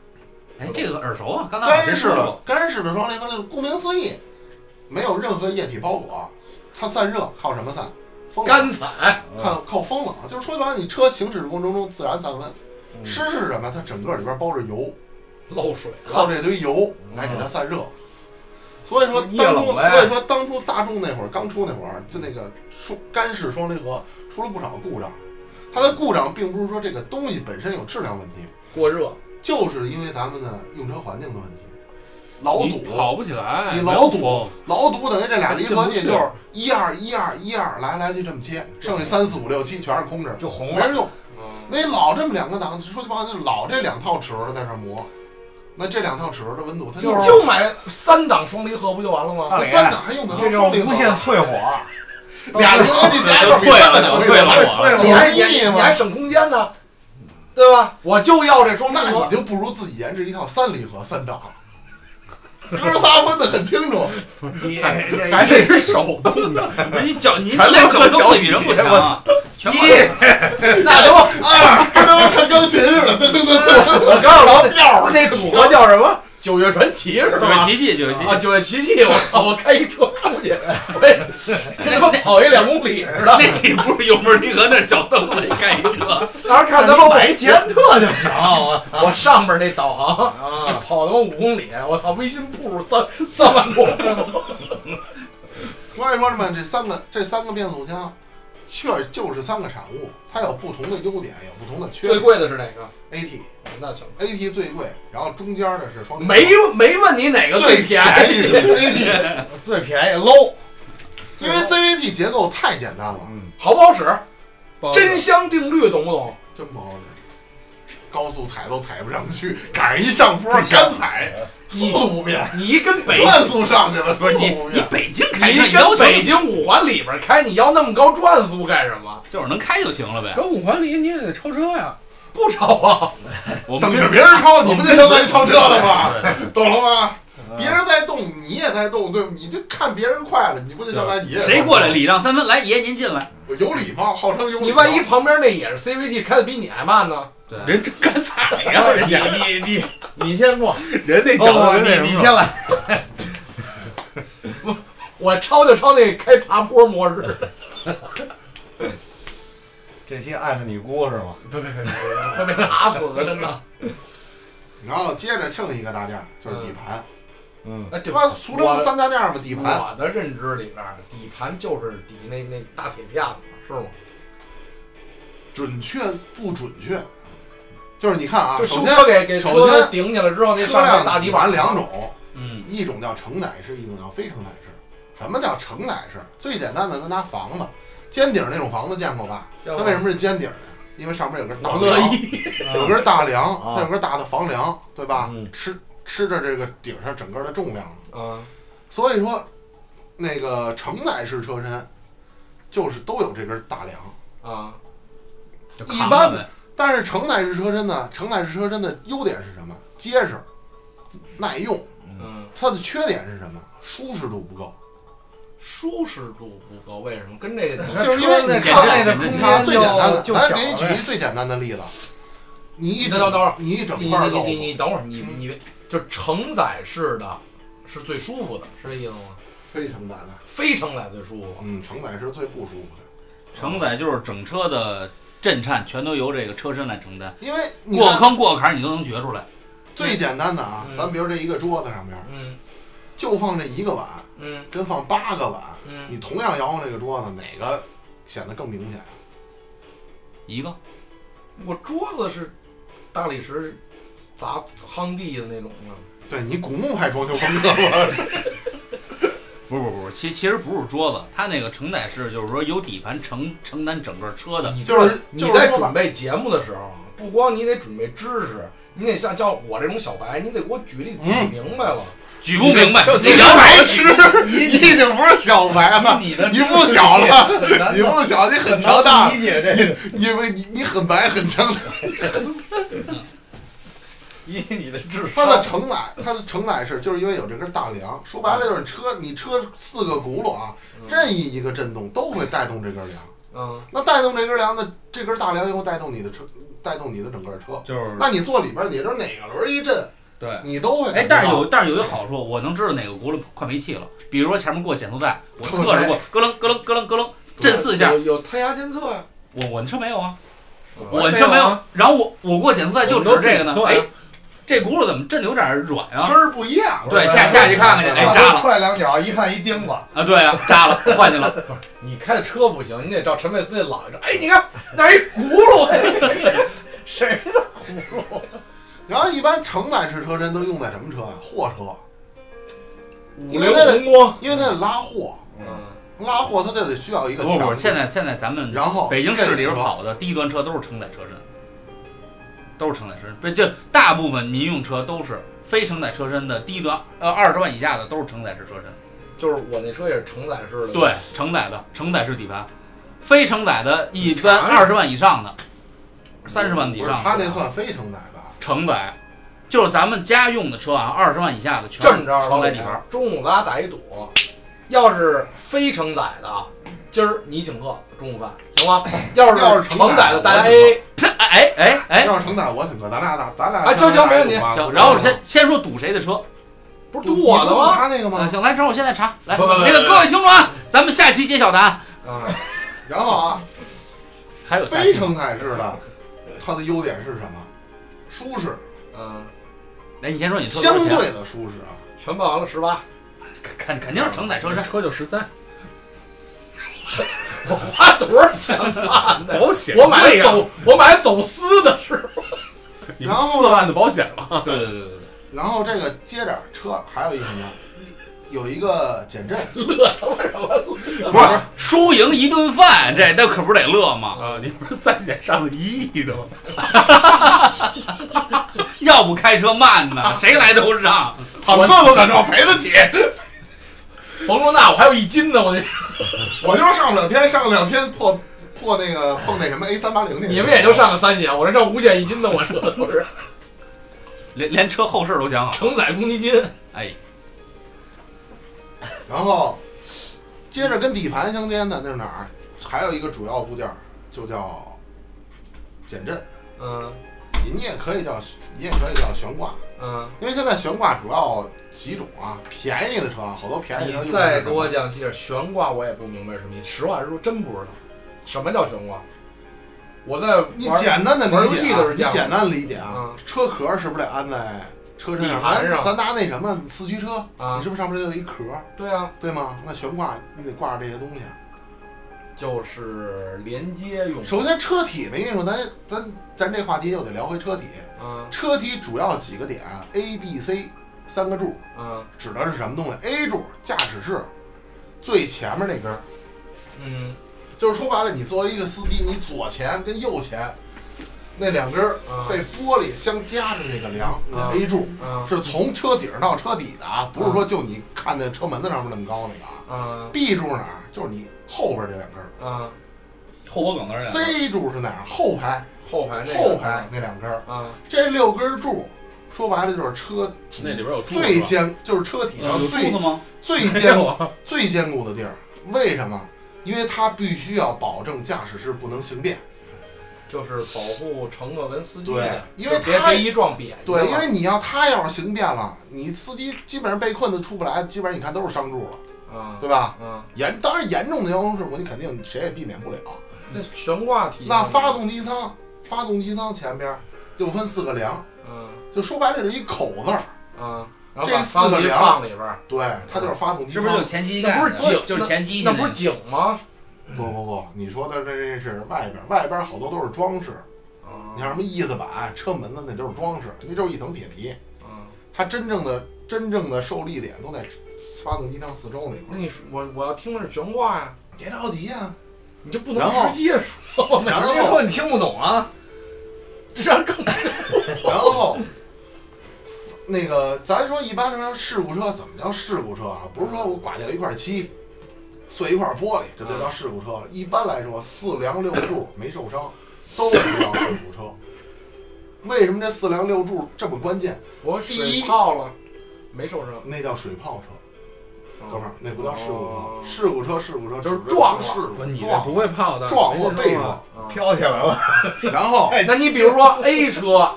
Speaker 3: 哎，这个耳熟啊，刚才好像
Speaker 1: 干
Speaker 3: 谁
Speaker 1: 式
Speaker 3: 说
Speaker 1: 的
Speaker 3: 过？
Speaker 1: 干式的双离合就是顾名思义，没有任何液体包裹，它散热靠什么散？风冷，
Speaker 4: 干踩，
Speaker 1: 靠靠风冷，就是说白了，你车行驶过程中自然
Speaker 4: 嗯
Speaker 1: 散温。湿是什么？它整个里边包着油，
Speaker 4: 漏水了，
Speaker 1: 靠这堆油
Speaker 6: 嗯
Speaker 1: 来给它散热。所以说
Speaker 5: 液
Speaker 1: 当初，
Speaker 5: 冷呗
Speaker 1: 所以说当初大众那会儿刚出那会儿，就那个双干式双离合出了不少故障。它的故障并不是说这个东西本身有质量问题，
Speaker 4: 过热，
Speaker 1: 就是因为咱们的用车环境的问题，老
Speaker 6: 你
Speaker 1: 堵，
Speaker 6: 跑不起来，
Speaker 1: 你老
Speaker 6: 没有风
Speaker 1: 堵，老堵，等于这俩离合
Speaker 6: 进
Speaker 1: 器
Speaker 6: 不去
Speaker 1: 就是一二一二一二来来去这么切，剩下三四五六七全是空着，
Speaker 5: 就红
Speaker 6: 嗯
Speaker 1: 没
Speaker 5: 了。
Speaker 1: 人用。那你老这么两个档，说句不好听，就老这两套齿轮在这儿磨，那这两套齿轮的温度它
Speaker 4: 你
Speaker 1: 是
Speaker 4: 就啊买三档双离合不就完了吗？
Speaker 5: 大
Speaker 1: 那
Speaker 5: 磊，
Speaker 1: 三档还用得
Speaker 5: 啊这
Speaker 1: 着双
Speaker 5: 种
Speaker 1: 离合吗？
Speaker 5: 无限啊淬火，
Speaker 1: 俩离合器加 一块儿比
Speaker 3: 退
Speaker 1: 三
Speaker 3: 了
Speaker 1: 个档
Speaker 3: 就
Speaker 1: 位
Speaker 3: 退了
Speaker 1: 高
Speaker 3: 我
Speaker 1: 退了
Speaker 4: 你还你
Speaker 1: 有意义
Speaker 4: 还你还
Speaker 1: 吗？
Speaker 4: 省空间呢，对吧？我就要这双离
Speaker 1: 那你
Speaker 4: 合，
Speaker 1: 就不如自己研制一套三离合三档，哥仨分得很清楚。
Speaker 5: 你
Speaker 6: 还得是手动，
Speaker 3: 人家脚，你
Speaker 6: 全都
Speaker 3: 连
Speaker 6: 是
Speaker 3: 脚蹬
Speaker 6: 脚
Speaker 3: 子比人不
Speaker 6: 底
Speaker 3: 强 啊，全部
Speaker 4: 那都
Speaker 1: 二，跟他妈弹钢琴似的，噔噔噔噔。
Speaker 4: 我告诉你，
Speaker 1: 调
Speaker 4: 那组合叫什么？九月传奇是
Speaker 3: 九月
Speaker 4: 吧？
Speaker 3: 奇迹，九月奇迹
Speaker 4: 啊，。九月奇迹！我操，我开一车出去，我也跟他妈跑一两公里似的，
Speaker 3: 那你不是油门离合，那是脚蹬子开一 车。
Speaker 4: 到时候看他妈
Speaker 5: 买一捷安特就行。我
Speaker 4: 啊我上面那导航。
Speaker 5: 啊，
Speaker 4: 跑他妈五公里，我操，微信步数三三万步，
Speaker 1: 所以说什么，这三个这三个变速箱，确就是三个产物，它有不同的优点，有不同的缺
Speaker 4: 最
Speaker 1: 点。
Speaker 4: 贵的是哪个？
Speaker 1: AT
Speaker 4: 那行，
Speaker 1: AT 最贵，然后中间的是双离合
Speaker 4: 没没问你哪个
Speaker 1: 最
Speaker 4: 便
Speaker 1: 便宜的是 AT，
Speaker 5: 最便宜 low，
Speaker 1: 因为 CVT 结构太简单了，
Speaker 5: 嗯，
Speaker 4: 好不好使？
Speaker 6: 包子
Speaker 4: 真香定律懂不懂？
Speaker 1: 真不好使。高速踩都踩不上去，赶上一上坡干踩，速度不变，
Speaker 4: 你跟北
Speaker 1: 转速上去了，速
Speaker 3: 不是
Speaker 1: 度
Speaker 3: 你
Speaker 1: 不
Speaker 3: 你
Speaker 1: 变。
Speaker 3: 北京开车
Speaker 4: 你
Speaker 3: 要
Speaker 4: 跟
Speaker 3: 求
Speaker 4: 哎北京五环里边开，你要那么高转速干什么？
Speaker 3: 就是能开就行了呗。
Speaker 6: 跟五环里你也得超车呀，
Speaker 4: 不超啊！
Speaker 3: 我们
Speaker 1: 等
Speaker 3: 跟
Speaker 1: 着别人超，你不就相当于超车了吗？懂了吗？
Speaker 3: 嗯
Speaker 1: 别人在动，你也在动，对，你就看别人快了，你不就相当于你也
Speaker 3: 嗯谁过来礼让三分，来爷您进来。
Speaker 1: 有礼貌，号称有礼貌。
Speaker 4: 你万一旁边那也是 CVT 开的比你还慢呢？
Speaker 3: 对，
Speaker 6: 人真敢踩呀，人
Speaker 5: 你你你你先过，
Speaker 6: 人那
Speaker 5: 哦
Speaker 6: 脚
Speaker 5: 不
Speaker 6: 跟那什么
Speaker 5: 你你先来，
Speaker 4: 我超就超那开爬坡模式。
Speaker 5: 这期爱上你姑是吗？
Speaker 4: 别别别别，会被打死的，真的。
Speaker 1: 然后接着庆一个大件儿，就是底盘。
Speaker 5: 嗯，
Speaker 4: 那
Speaker 1: 对
Speaker 4: 对
Speaker 1: 吧？俗称三大件儿嘛，底盘。
Speaker 4: 我的认知里边儿，底盘就是底那那大铁片子，是吗？
Speaker 1: 准确不准确？就是你看啊，
Speaker 4: 就
Speaker 1: 首
Speaker 4: 修
Speaker 1: 先
Speaker 4: 车给给
Speaker 1: 首
Speaker 4: 车
Speaker 1: 先
Speaker 4: 顶起来之后，那
Speaker 1: 车
Speaker 4: 上面
Speaker 1: 辆
Speaker 4: 大
Speaker 1: 大
Speaker 4: 底
Speaker 1: 底
Speaker 4: 板
Speaker 1: 盘两种，
Speaker 3: 嗯，
Speaker 1: 一种叫承载式，一种叫非承载式。什么叫承载式？最简单的，咱拿房子，尖顶儿那种房子见过吧？它为什么是尖顶儿呢？因为上面有根大
Speaker 4: 我乐
Speaker 1: 梁，有根大梁，
Speaker 5: 啊
Speaker 1: 它有根大的房梁，对吧
Speaker 5: 嗯？
Speaker 1: 吃吃着这个顶上整个的重量呢。
Speaker 4: 嗯，
Speaker 1: 所以说，那个承载式车身就是都有这根大梁。
Speaker 4: 啊
Speaker 3: 就
Speaker 1: 一
Speaker 3: 扛
Speaker 1: 般
Speaker 3: 着呗。
Speaker 1: 但是承载式车身呢，承载式车身的优点是什么？结实、耐用。
Speaker 4: 嗯，
Speaker 1: 它的缺点是什么？舒适度不够。
Speaker 4: 舒适度不高，为什么？跟这个
Speaker 1: 就是因为
Speaker 5: 那
Speaker 1: 你
Speaker 5: 车
Speaker 1: 看
Speaker 5: 内的
Speaker 3: 你
Speaker 5: 空
Speaker 1: 你看
Speaker 5: 间
Speaker 1: 最简单的，
Speaker 5: 就就
Speaker 1: 咱
Speaker 5: 小哎
Speaker 1: 给你举
Speaker 5: 呗
Speaker 1: 一，最简单的例子，你一
Speaker 4: 你等等会儿
Speaker 1: 整你一整
Speaker 4: 你
Speaker 1: 块
Speaker 4: 你
Speaker 1: 肉，
Speaker 4: 你你等会儿，你
Speaker 1: 嗯
Speaker 4: 你就承载式的是最舒服的，是这意思吗？
Speaker 1: 非承载的，
Speaker 4: 非承载最舒服。
Speaker 1: 嗯，承载是最不舒服的，
Speaker 3: 承载就是整车的震颤全都由这个车身来承担，
Speaker 1: 因为你
Speaker 3: 过个
Speaker 1: 看
Speaker 3: 坑过个坎儿你都能觉出来。
Speaker 1: 最简单的啊
Speaker 4: 嗯，
Speaker 1: 咱比如这一个桌子上面
Speaker 4: 嗯
Speaker 1: 就放这一个碗，
Speaker 4: 嗯
Speaker 1: 跟放八个碗，
Speaker 4: 嗯，
Speaker 1: 你同样摇晃这个桌子，哪个显得更明显？
Speaker 3: 一个
Speaker 4: 我桌子是大理石砸夯地的那种啊吗？
Speaker 1: 对你古墓还装修风格吗？
Speaker 3: 不是不是不是，其其实不是桌子，它那个承载式就是说由底盘承承担整个车的。
Speaker 4: 你
Speaker 1: 就是
Speaker 4: 你
Speaker 1: 就是
Speaker 4: 在
Speaker 1: 说吧
Speaker 4: 准备节目的时候，啊不光你得准备知识，你得像像我这种小白，你得给我举例举
Speaker 1: 嗯
Speaker 4: 明白了。
Speaker 3: 举不明白，
Speaker 6: 就
Speaker 1: 你
Speaker 3: 你
Speaker 1: 是
Speaker 3: 摇
Speaker 1: 白痴，你已经不是小白了，
Speaker 5: 你的
Speaker 1: 你不小了，
Speaker 5: 很难
Speaker 1: 你不小，你很
Speaker 5: 很
Speaker 1: 强
Speaker 5: 难
Speaker 1: 大，
Speaker 5: 理解这个，
Speaker 1: 因为你你很白很强大。
Speaker 5: 以你的智
Speaker 1: 它的
Speaker 5: 商，
Speaker 1: 承载，它的承载是就是因为有这根大梁，说白了就是你车你车四个轱辘啊，
Speaker 3: 嗯
Speaker 1: 任意一个震动都会带动这根梁，
Speaker 4: 嗯，
Speaker 1: 那带动这根梁的这根大梁又带动你的车，带动你的整个车。
Speaker 3: 就是
Speaker 1: 那你坐里边，你就是哪个轮一震，
Speaker 3: 对。
Speaker 1: 你都会
Speaker 3: 哎
Speaker 1: 感，觉到。
Speaker 3: 但是有但是有一个好处，我能知道哪个轱辘快没气了。比如说前面过减速带，我
Speaker 1: 特别
Speaker 3: 测试过，咯楞咯楞咯楞咯楞震四下
Speaker 4: 有，有胎压监测啊呀，
Speaker 3: 我我那车没有啊，
Speaker 4: 我
Speaker 3: 我
Speaker 4: 也
Speaker 3: 那车
Speaker 4: 没
Speaker 3: 没
Speaker 4: 有
Speaker 3: 有
Speaker 4: 啊。
Speaker 3: 然后我我过减速带就
Speaker 6: 我
Speaker 3: 指
Speaker 6: 们都
Speaker 3: 着
Speaker 6: 自己
Speaker 3: 这个呢，
Speaker 6: 测
Speaker 3: 哎
Speaker 6: 呀，
Speaker 3: 这轱辘怎么震的有点软
Speaker 1: 声
Speaker 3: 啊？
Speaker 1: 儿不一样。
Speaker 3: 对，
Speaker 1: 是吧
Speaker 3: 下下去看看去，哎，
Speaker 5: 上
Speaker 3: 扎
Speaker 5: 头
Speaker 3: 了
Speaker 5: 踹两脚，一看一钉子，
Speaker 3: 啊，对啊，扎了，换去了。
Speaker 4: 你开的车不行，你得照陈佩斯那老一招。哎，你看那儿一轱辘，
Speaker 5: 谁的轱辘？
Speaker 1: 然后一般承载式车身都用在什么车啊？货车，
Speaker 4: 五菱宏光。
Speaker 1: 因为它得拉货，
Speaker 5: 嗯，
Speaker 1: 拉货它就得需要一个
Speaker 3: 不不，
Speaker 1: 强。
Speaker 3: 现，在现在咱们
Speaker 1: 然后
Speaker 3: 北京市里边
Speaker 1: 这种车
Speaker 3: 跑的低端车都是承载车身，都是承载车身，不是就大部分民用车都是非承载车身的低端，呃，二十万以下的都是承载式车身。
Speaker 4: 就是我那车也是承载式的，，
Speaker 3: 对，承载的承载式底盘，非承载的一般二十万以上的，三十万以
Speaker 1: 不是
Speaker 3: 上
Speaker 1: 它
Speaker 3: 的
Speaker 1: 那算非承载吧？
Speaker 3: 承载，就是咱们家用的车啊，二十万以下的全
Speaker 4: 这么
Speaker 3: 是
Speaker 4: 着，
Speaker 3: 承
Speaker 4: 老
Speaker 3: 载
Speaker 4: 李
Speaker 3: 底盘。，
Speaker 4: 中午咱俩打一赌，要是非承载的，今儿你请客中午饭行吗？要
Speaker 1: 要是
Speaker 4: 是
Speaker 1: 承载
Speaker 4: 承载
Speaker 1: 的
Speaker 4: 的，大家
Speaker 1: 我请客
Speaker 4: A
Speaker 3: 哎哎哎，
Speaker 1: 要是承载我挺哥，咱俩打，咱俩
Speaker 4: 啊行行没问题
Speaker 1: 行
Speaker 3: 行，然后先先说赌谁的车
Speaker 4: 不是堵我的吗？
Speaker 1: 他那个
Speaker 3: 啊？
Speaker 1: 吗？
Speaker 3: 行，来，正好我现在查，来，
Speaker 4: 不不不
Speaker 3: 那个
Speaker 4: 不
Speaker 3: 各位听众啊，咱们下期揭晓答案，
Speaker 4: 啊，
Speaker 1: 然后啊，
Speaker 3: 还嗯有下
Speaker 1: 非
Speaker 3: 期吗。
Speaker 1: 承载式的，它的优点是什么？舒适，
Speaker 4: 嗯，
Speaker 3: 来，你先说你车多
Speaker 1: 相
Speaker 3: 少钱？
Speaker 1: 对的舒适啊。
Speaker 4: 全办完了十八，
Speaker 3: 肯肯定是承载车身，
Speaker 6: 车就十三，
Speaker 4: 我花多少钱办的？
Speaker 6: 保险啊
Speaker 4: 我买
Speaker 6: 贵呀
Speaker 4: 走，我买走私的是吧？
Speaker 6: 你
Speaker 1: 然
Speaker 6: 们
Speaker 1: 后
Speaker 6: 四万的保险吗？
Speaker 3: 对对对对对，
Speaker 1: 然后这个接着车还有一什么，有一个减 震，
Speaker 3: 不是输赢一顿饭，这那可不是得乐 吗？
Speaker 6: 啊，你不是三险上了一亿的吗？
Speaker 3: 要不开车慢呢，谁来都让。
Speaker 1: 躺车都敢撞，赔得起。
Speaker 4: 甭说那，我还有一斤呢，我那
Speaker 1: 我就是上不了天，上不了天破破那个碰那什么 A 三八零那个。
Speaker 4: 你们也就上个三险，我这上五险一金的，我这都是
Speaker 3: 连连车后事都想好。
Speaker 4: 承载公积金。
Speaker 3: 哎，
Speaker 1: 然后接着跟底盘相间的那是哪儿？还有一个主要部件儿就叫减震，
Speaker 4: 嗯
Speaker 1: 您也可以叫您也可以叫悬挂，
Speaker 4: 嗯，
Speaker 1: 因为现在悬挂主要几种啊，便宜的车好多便宜的车用
Speaker 4: 你
Speaker 1: 的
Speaker 4: 再
Speaker 1: 是
Speaker 4: 给我讲解悬挂，我也不明白什么意思。实话实说，真不知道什么叫悬挂。我在
Speaker 1: 你
Speaker 4: 玩啊
Speaker 1: 简单的
Speaker 4: 玩
Speaker 1: 理
Speaker 4: 游戏
Speaker 1: 解、
Speaker 4: 的时候
Speaker 1: 啊，你
Speaker 4: 见过
Speaker 1: 简单理解啊，
Speaker 4: 嗯
Speaker 1: 车壳是不是得安在车身
Speaker 4: 底
Speaker 1: 上？
Speaker 4: 盘
Speaker 1: 咱
Speaker 4: 上
Speaker 1: 咱拿那什么四驱车，你
Speaker 4: 啊，
Speaker 1: 是不是上面就有一壳，
Speaker 4: 对啊，
Speaker 1: 对吗？那悬挂你得挂着这些东西啊。
Speaker 4: 就是连接用。
Speaker 1: 首先车体没跟你说，咱咱咱这话题又得聊回车体。
Speaker 4: 嗯
Speaker 1: 车体主要几个点，A、B、C 三个柱，
Speaker 4: 嗯
Speaker 1: 指的是什么东西？A 柱驾驶室最前面那根儿，
Speaker 4: 嗯
Speaker 1: 就是说白了，你作为一个司机，你左前跟右前那两根儿
Speaker 4: 啊
Speaker 1: 被玻璃相夹着那个梁，那
Speaker 4: 啊
Speaker 1: A 柱
Speaker 4: 啊
Speaker 1: 是从车顶儿到车底的啊，不是说就你看在车门子上面那么高那个啊。
Speaker 4: 啊
Speaker 1: B 柱哪儿？就是你后边这两根儿。
Speaker 4: 啊！
Speaker 3: 后脖梗的人
Speaker 1: C 柱是哪儿？后排
Speaker 4: 后哎排那个
Speaker 1: 后排那两根儿。
Speaker 4: 啊，
Speaker 1: 这六根儿柱，说白了就是车主
Speaker 6: 那里边有柱
Speaker 1: 最
Speaker 6: 子
Speaker 1: 坚，就是车体上
Speaker 3: 有
Speaker 1: 最
Speaker 3: 柱子呃吗？
Speaker 1: 最
Speaker 6: 没
Speaker 1: 坚
Speaker 6: 有
Speaker 1: 固、
Speaker 6: 啊？
Speaker 1: 最坚固的地儿。为什么？因为它必须要保证驾驶室不能形变。
Speaker 4: 就是保护乘客跟司机
Speaker 1: 对
Speaker 4: 的，，
Speaker 1: 因为
Speaker 4: 别
Speaker 1: 它
Speaker 4: 别一撞瘪。
Speaker 1: 对，因为你要它要是形变了，你司机基本上被困的出不来，基本上你看都是伤柱了，
Speaker 4: 啊
Speaker 1: 对吧？
Speaker 4: 啊，
Speaker 1: 严当然严重的交通事故你肯定谁也避免不了。
Speaker 4: 那悬挂体
Speaker 1: 那发动机舱，发动机舱前边儿又分四个梁，
Speaker 4: 嗯
Speaker 1: 就说白了就是一口字儿。
Speaker 4: 啊，然后
Speaker 1: 这
Speaker 4: 把
Speaker 1: 四个
Speaker 4: 发动机
Speaker 1: 梁
Speaker 4: 放里边儿，
Speaker 1: 对，它就是发动机
Speaker 3: 是
Speaker 1: 舱。
Speaker 3: 不是就前机
Speaker 4: 那
Speaker 3: 盖？
Speaker 4: 不是井
Speaker 3: 就是前机
Speaker 4: 那
Speaker 3: 现在
Speaker 4: 不是井吗？
Speaker 1: 不不不，你说的这是外边儿，外边儿好多都是装饰。你像
Speaker 4: 啊
Speaker 1: 什么翼子板、车门子，那都是装饰，那就是一层铁皮。
Speaker 4: 啊，
Speaker 1: 它真正的真正的受力点都在发动机舱四周那
Speaker 4: 那
Speaker 1: 块儿。
Speaker 4: 你说我我要听的是悬挂呀，
Speaker 1: 别着急啊呀、
Speaker 4: 你就不
Speaker 1: 然
Speaker 4: 能
Speaker 1: 后
Speaker 4: 直接说吗？
Speaker 1: 然
Speaker 5: 直接说
Speaker 1: 后
Speaker 5: 你听不懂啊？
Speaker 4: 这样更
Speaker 1: 然后那个，咱说一般来说事故车怎么叫事故车啊？不是说我刮掉一块漆，碎一块玻璃，这就叫事故车了。一般来说，四梁六柱没受伤，都不叫事故车。为什么这四梁六柱这么关键？
Speaker 4: 我
Speaker 1: 第一
Speaker 4: 水泡了，没受伤，啊
Speaker 1: 那叫水泡车。哥们儿，那不叫事故车
Speaker 4: 哦，
Speaker 1: 事故车，事故车
Speaker 4: 就是
Speaker 1: 指的
Speaker 4: 撞了
Speaker 1: 事故，
Speaker 6: 不是你这
Speaker 1: 撞
Speaker 6: 不会泡的，
Speaker 1: 撞或被
Speaker 6: 啊
Speaker 1: 撞，
Speaker 4: 啊
Speaker 5: 飘起来了，
Speaker 1: 然后
Speaker 3: 哎
Speaker 4: 那你比如说 A 车，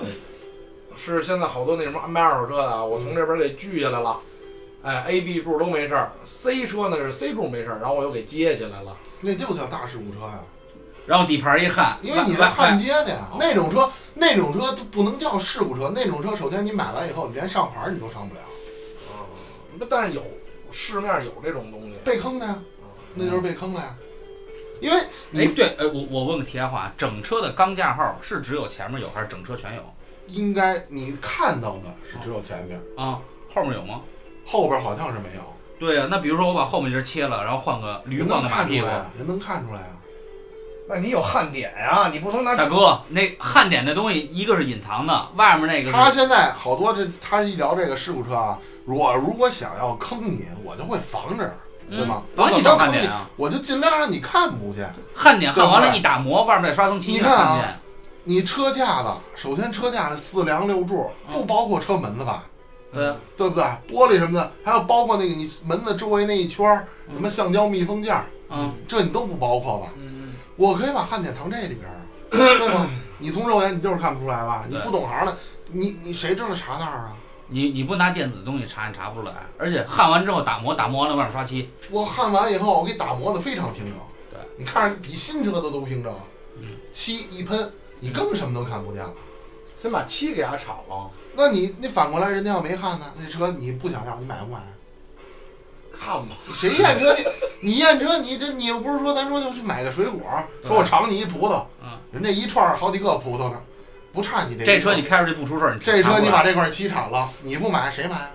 Speaker 4: 是现在好多那什么卖二手车的啊，我从这边给锯下来了，哎，A、B 柱都没事儿，C 车呢是 C 柱没事儿，然后我又给接起来了，
Speaker 1: 那就叫大事故车呀，
Speaker 3: 然后底盘一焊，
Speaker 1: 因为你是
Speaker 3: 外
Speaker 1: 焊
Speaker 3: 外
Speaker 1: 接的呀，那种车那种车都不能叫事故车，那种车首先你买完以后连上牌你都上不了，
Speaker 4: 啊那但是有市面有这种东西，
Speaker 1: 被坑的呀，那就是被坑的呀，因为
Speaker 3: 哎
Speaker 1: 你
Speaker 3: 对，哎我我问个题外话，整车的钢架号是只有前面有还是整车全有
Speaker 1: 应该你看到的是只有前面，
Speaker 3: 啊？后面有吗？
Speaker 1: 后边好像是没有，
Speaker 3: 对呀、那比如说我把后面这切了，然后换个驴
Speaker 1: 人
Speaker 3: 换
Speaker 1: 能
Speaker 3: 个马
Speaker 1: 看出
Speaker 3: 屁股
Speaker 1: 来，啊，人能看出来啊，
Speaker 5: 那你有焊点啊？你不能拿
Speaker 3: 大哥，那焊点那东西一个是隐藏的，外面那个
Speaker 1: 他
Speaker 3: 是
Speaker 1: 现在好多这他一聊这个事故车啊，我如果想要坑你，我就会防着。对吗？
Speaker 3: 嗯防
Speaker 1: 我
Speaker 3: 你
Speaker 1: 怎
Speaker 3: 找
Speaker 1: 么
Speaker 3: 焊
Speaker 1: 坑你
Speaker 3: 点啊，
Speaker 1: 我就尽量让你看不见。
Speaker 3: 焊点焊完
Speaker 1: 对
Speaker 3: 了，
Speaker 1: 不对
Speaker 3: 一打磨，外面再刷层漆，
Speaker 1: 你看啊
Speaker 3: 焊点。
Speaker 1: 你车架子，首先车架子四梁六柱，不包括车门子吧？
Speaker 3: 嗯对，啊
Speaker 1: 对不对？玻璃什么的，还有包括那个你门子周围那一圈儿，什么橡胶密封件儿，
Speaker 3: 嗯，
Speaker 1: 这你都不包括吧？
Speaker 4: 嗯，
Speaker 1: 我可以把焊点藏这里边儿啊， 对吗？你从肉眼你就是看不出来吧？你
Speaker 3: 对
Speaker 1: 不懂行的，你你谁知道查那儿啊？
Speaker 3: 你你不拿电子东西查，你查不出来。而且焊完之后打磨，打磨完了外面刷漆，
Speaker 1: 我焊完以后，我给打磨的非常平整，
Speaker 3: 对
Speaker 1: 你看着比新车的都平整
Speaker 3: 嗯，
Speaker 1: 漆一喷，你更什么都看不见了。
Speaker 4: 先把漆给它铲了，
Speaker 1: 那你那反过来，人家要没焊呢，那车你不想要，你买不买？
Speaker 4: 看吧，
Speaker 1: 谁验 车去？你验车，你这你又不是说咱说就去买个水果，说我尝你一葡萄，
Speaker 3: 嗯
Speaker 1: 人这一串儿好几个葡萄呢，不差你这
Speaker 3: 这
Speaker 1: 一
Speaker 3: 车
Speaker 1: 串
Speaker 3: 你开出去不出事儿，
Speaker 1: 这
Speaker 3: 查
Speaker 1: 车
Speaker 3: 不
Speaker 1: 你
Speaker 3: 来
Speaker 1: 把这块儿起产了，你不买谁买啊？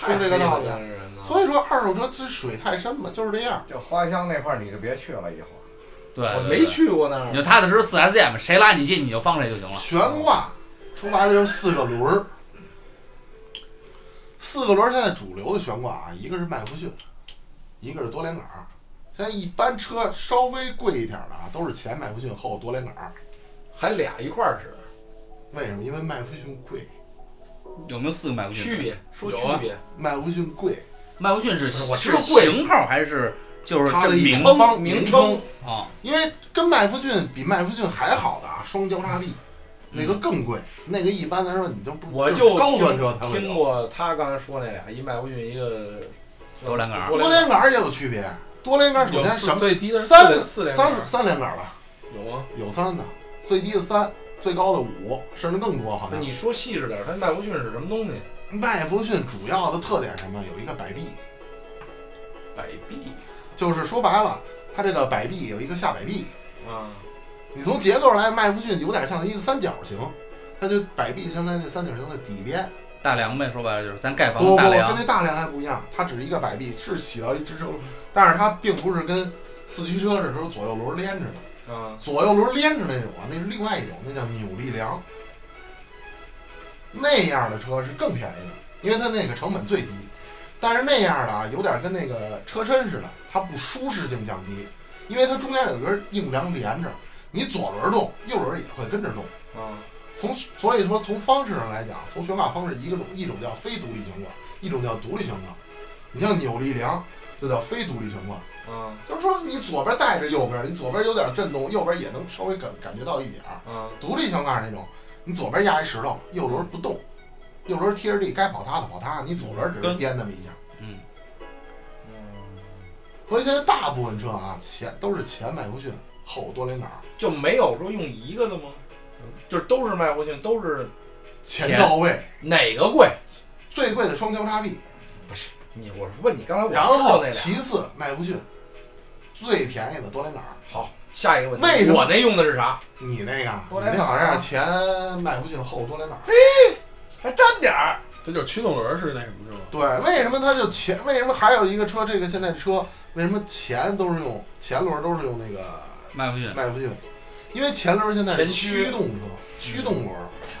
Speaker 4: 太
Speaker 1: 是这个道理
Speaker 4: 黑了这人呢
Speaker 1: 所以说二手车这水太深嘛，就是这样。
Speaker 5: 就花乡那块儿你就别去了，以后。
Speaker 3: 对，
Speaker 4: 我
Speaker 3: 对
Speaker 4: 没，去过那
Speaker 3: 对
Speaker 4: 儿
Speaker 3: 你，就踏踏实实四 S 店吧，谁拉你进你就放谁就行了。
Speaker 1: 悬挂说白了就是四个轮儿，四个轮儿现在主流的悬挂啊，一个是麦弗逊，一个是多连杆儿。现在一般车稍微贵一点儿的啊，都是前麦弗逊后多连杆儿。
Speaker 4: 还俩一块儿使，
Speaker 1: 为什么？因为麦弗逊贵，
Speaker 3: 有没有四个麦弗逊？
Speaker 4: 区别说
Speaker 6: 有
Speaker 4: 区
Speaker 6: 啊
Speaker 4: 别，
Speaker 1: 麦弗逊贵，
Speaker 3: 麦弗逊是
Speaker 4: 我知
Speaker 3: 是
Speaker 4: 道贵
Speaker 3: 型号还是就是
Speaker 1: 它
Speaker 3: 这
Speaker 1: 的一
Speaker 3: 名
Speaker 1: 称方
Speaker 4: 名
Speaker 1: 名
Speaker 4: 称
Speaker 1: 称，
Speaker 3: 啊？
Speaker 1: 因为跟麦弗逊比麦弗逊还好的啊，双交叉臂。那个更贵，那个一般来说你都不
Speaker 4: 我
Speaker 1: 就是
Speaker 4: 就
Speaker 1: 高端车才
Speaker 4: 听
Speaker 1: 会
Speaker 4: 听
Speaker 1: 有。
Speaker 4: 过他刚才说那俩，一麦弗逊，一个
Speaker 3: 多连杆儿
Speaker 4: 多
Speaker 1: 多
Speaker 4: 连
Speaker 1: 连杆儿也有区别，多连杆儿首
Speaker 6: 有
Speaker 1: 先
Speaker 6: 四
Speaker 1: 什么？
Speaker 6: 最低的是四
Speaker 1: 三
Speaker 6: 连四连杆
Speaker 1: 三三连杆儿吧，
Speaker 4: 有啊吗？
Speaker 1: 有三的，最低的三，最高的五，甚至更多好
Speaker 4: 那
Speaker 1: 像。
Speaker 4: 你说细致点儿，他麦弗逊是什么东西？
Speaker 1: 麦弗逊主要的特点是什么？有一个摆臂，
Speaker 4: 摆臂
Speaker 1: 就是说白了，它这个摆臂有一个下摆臂。
Speaker 4: 啊，
Speaker 1: 你从结构来，麦弗逊有点像一个三角形，它就摆臂相当于三角形的底边。
Speaker 3: 大梁呗，说白了就是咱盖房
Speaker 1: 不不
Speaker 3: 子
Speaker 1: 不，
Speaker 3: 哦大
Speaker 1: 跟
Speaker 3: 梁。
Speaker 1: 那大梁还不一样，它只是一个摆臂，是起到一支撑，但是它并不是跟四驱车似的，是左右轮连着的。
Speaker 4: 啊，
Speaker 1: 左右轮连着那种啊，那是另外一种，那叫扭力梁。那样的车是更便宜的，因为它那个成本最低。但是那样的啊，有点跟那个车身似的，它不舒适性降低，因为它中间有根硬梁连着，你左轮动，右轮也会跟着动。
Speaker 4: 啊，
Speaker 1: 从所以说从方式上来讲，从悬挂方式，一个种一种叫非独立悬挂，一种叫独立悬挂。你像扭力梁，这叫非独立悬挂。
Speaker 4: 啊，
Speaker 1: 就是说你左边带着右边，你左边有点震动，右边也能稍微感感觉到一点儿。
Speaker 4: 啊，
Speaker 1: 独立悬挂那种，你左边压一石头，右轮不动，右轮贴着地，该跑它的跑它，你左轮只是
Speaker 3: 跟
Speaker 1: 颠那么一下。
Speaker 3: 嗯，
Speaker 5: 嗯
Speaker 1: 所以现在大部分车啊，前都是前麦弗逊，后多连杆儿，
Speaker 4: 就没有说用一个的吗？就是都是麦弗逊，都是
Speaker 1: 钱到位，
Speaker 4: 哪个贵？
Speaker 1: 最贵的双交叉臂，
Speaker 4: 你我是问你刚才我知
Speaker 1: 然
Speaker 4: 道
Speaker 1: 后
Speaker 4: 那俩，
Speaker 1: 其次麦弗逊，最便宜的多连杆儿。
Speaker 4: 好，下一个问题，
Speaker 1: 为什么
Speaker 4: 我那用的是啥？
Speaker 1: 你那个啊，
Speaker 4: 多
Speaker 1: 你
Speaker 4: 连
Speaker 1: 那
Speaker 4: 杆儿
Speaker 1: 好
Speaker 4: 啊
Speaker 1: 像是前麦弗逊后多连杆儿。
Speaker 4: 还沾点儿，
Speaker 6: 这就是驱动轮是那什么是吗？
Speaker 1: 对，为什么它就前？为什么还有一个车？这个现在车为什么前都是用前轮都是用那个
Speaker 3: 麦弗逊
Speaker 1: 麦弗逊？因为前轮现在是
Speaker 4: 前驱
Speaker 1: 驱动车，驱动轮。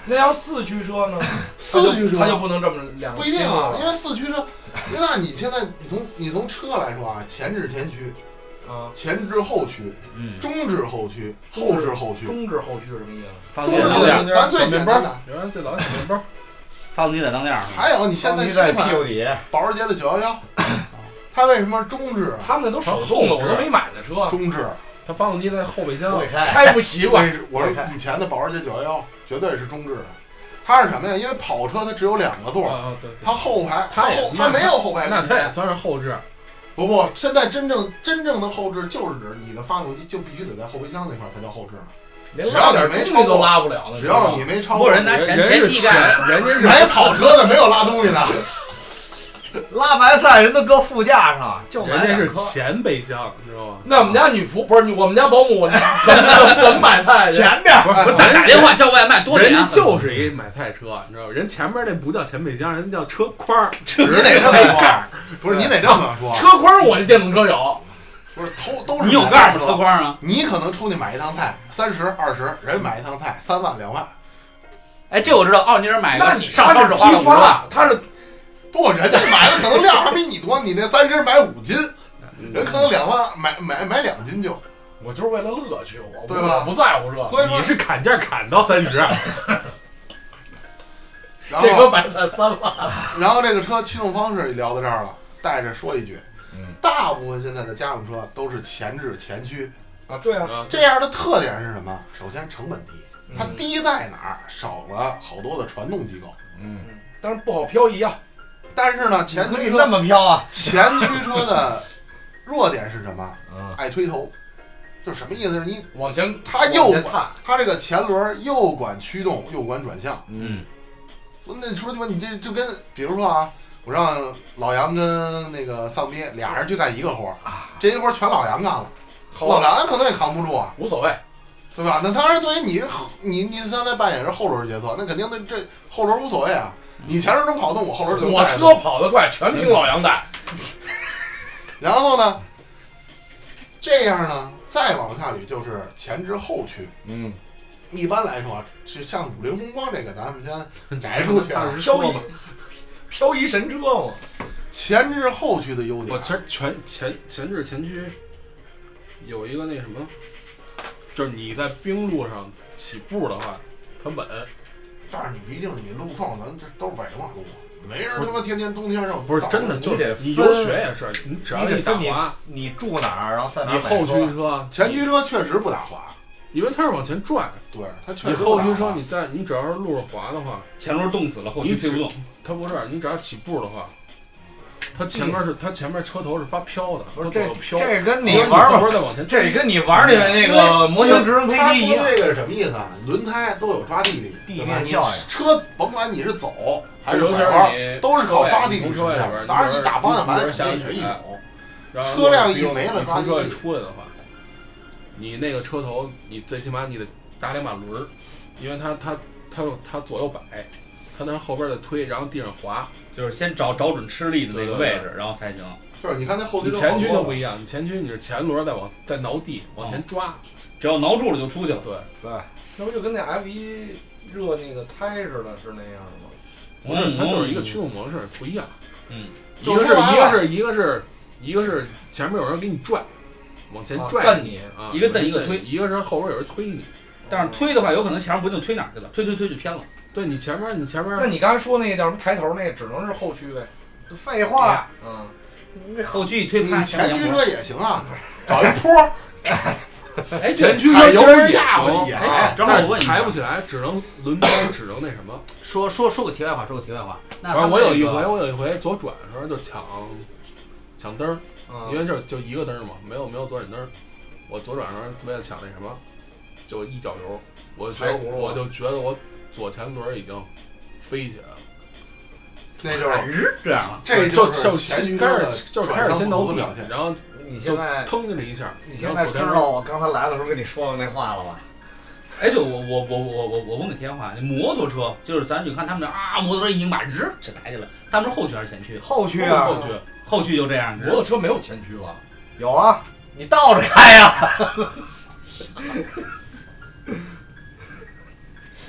Speaker 4: 那要四驱车呢？
Speaker 1: 四驱车
Speaker 4: 它就不能这么两个
Speaker 1: 不一定
Speaker 4: 拼
Speaker 1: 啊，因
Speaker 4: 了
Speaker 1: 为四驱车，那你现在你从你从车来说啊，前置前驱，
Speaker 4: 啊，
Speaker 1: 前置后驱，
Speaker 3: 嗯，
Speaker 1: 中置后驱，后置后驱，
Speaker 4: 中置后驱是什么意思？
Speaker 3: 发
Speaker 1: 中
Speaker 3: 动
Speaker 1: 置
Speaker 3: 机在
Speaker 1: 后
Speaker 3: 当店，
Speaker 6: 两
Speaker 1: 驱。
Speaker 6: 边
Speaker 1: 咱最简单
Speaker 6: 小面
Speaker 1: 的，
Speaker 6: 原来最早小面包，
Speaker 3: 发动机在啊当店儿是吧？
Speaker 1: 还有你现在
Speaker 5: 你
Speaker 1: 新
Speaker 5: 在屁
Speaker 1: 款
Speaker 5: 股底下，
Speaker 1: 保时捷的911，它为什么中置？啊
Speaker 4: 他们那都手动的，我都没买的车，
Speaker 1: 中置，
Speaker 6: 它发动机在后
Speaker 5: 不
Speaker 6: 备箱
Speaker 5: 会，开，
Speaker 4: 开不习惯。
Speaker 1: 我我说以前的保时捷911绝对是中置的，它是什么呀？因为跑车它只有两个座
Speaker 6: 啊
Speaker 3: 嗯
Speaker 1: 儿，
Speaker 6: 啊对，对
Speaker 1: 它后排它
Speaker 6: 它也
Speaker 1: 后
Speaker 6: 那
Speaker 1: 它没有后排
Speaker 6: 那
Speaker 1: 空
Speaker 6: 它也
Speaker 1: 间。
Speaker 6: 算是后置，
Speaker 1: 不不，现在真正真正的后置就是指你的发动机就必须得在后备箱那块儿才叫后置呢，
Speaker 4: 连拉点东西都拉不了了，
Speaker 1: 只要你没超
Speaker 3: 呃不过
Speaker 1: 过
Speaker 3: 人拿前
Speaker 6: 人
Speaker 3: 前
Speaker 6: 是
Speaker 3: 机盖，
Speaker 6: 人家是
Speaker 1: 买跑车的没有拉东西的，
Speaker 5: 拉白菜人都搁副驾上，就买
Speaker 6: 人家
Speaker 5: 两
Speaker 6: 是
Speaker 5: 颗。
Speaker 6: 前备箱，你知道吗？
Speaker 4: 那我们家女仆不是我们家保姆，我 怎么怎么买菜
Speaker 3: 啊
Speaker 4: 去？
Speaker 5: 前边儿
Speaker 6: 不是
Speaker 3: 打打电话叫外卖多
Speaker 6: 人
Speaker 3: 点
Speaker 6: 家
Speaker 3: 啊。
Speaker 6: 就是一买菜车，你知道吗？人前面那不叫前备箱，人家叫车筐儿，
Speaker 1: 只得这么说，啊不是你得这么说，啊
Speaker 4: 车筐我那电动车有，
Speaker 1: 不是偷都是
Speaker 3: 你有盖儿吗？车
Speaker 1: 车，
Speaker 3: 筐啊？
Speaker 1: 你可能出去买一趟菜三十二十，人买一趟菜三万两万，
Speaker 3: 哎，这我知道，奥尼尔买个
Speaker 4: 那你
Speaker 3: 上超市花
Speaker 4: 他
Speaker 3: 了
Speaker 4: 是
Speaker 3: 五
Speaker 4: 批
Speaker 3: 十万，
Speaker 4: 发，他是
Speaker 1: 不，人家买的可能量还比你多，你这三十买五斤，
Speaker 5: 嗯
Speaker 1: 人可能两万买买买两斤就，
Speaker 4: 我就是为了乐趣，我
Speaker 1: 对吧
Speaker 4: 我不在乎这，
Speaker 1: 所以说
Speaker 6: 你是砍价砍到三十，
Speaker 1: 哎然后
Speaker 4: 这个买菜三万，
Speaker 1: 然后这个车驱动方式聊到这儿了，带着说一句，
Speaker 5: 嗯
Speaker 1: 大部分现在的家用车都是前置前驱，
Speaker 4: 啊对啊，
Speaker 5: 嗯
Speaker 6: 啊
Speaker 1: 这样的特点是什么？首先成本低，它
Speaker 4: 嗯
Speaker 1: 低在哪儿？少了好多的传动机构。
Speaker 5: 嗯，
Speaker 4: 但是不好漂移啊，
Speaker 1: 但是呢，
Speaker 5: 你
Speaker 1: 前
Speaker 5: 可
Speaker 1: 驱
Speaker 5: 以那
Speaker 1: 车
Speaker 5: 么飘啊。
Speaker 1: 前驱车的弱点是什么？
Speaker 5: 嗯，
Speaker 1: 爱推头，就是什么意思？是你
Speaker 4: 往前
Speaker 1: 它右
Speaker 5: 往前
Speaker 1: 管
Speaker 5: 探
Speaker 1: 它这个前轮又管驱动又管转向，
Speaker 3: 嗯，
Speaker 1: 那你说鸡巴你这就跟比如说啊，我让老杨跟那个丧逼俩人去干一个活儿，这一活儿全老杨干了，
Speaker 4: 好
Speaker 1: 老
Speaker 4: 吧，
Speaker 1: 杨可能也扛不住啊，
Speaker 4: 无所谓。
Speaker 1: 对吧？那当然，对于你你你现在扮演是后轮角色，那肯定对这后轮无所谓啊，你前轮能跑动，我后轮就能
Speaker 4: 我
Speaker 1: 带
Speaker 4: 车
Speaker 1: 动
Speaker 4: 跑得快，全凭老 杨带。
Speaker 1: 然后呢，这样呢，再往下捋就是前置后驱。
Speaker 4: 嗯，
Speaker 1: 一般来说，就像五菱宏光这个，咱们先摘出去啊。
Speaker 4: 漂
Speaker 6: 说
Speaker 4: 移
Speaker 6: 吧，
Speaker 4: 漂移神车嘛。
Speaker 1: 前置后驱的优点
Speaker 6: 我，其实全前前置前驱有一个那什么，就是你在冰路上起步的话，它稳。
Speaker 1: 但是你毕竟你路况，咱这都是柏油马路，没人他妈天天冬天让我
Speaker 6: 不是
Speaker 1: 倒
Speaker 6: 真的，
Speaker 1: 着
Speaker 6: 就
Speaker 5: 你得
Speaker 6: 是你
Speaker 5: 分
Speaker 6: 游学也是，你只要
Speaker 5: 你得
Speaker 6: 一打
Speaker 5: 分你
Speaker 6: 滑，
Speaker 5: 你住哪儿，然后在哪儿
Speaker 6: 你后
Speaker 5: 买车
Speaker 6: 驱车
Speaker 1: 前驱车确实不打滑，
Speaker 6: 因为它是往前转，
Speaker 1: 对它确
Speaker 6: 你
Speaker 1: 实
Speaker 6: 后
Speaker 1: 不打
Speaker 6: 驱
Speaker 1: 滑
Speaker 6: 车你在你只要是路上滑的话，
Speaker 3: 前轮冻死了，后
Speaker 6: 你
Speaker 3: 驱推
Speaker 6: 只
Speaker 3: 不动。
Speaker 6: 它不是你只要起步的话，它前面是它前面车头是发飘的，它
Speaker 5: 不是
Speaker 6: 左
Speaker 5: 这
Speaker 6: 右飘。
Speaker 5: 这跟
Speaker 6: 因
Speaker 5: 你
Speaker 6: 为
Speaker 5: 玩
Speaker 6: 后
Speaker 5: 玩，
Speaker 6: 边再往前
Speaker 5: 这跟你玩你那个模型直升飞
Speaker 1: 他
Speaker 5: 机一
Speaker 1: 说
Speaker 5: 样
Speaker 1: 的。这个是什么意思啊？轮胎都有抓地力，
Speaker 5: 地
Speaker 1: 对吧
Speaker 5: 面
Speaker 1: 你
Speaker 5: 效应
Speaker 1: 车甭管你是走还
Speaker 6: 就是尤
Speaker 1: 拐
Speaker 6: 其
Speaker 1: 弯，
Speaker 6: 是你
Speaker 1: 都是靠抓地力
Speaker 6: 从
Speaker 1: 实现
Speaker 6: 车位里
Speaker 1: 的。
Speaker 6: 边，
Speaker 1: 当然，你打方向
Speaker 6: 你
Speaker 1: 盘
Speaker 6: 比如下
Speaker 1: 肯定也
Speaker 6: 雪
Speaker 1: 是一种，
Speaker 6: 然后
Speaker 1: 车辆一
Speaker 6: 你
Speaker 1: 没了
Speaker 6: 你
Speaker 1: 抓
Speaker 6: 从
Speaker 1: 地
Speaker 6: 车里出来的话，你那个车头，你最起码你得打两把轮儿，因为它它它它左右摆，它那后边儿再推，然后地上滑。
Speaker 3: 就是先找找准吃力的那个位置，然后才行。
Speaker 1: 就是你看那后
Speaker 6: 你
Speaker 1: 驱车
Speaker 6: 前驱
Speaker 1: 好多
Speaker 6: 就
Speaker 1: 了
Speaker 6: 不一样，你前驱你是前轮再往再挠地往前抓，
Speaker 3: 只要挠住了就出去了。
Speaker 6: 对，
Speaker 4: 那不就跟那 F 一热那个胎似的，是那样的吗？
Speaker 6: 不是它就是一个
Speaker 3: 嗯
Speaker 6: 驱动模式不一样。
Speaker 3: 嗯，
Speaker 6: 一个
Speaker 1: 就是说白
Speaker 6: 一个
Speaker 1: 了
Speaker 6: 是一个是一个是前面有人给你拽，往前
Speaker 4: 啊
Speaker 6: 拽
Speaker 4: 干
Speaker 6: 你
Speaker 4: 你
Speaker 6: 啊，
Speaker 3: 一个蹬
Speaker 6: 往前
Speaker 3: 一个推
Speaker 6: 一个是后边有人推你。
Speaker 4: 嗯
Speaker 3: 但是推的话，有可能前面不一定推哪儿去了，推推推就偏了。
Speaker 6: 对你前面你前面
Speaker 4: 那你刚才说那个叫什么抬头那个，只能是后驱呗。
Speaker 5: 废话，
Speaker 4: 嗯，
Speaker 3: 后驱一推，啪，
Speaker 1: 你
Speaker 3: 前
Speaker 1: 嗯前
Speaker 3: 面
Speaker 1: 驱
Speaker 3: 就
Speaker 1: 车也行啊，找一坡，
Speaker 3: 哎，
Speaker 6: 前
Speaker 3: 对
Speaker 6: 驱
Speaker 1: 踩
Speaker 6: 车其
Speaker 1: 油
Speaker 6: 实
Speaker 1: 门
Speaker 6: 也
Speaker 1: 压过去
Speaker 6: 行，
Speaker 1: 也
Speaker 3: 哎
Speaker 1: 来，
Speaker 3: 正好
Speaker 6: 但
Speaker 3: 我问
Speaker 6: 是
Speaker 3: 你，
Speaker 6: 抬不起来，只能轮胎，只能那什么。
Speaker 3: 说说说个题外话，说个题外话。那
Speaker 6: 反正
Speaker 3: 他
Speaker 6: 我
Speaker 3: 这
Speaker 6: 有一
Speaker 3: 个
Speaker 6: 回，我有一回左转的时候就抢抢灯儿，
Speaker 3: 啊
Speaker 5: 嗯
Speaker 6: 因为这就一个灯儿嘛，没有没有左转灯儿。我左转的时候为了抢那什么，就一脚油，我就觉
Speaker 4: 抬
Speaker 6: 得
Speaker 4: 轱辘
Speaker 6: 我就觉得我左前轮儿已经飞起来了，
Speaker 1: 那就是
Speaker 3: 日哎这样了。
Speaker 1: 这
Speaker 6: 就
Speaker 1: 就是前驱
Speaker 6: 先
Speaker 1: 车
Speaker 6: 开
Speaker 1: 的
Speaker 6: 始就是
Speaker 1: 转
Speaker 6: 开始
Speaker 1: 向
Speaker 6: 先
Speaker 1: 不
Speaker 6: 挠
Speaker 1: 足的
Speaker 6: 地
Speaker 1: 表现，。
Speaker 6: 然后
Speaker 5: 你
Speaker 6: 就
Speaker 5: 现在
Speaker 6: 腾进了一下，
Speaker 5: 你
Speaker 6: 然
Speaker 5: 现
Speaker 6: 后
Speaker 5: 在
Speaker 6: 左
Speaker 5: 知
Speaker 6: 前轮
Speaker 5: 道我刚才来的时候跟你说的那话了吧？
Speaker 3: 哎，对，我我我我我我问个题外话，那摩托车就是咱就看他们那啊，摩托车已经把日这抬起来，他们是后驱还是前驱？
Speaker 5: 后驱
Speaker 6: 儿
Speaker 5: 啊
Speaker 6: 后，去。
Speaker 3: 后驱就这样，
Speaker 4: 摩托车没有前驱吧？
Speaker 5: 有啊，你倒着开呀。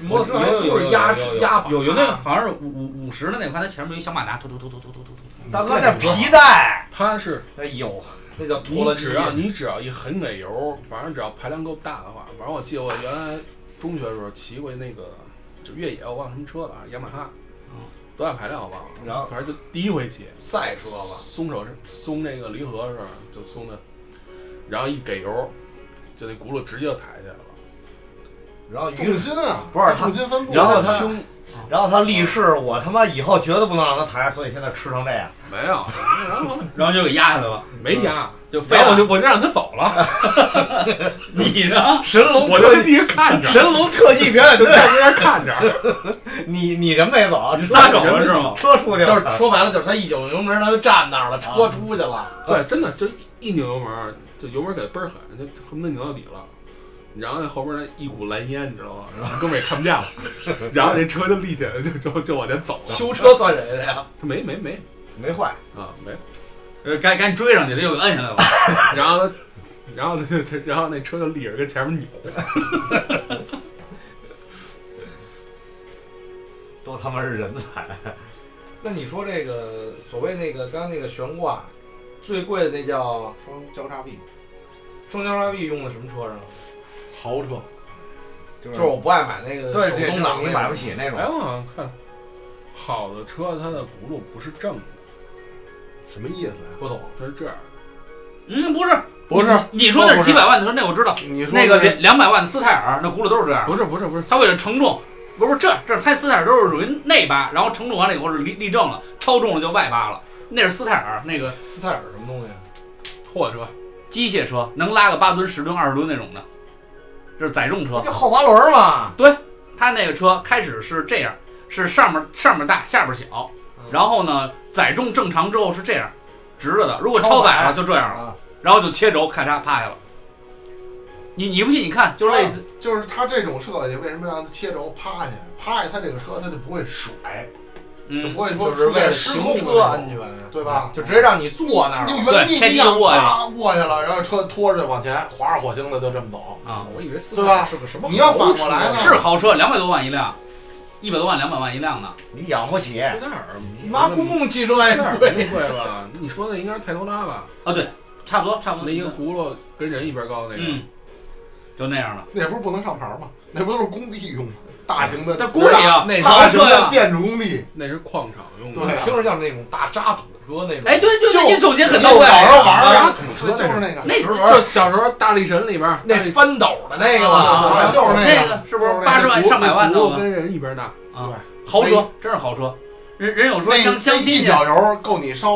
Speaker 4: 摩托车还都是压压把，
Speaker 3: 有有那个好像是五五十的那款，它前面有一小马达，突突突突突突突突。
Speaker 5: 大哥，那皮带，
Speaker 6: 它是
Speaker 5: 哎呦，
Speaker 4: 那叫拖
Speaker 6: 你
Speaker 4: 拉机啊
Speaker 6: 只。要你只要一啊狠给油，反正只要排量够大的话，反正我记得我原来中学的时候骑过那个就越野，我忘了什么车了，啊，雅马哈，
Speaker 4: 嗯
Speaker 6: 多大排量我忘了，
Speaker 5: 然后
Speaker 6: 反正就第一回骑，
Speaker 4: 赛车嗯吧，
Speaker 6: 松手松那个离合的时候就松的，然后一给油，就那轱辘直接就抬起来了，
Speaker 5: 然后于
Speaker 1: 重心啊，
Speaker 5: 不是他
Speaker 1: 重心分布，啊
Speaker 5: 然后他
Speaker 6: 轻
Speaker 5: 然后他立誓，我他妈以后绝对不能让他抬，所以现在吃成这样。
Speaker 6: 没有，然后
Speaker 3: 然后就给压下来了，
Speaker 6: 没压，
Speaker 4: 嗯
Speaker 3: 就飞
Speaker 6: 然后
Speaker 3: 了。
Speaker 6: 我就我就让他走了，
Speaker 3: 你呢？
Speaker 5: 神龙
Speaker 6: 我就
Speaker 5: 特
Speaker 6: 在
Speaker 5: 技，
Speaker 6: 地上看着，
Speaker 5: 神龙特技表演
Speaker 6: 就
Speaker 5: 队，
Speaker 6: 在那边看着，
Speaker 5: 你你人没走，啊
Speaker 3: 你撒手了是吗？
Speaker 5: 车出去
Speaker 4: 就
Speaker 5: 了，
Speaker 4: 是说白了，就是他一脚油门，他就站那儿了，车出去了。
Speaker 6: 对，真的就一一拧油门儿，就油门儿给倍儿狠，就恨不得拧到底了。然后那后边儿那一股蓝烟，你知道吗？然后哥们儿也看不见 了，然后那车就立起来，就就就往前走了。
Speaker 4: 修车算谁的呀？
Speaker 6: 他没没没
Speaker 5: 没坏，
Speaker 6: 啊没。
Speaker 3: 呃赶赶紧追上去了，又给摁下来了。
Speaker 6: 然后他，然后他他然后那车就立着跟前面扭。
Speaker 4: 哎
Speaker 5: 都他妈是人才。
Speaker 4: 那你说这个所谓那个刚刚那个悬挂，最贵的那叫
Speaker 1: 双交叉臂，
Speaker 4: 双交叉臂用的什么车上？
Speaker 1: 豪车，
Speaker 5: 就
Speaker 4: 嗯就是我不爱买那个
Speaker 5: 对
Speaker 4: 呃手
Speaker 5: 对，
Speaker 4: 动挡
Speaker 5: 你
Speaker 4: 那
Speaker 5: 买
Speaker 4: 种
Speaker 5: 不起那
Speaker 6: 哎，
Speaker 5: 种，
Speaker 6: 我好像看，好的车它的轱辘不是正的，
Speaker 1: 什么意思呀？
Speaker 4: 不懂。
Speaker 6: 它是这样。
Speaker 3: 嗯，不是，
Speaker 1: 不是，
Speaker 3: 你说那是几百万的车，那我知道。
Speaker 1: 你说
Speaker 3: 那个
Speaker 1: 这
Speaker 3: 两两百万的斯泰尔，那轱辘都是这
Speaker 4: 啊
Speaker 3: 样。
Speaker 6: 不是不是不是，
Speaker 3: 他为了承重，不是不是这这他斯泰尔都是属于内八，然后承重完了以后是立立正了，超重了就外八了。那是斯泰尔那个
Speaker 4: 斯泰尔什么东西？啊
Speaker 6: 货车
Speaker 3: 机械车，能拉个八吨、十吨、二十吨那种的，这是载重车。
Speaker 5: 就后滑轮嘛。
Speaker 3: 他那个车开始是这样，是上面上面大，下边小，然后呢载重正常之后是这样，直着的，如果超载了就这样了，
Speaker 5: 啊，
Speaker 3: 然后就切轴，咔嚓趴下了。你你不信？你看，就是类似，
Speaker 1: 就是它这种设计，为什么让它切轴趴下？趴下它这个车它就不会甩，就
Speaker 3: 嗯，
Speaker 1: 不会说
Speaker 4: 就是
Speaker 1: 出
Speaker 4: 为了
Speaker 1: 现失
Speaker 4: 行
Speaker 1: 控
Speaker 4: 车
Speaker 1: 的
Speaker 4: 安
Speaker 1: 那种，
Speaker 4: 全，啊
Speaker 1: 对吧？
Speaker 4: 就直接让你坐那儿
Speaker 1: 你就
Speaker 4: 了。
Speaker 1: 原地
Speaker 3: 对
Speaker 1: 一
Speaker 3: 天
Speaker 1: 样
Speaker 3: 地过呀
Speaker 1: 啪过去了，然后车拖着就往前，划着火星的就这么走。
Speaker 3: 啊，
Speaker 4: 我以为斯
Speaker 1: 对吧
Speaker 4: 卡是个什么？
Speaker 1: 你要反过来呢
Speaker 3: 是豪车，两百多万一辆，一百多万、两百万一辆呢。
Speaker 5: 你养不起，
Speaker 6: 斯戴尔，
Speaker 4: 妈，公共汽车
Speaker 6: 斯
Speaker 4: 还
Speaker 6: 戴尔
Speaker 4: 贵，
Speaker 6: 不贵吧？你说的应该是泰多拉吧？
Speaker 3: 啊，对，差不多，差不多
Speaker 6: 那一个轱辘跟人一边高那个，
Speaker 3: 嗯，就那样的。
Speaker 1: 那不是不能上牌吗？那不都是工地用的，大型的
Speaker 3: 但贵呀，
Speaker 6: 那是
Speaker 1: 大
Speaker 3: 豪
Speaker 1: 型
Speaker 3: 车
Speaker 1: 的
Speaker 3: 呀。
Speaker 1: 建筑工地。
Speaker 6: 那是矿场用的。
Speaker 1: 对啊
Speaker 4: 听着像那种大渣土车那种。
Speaker 3: 哎，，对对
Speaker 1: 就
Speaker 3: 对，你总结
Speaker 1: 就
Speaker 3: 很到
Speaker 1: 小
Speaker 3: 位。
Speaker 1: 时候玩
Speaker 3: 啊
Speaker 1: 的，
Speaker 4: 土
Speaker 1: 对，
Speaker 4: 车
Speaker 1: 就是那个，
Speaker 3: 那
Speaker 6: 就小时候《大力神》里边儿，
Speaker 4: 那
Speaker 6: 大力
Speaker 4: 翻斗的那个
Speaker 3: 啊
Speaker 1: 对
Speaker 4: 吧，
Speaker 1: 就是
Speaker 3: 那
Speaker 1: 个，
Speaker 3: 个是不
Speaker 1: 就是是那个
Speaker 3: 八十万上百万的
Speaker 6: 轱轱
Speaker 3: 吗？
Speaker 6: 跟人一边大，
Speaker 3: 啊，
Speaker 1: 对，
Speaker 3: 豪车，真是豪车。人人有说
Speaker 1: 那
Speaker 3: 相相亲
Speaker 1: 一
Speaker 3: 去，
Speaker 1: 脚油够你烧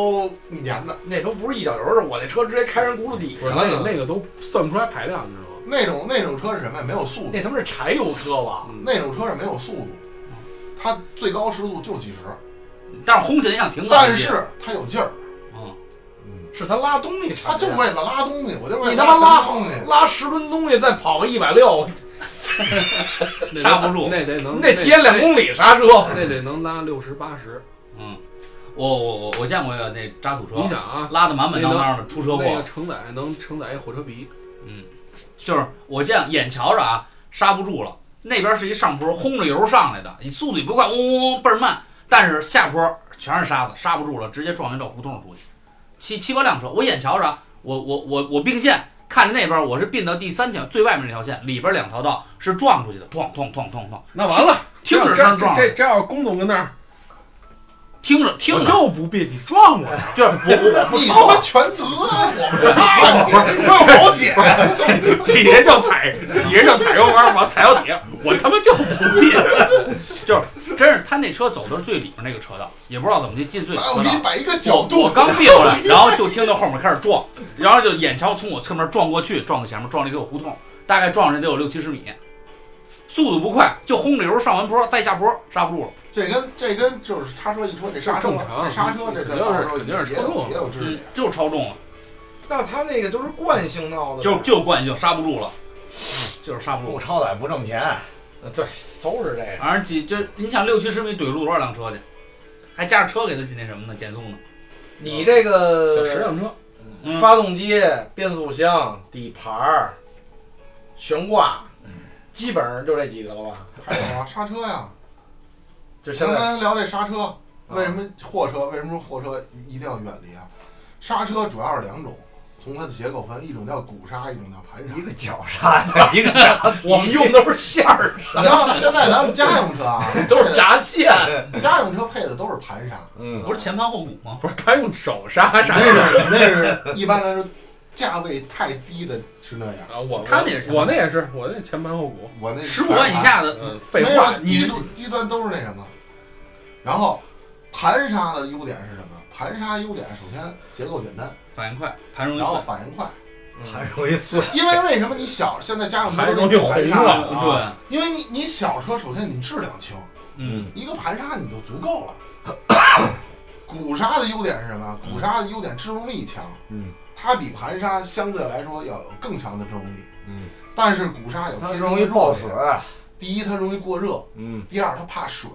Speaker 1: 一年的。
Speaker 4: 那都不是一脚油儿，我那车直接开人轱辘底
Speaker 6: 不
Speaker 4: 下
Speaker 6: 是
Speaker 4: 了
Speaker 6: 那。那个都算不出来排量，你知道吗？
Speaker 1: 那种那种车是什么呀？没有速度，
Speaker 4: 那他妈是柴油车吧？
Speaker 6: 嗯
Speaker 1: 那种车是没有速度，它最高时速就几十，
Speaker 3: 但是轰起来你想停个
Speaker 1: 但是它有劲儿，
Speaker 3: 嗯，
Speaker 4: 是他拉东西产
Speaker 1: 它
Speaker 4: 的
Speaker 1: 就
Speaker 4: 呀。
Speaker 1: 为了拉东西，我就为了
Speaker 4: 你他妈拉
Speaker 1: 东西。
Speaker 4: 拉十吨东西再跑个一百六，
Speaker 6: 那
Speaker 3: 刹
Speaker 6: 得
Speaker 3: 不住
Speaker 6: 那得能
Speaker 4: 那贴两公里刹车。
Speaker 6: 那得能拉六十八十。
Speaker 3: 嗯，我我我我见过那渣土
Speaker 6: 你
Speaker 3: 车，
Speaker 6: 想啊，
Speaker 3: 拉的满满当当的出车祸
Speaker 6: 那，个承载能承载一火车皮，
Speaker 3: 就是我见眼瞧着啊刹不住了，那边是一上坡，轰着油上来的，你速度也不快，嗡嗡嗡倍儿慢，但是下坡全是沙子，刹不住了，直接撞一道胡同出去，七七八辆车，我眼瞧着啊，我我我我并线看着那边，我是并到第三条最外面那条线，里边两条道是撞出去的，哐哐哐哐哐，
Speaker 6: 那完了，
Speaker 3: 听着
Speaker 6: 这
Speaker 3: 声
Speaker 6: 这
Speaker 3: 撞
Speaker 6: 这这要是龚总跟那儿，
Speaker 3: 听着听
Speaker 6: 我
Speaker 3: 着，
Speaker 6: 就不别你撞我，
Speaker 3: 就是我我我不
Speaker 1: 你
Speaker 3: 吵
Speaker 1: 他妈全责，我不怕你，我有保险。
Speaker 6: 底下就踩，底下就踩油门儿，往踩到底下，我他妈就不别。
Speaker 3: 真是他那车走的是最里面那个车道，也不知道怎么就进最里
Speaker 1: 来，
Speaker 3: 车
Speaker 1: 我给
Speaker 3: 道
Speaker 1: 哎你。摆一个角
Speaker 3: 我我
Speaker 1: 度，
Speaker 3: 刚避过来，然后就听到后面开始撞，然后就眼瞧从我侧面撞过去，撞到前面，撞了一个胡同，大概撞上得有六七十米，速度不快，就轰着油上完坡再下坡，刹不住了。
Speaker 1: 这跟这跟就是他说一说这刹车，
Speaker 6: 正常
Speaker 1: 这刹车这
Speaker 6: 肯
Speaker 1: 这
Speaker 6: 定是
Speaker 1: 到时候
Speaker 6: 肯定是
Speaker 1: 也
Speaker 6: 超重
Speaker 1: 有也有质
Speaker 3: 嗯
Speaker 1: 点。，
Speaker 3: 就是超重了，
Speaker 4: 那他那个就是惯性闹的，
Speaker 3: 就就是惯性，刹不住了，就是刹不住
Speaker 5: 不
Speaker 3: 了。
Speaker 5: 超载不挣钱，
Speaker 4: 呃对，都是这个。
Speaker 3: 反正几就你想六七十米怼住多少辆车去，还加上车给他进那什么呢？减速呢？
Speaker 4: 你这
Speaker 6: 小十
Speaker 4: 个
Speaker 6: 辆车，
Speaker 3: 嗯
Speaker 4: 发动机、变速箱、底盘儿、悬挂，基本上就这几个了吧？
Speaker 1: 还有啊，刹车呀，
Speaker 4: 就现
Speaker 1: 咱
Speaker 4: 在啊
Speaker 1: 们聊这刹车，为什么货车为什么说货车一定要远离啊？刹车主要是两种，从它的结构分，一种叫鼓刹，一种叫盘刹。
Speaker 5: 一个脚刹的， 一个闸
Speaker 4: 我们用的都是线儿，
Speaker 1: 你像现在咱们家用车啊，
Speaker 4: 都是闸 线。
Speaker 1: 家用车配的都是盘刹，
Speaker 5: 嗯，
Speaker 3: 不是前盘后鼓吗？
Speaker 6: 不是他用手刹刹
Speaker 1: 那是那是一般来说价位太低的是那样。
Speaker 6: 啊，我
Speaker 3: 他那是
Speaker 6: 我那也是，我那前盘后鼓，
Speaker 1: 我那
Speaker 3: 十五万以下的，
Speaker 6: 嗯，废
Speaker 1: 没
Speaker 6: 话
Speaker 1: 有，啊
Speaker 6: 你
Speaker 1: 低端低端都是那什么。然后盘刹的优点是什么？盘刹优点首先结构简单，
Speaker 3: 反应快，盘容易
Speaker 1: 然后
Speaker 3: 碎。
Speaker 1: 反应快。
Speaker 5: 还容易碎，
Speaker 1: 因为为什么你小现在家用车
Speaker 6: 还
Speaker 1: 都
Speaker 6: 容易
Speaker 1: 给你盘
Speaker 6: 红
Speaker 1: 刹
Speaker 6: 了
Speaker 1: 的啊？
Speaker 3: 对，
Speaker 1: 因为你你小车首先你质量轻，
Speaker 3: 嗯，
Speaker 1: 一个盘刹你就足够了。鼓刹的优点是什么？鼓刹的优点制动力强，
Speaker 5: 嗯
Speaker 1: 它比盘刹相对来说要有更强的制动力。
Speaker 5: 嗯，
Speaker 1: 但是鼓刹有
Speaker 5: 它
Speaker 1: 天
Speaker 5: 容
Speaker 1: 生
Speaker 5: 易
Speaker 1: 的
Speaker 5: 爆
Speaker 1: 弱
Speaker 5: 死啊
Speaker 1: 点，，第一它容易过热，
Speaker 5: 嗯，
Speaker 1: 第二它怕水，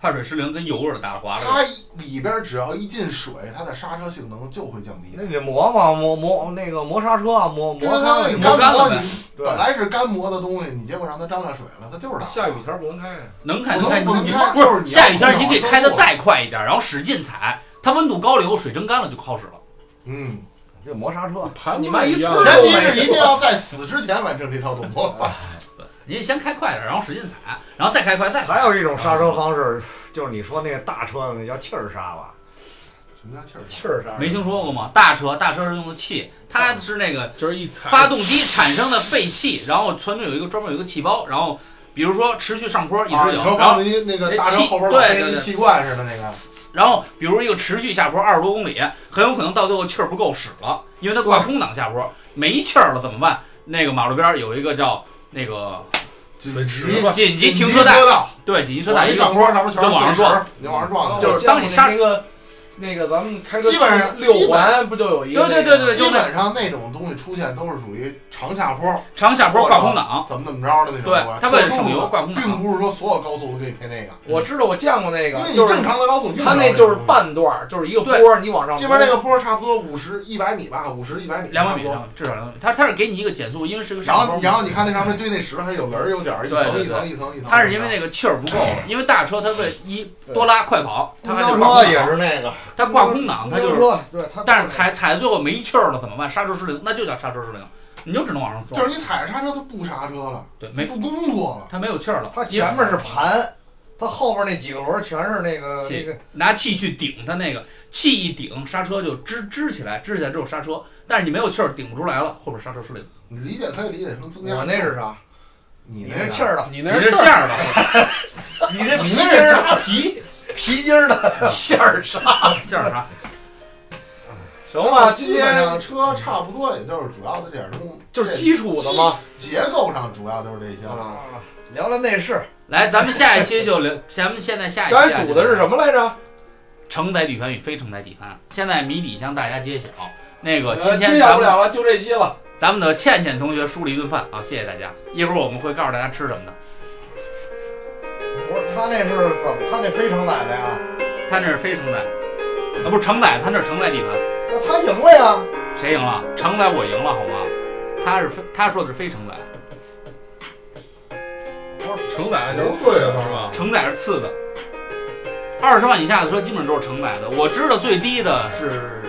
Speaker 3: 怕水失灵跟油味儿打滑了。
Speaker 1: 它里边只要一进水，它的刹车性能就会降低
Speaker 5: 那。你磨嘛磨磨那个磨刹车啊，磨
Speaker 1: 因
Speaker 5: 磨
Speaker 1: 为
Speaker 5: 它
Speaker 1: 它那个
Speaker 5: 就磨
Speaker 3: 干
Speaker 1: 干
Speaker 3: 了
Speaker 1: 磨
Speaker 3: 呗
Speaker 1: 你
Speaker 5: 对
Speaker 1: 本来是干磨的东西，你结果让它沾了水了，它就是打滑。
Speaker 4: 嗯下雨天不能开，啊
Speaker 3: 能开
Speaker 1: 不
Speaker 3: 能开，
Speaker 1: 能不能
Speaker 3: 你
Speaker 1: 开，
Speaker 3: 不是
Speaker 1: 就是你
Speaker 3: 下雨天
Speaker 1: 要
Speaker 3: 你
Speaker 1: 控
Speaker 3: 可以
Speaker 1: 制好
Speaker 3: 开的
Speaker 1: 车速
Speaker 3: 再快一点，然后使劲踩，它温度高了以后水蒸干了就不好使了。
Speaker 1: 嗯。
Speaker 5: 就磨刹车，
Speaker 6: 盘
Speaker 4: 你妈一
Speaker 6: 样
Speaker 3: 嗯
Speaker 4: 村儿
Speaker 1: 前提是一定要在死之前完成这套动 作。
Speaker 3: 啊
Speaker 1: 啊
Speaker 3: 你先开快点，然后使劲踩，然后再开快再踩。
Speaker 5: 还有一种刹车方式，就是你说那个大车那叫气儿刹吧，
Speaker 1: 什么叫气儿？
Speaker 4: 气儿啥？
Speaker 3: 没听说过吗？大车大车是用的气，它是那个
Speaker 6: 就是一踩
Speaker 3: 发动机产生的废气，然后前面有一个专门有一个气包，然后比如说持续上坡一
Speaker 1: 啊，
Speaker 3: 直
Speaker 1: 你
Speaker 3: 有，
Speaker 1: 说
Speaker 3: 然
Speaker 1: 放
Speaker 3: 后
Speaker 1: 那那个
Speaker 3: 那
Speaker 1: 大车
Speaker 3: 气
Speaker 1: 后边
Speaker 3: 对
Speaker 1: 老
Speaker 3: 对
Speaker 1: 跟一
Speaker 3: 对
Speaker 1: 气罐似的那个，
Speaker 3: 然后比如一个持续下坡二十多公里，很有可能到最后气儿不够使了，因为它挂空档下坡没气儿了怎么办？那个马路边儿有一个叫那个
Speaker 1: 紧急
Speaker 6: 水池吧
Speaker 3: 紧急
Speaker 1: 紧急
Speaker 3: 停车带，
Speaker 1: 道，
Speaker 3: 对紧急车
Speaker 1: 往
Speaker 3: 带
Speaker 1: 一
Speaker 3: 一个
Speaker 1: 上坡，上面全是
Speaker 3: 就往上
Speaker 1: 碎石，你往上撞
Speaker 3: 就
Speaker 1: 的。
Speaker 3: 是当你刹
Speaker 4: 那个那个咱们开车
Speaker 1: 基本上
Speaker 4: 去六
Speaker 1: 基本
Speaker 4: 环不就有一个、
Speaker 3: 对对
Speaker 4: 那个？
Speaker 3: 对对
Speaker 1: 基本上那种东西出现都是属于长下坡，
Speaker 3: 长下坡挂空挡，
Speaker 1: 怎么怎么着的那种
Speaker 3: 对
Speaker 1: 坡。
Speaker 3: 它为了
Speaker 1: 特殊
Speaker 3: 省油
Speaker 1: 的
Speaker 3: 挂空挡
Speaker 1: 并不是说所有高速都可以配那个，
Speaker 4: 我知道我见过那个
Speaker 1: 因为，你
Speaker 4: 就是
Speaker 1: 正常的高速你用不着
Speaker 4: 它那
Speaker 1: 个
Speaker 4: 就是
Speaker 1: 东西。
Speaker 4: 半段儿，就是一个
Speaker 3: 对
Speaker 4: 坡儿，你往上
Speaker 1: 这边那个坡差不多五十一百米吧，五十一百米，
Speaker 3: 两百米
Speaker 1: 差不多。
Speaker 3: 上至少两百米，它它是给你一个减速，因为是个
Speaker 1: 然
Speaker 3: 上
Speaker 1: 后
Speaker 3: 坡嘛。
Speaker 1: 然后你看那上面堆那石头，还有棱儿有角儿，一
Speaker 3: 对
Speaker 1: 层
Speaker 3: 对对
Speaker 1: 一层一层一层。
Speaker 3: 它是因为那个气儿不够了，因为大车它为一
Speaker 7: 对
Speaker 3: 多拉快跑，它还得
Speaker 5: 公
Speaker 3: 挂空
Speaker 5: 交车哦也
Speaker 3: 挡，
Speaker 5: 是那个，
Speaker 3: 它挂空挡，它就是，
Speaker 7: 说对他，
Speaker 3: 但是踩踩最后没气儿了怎么办？刹车失灵，那就叫刹车失灵，你就只能往上
Speaker 1: 就
Speaker 3: 撞，
Speaker 1: 是你踩着刹车，它不刹车了，
Speaker 3: 对，没
Speaker 1: 不工作了。
Speaker 3: 它没有气儿了，
Speaker 7: 他前面是盘，他后面那几个轮儿全是那个
Speaker 3: 气
Speaker 7: 那个，
Speaker 3: 拿气去顶它那个气一顶，刹车就支支起来，支起来之后刹车，但是你没有气儿顶不出来了，后边刹车失灵，
Speaker 1: 你理解可以理解成增加。
Speaker 4: 我那是啥？
Speaker 1: 你
Speaker 7: 你
Speaker 1: 那
Speaker 7: 那
Speaker 1: 个
Speaker 7: 气儿的，
Speaker 6: 你
Speaker 3: 你
Speaker 6: 那
Speaker 3: 这
Speaker 6: 是
Speaker 3: 线儿吧？
Speaker 7: 你那
Speaker 1: 你
Speaker 7: 皮
Speaker 1: 那
Speaker 7: 筋
Speaker 1: 是
Speaker 7: 儿
Speaker 1: 扎 皮，
Speaker 7: 皮筋儿的，
Speaker 4: 馅儿啥？
Speaker 3: 线儿啥？
Speaker 4: 行
Speaker 1: 啊
Speaker 4: 吧，今
Speaker 1: 基本
Speaker 4: 天
Speaker 1: 上车差不多，也就是主要的这点东，
Speaker 4: 就是基础的嘛。
Speaker 1: 结构上主要就是这些了。
Speaker 4: 啊，
Speaker 7: 聊聊内饰，
Speaker 3: 来，咱们下一期就聊，咱们现在下一期
Speaker 4: 刚
Speaker 3: 啊
Speaker 4: 才赌的是什么来着？
Speaker 3: 承载底盘与非承载底盘，现在谜底向大家揭晓。那个今
Speaker 4: 呃
Speaker 3: 天
Speaker 4: 揭
Speaker 3: 咱
Speaker 4: 晓不
Speaker 3: 们
Speaker 4: 了了，就这期了。
Speaker 3: 咱们的倩倩同学梳了一顿饭啊，谢谢大家。一会儿我们会告诉大家吃什么的。
Speaker 7: 不是他那是怎么？他那非承载的啊呀？
Speaker 3: 他那是非承载，啊不是承载，他那是承载底盘。
Speaker 7: 那他赢了呀？
Speaker 3: 谁赢了？承载我赢了好吗？他是非，他说的是非承载，
Speaker 6: 承载就是
Speaker 7: 碎了
Speaker 6: 是吧？
Speaker 3: 承载是次的。二十万以下的车基本都是承载的，我知道最低的是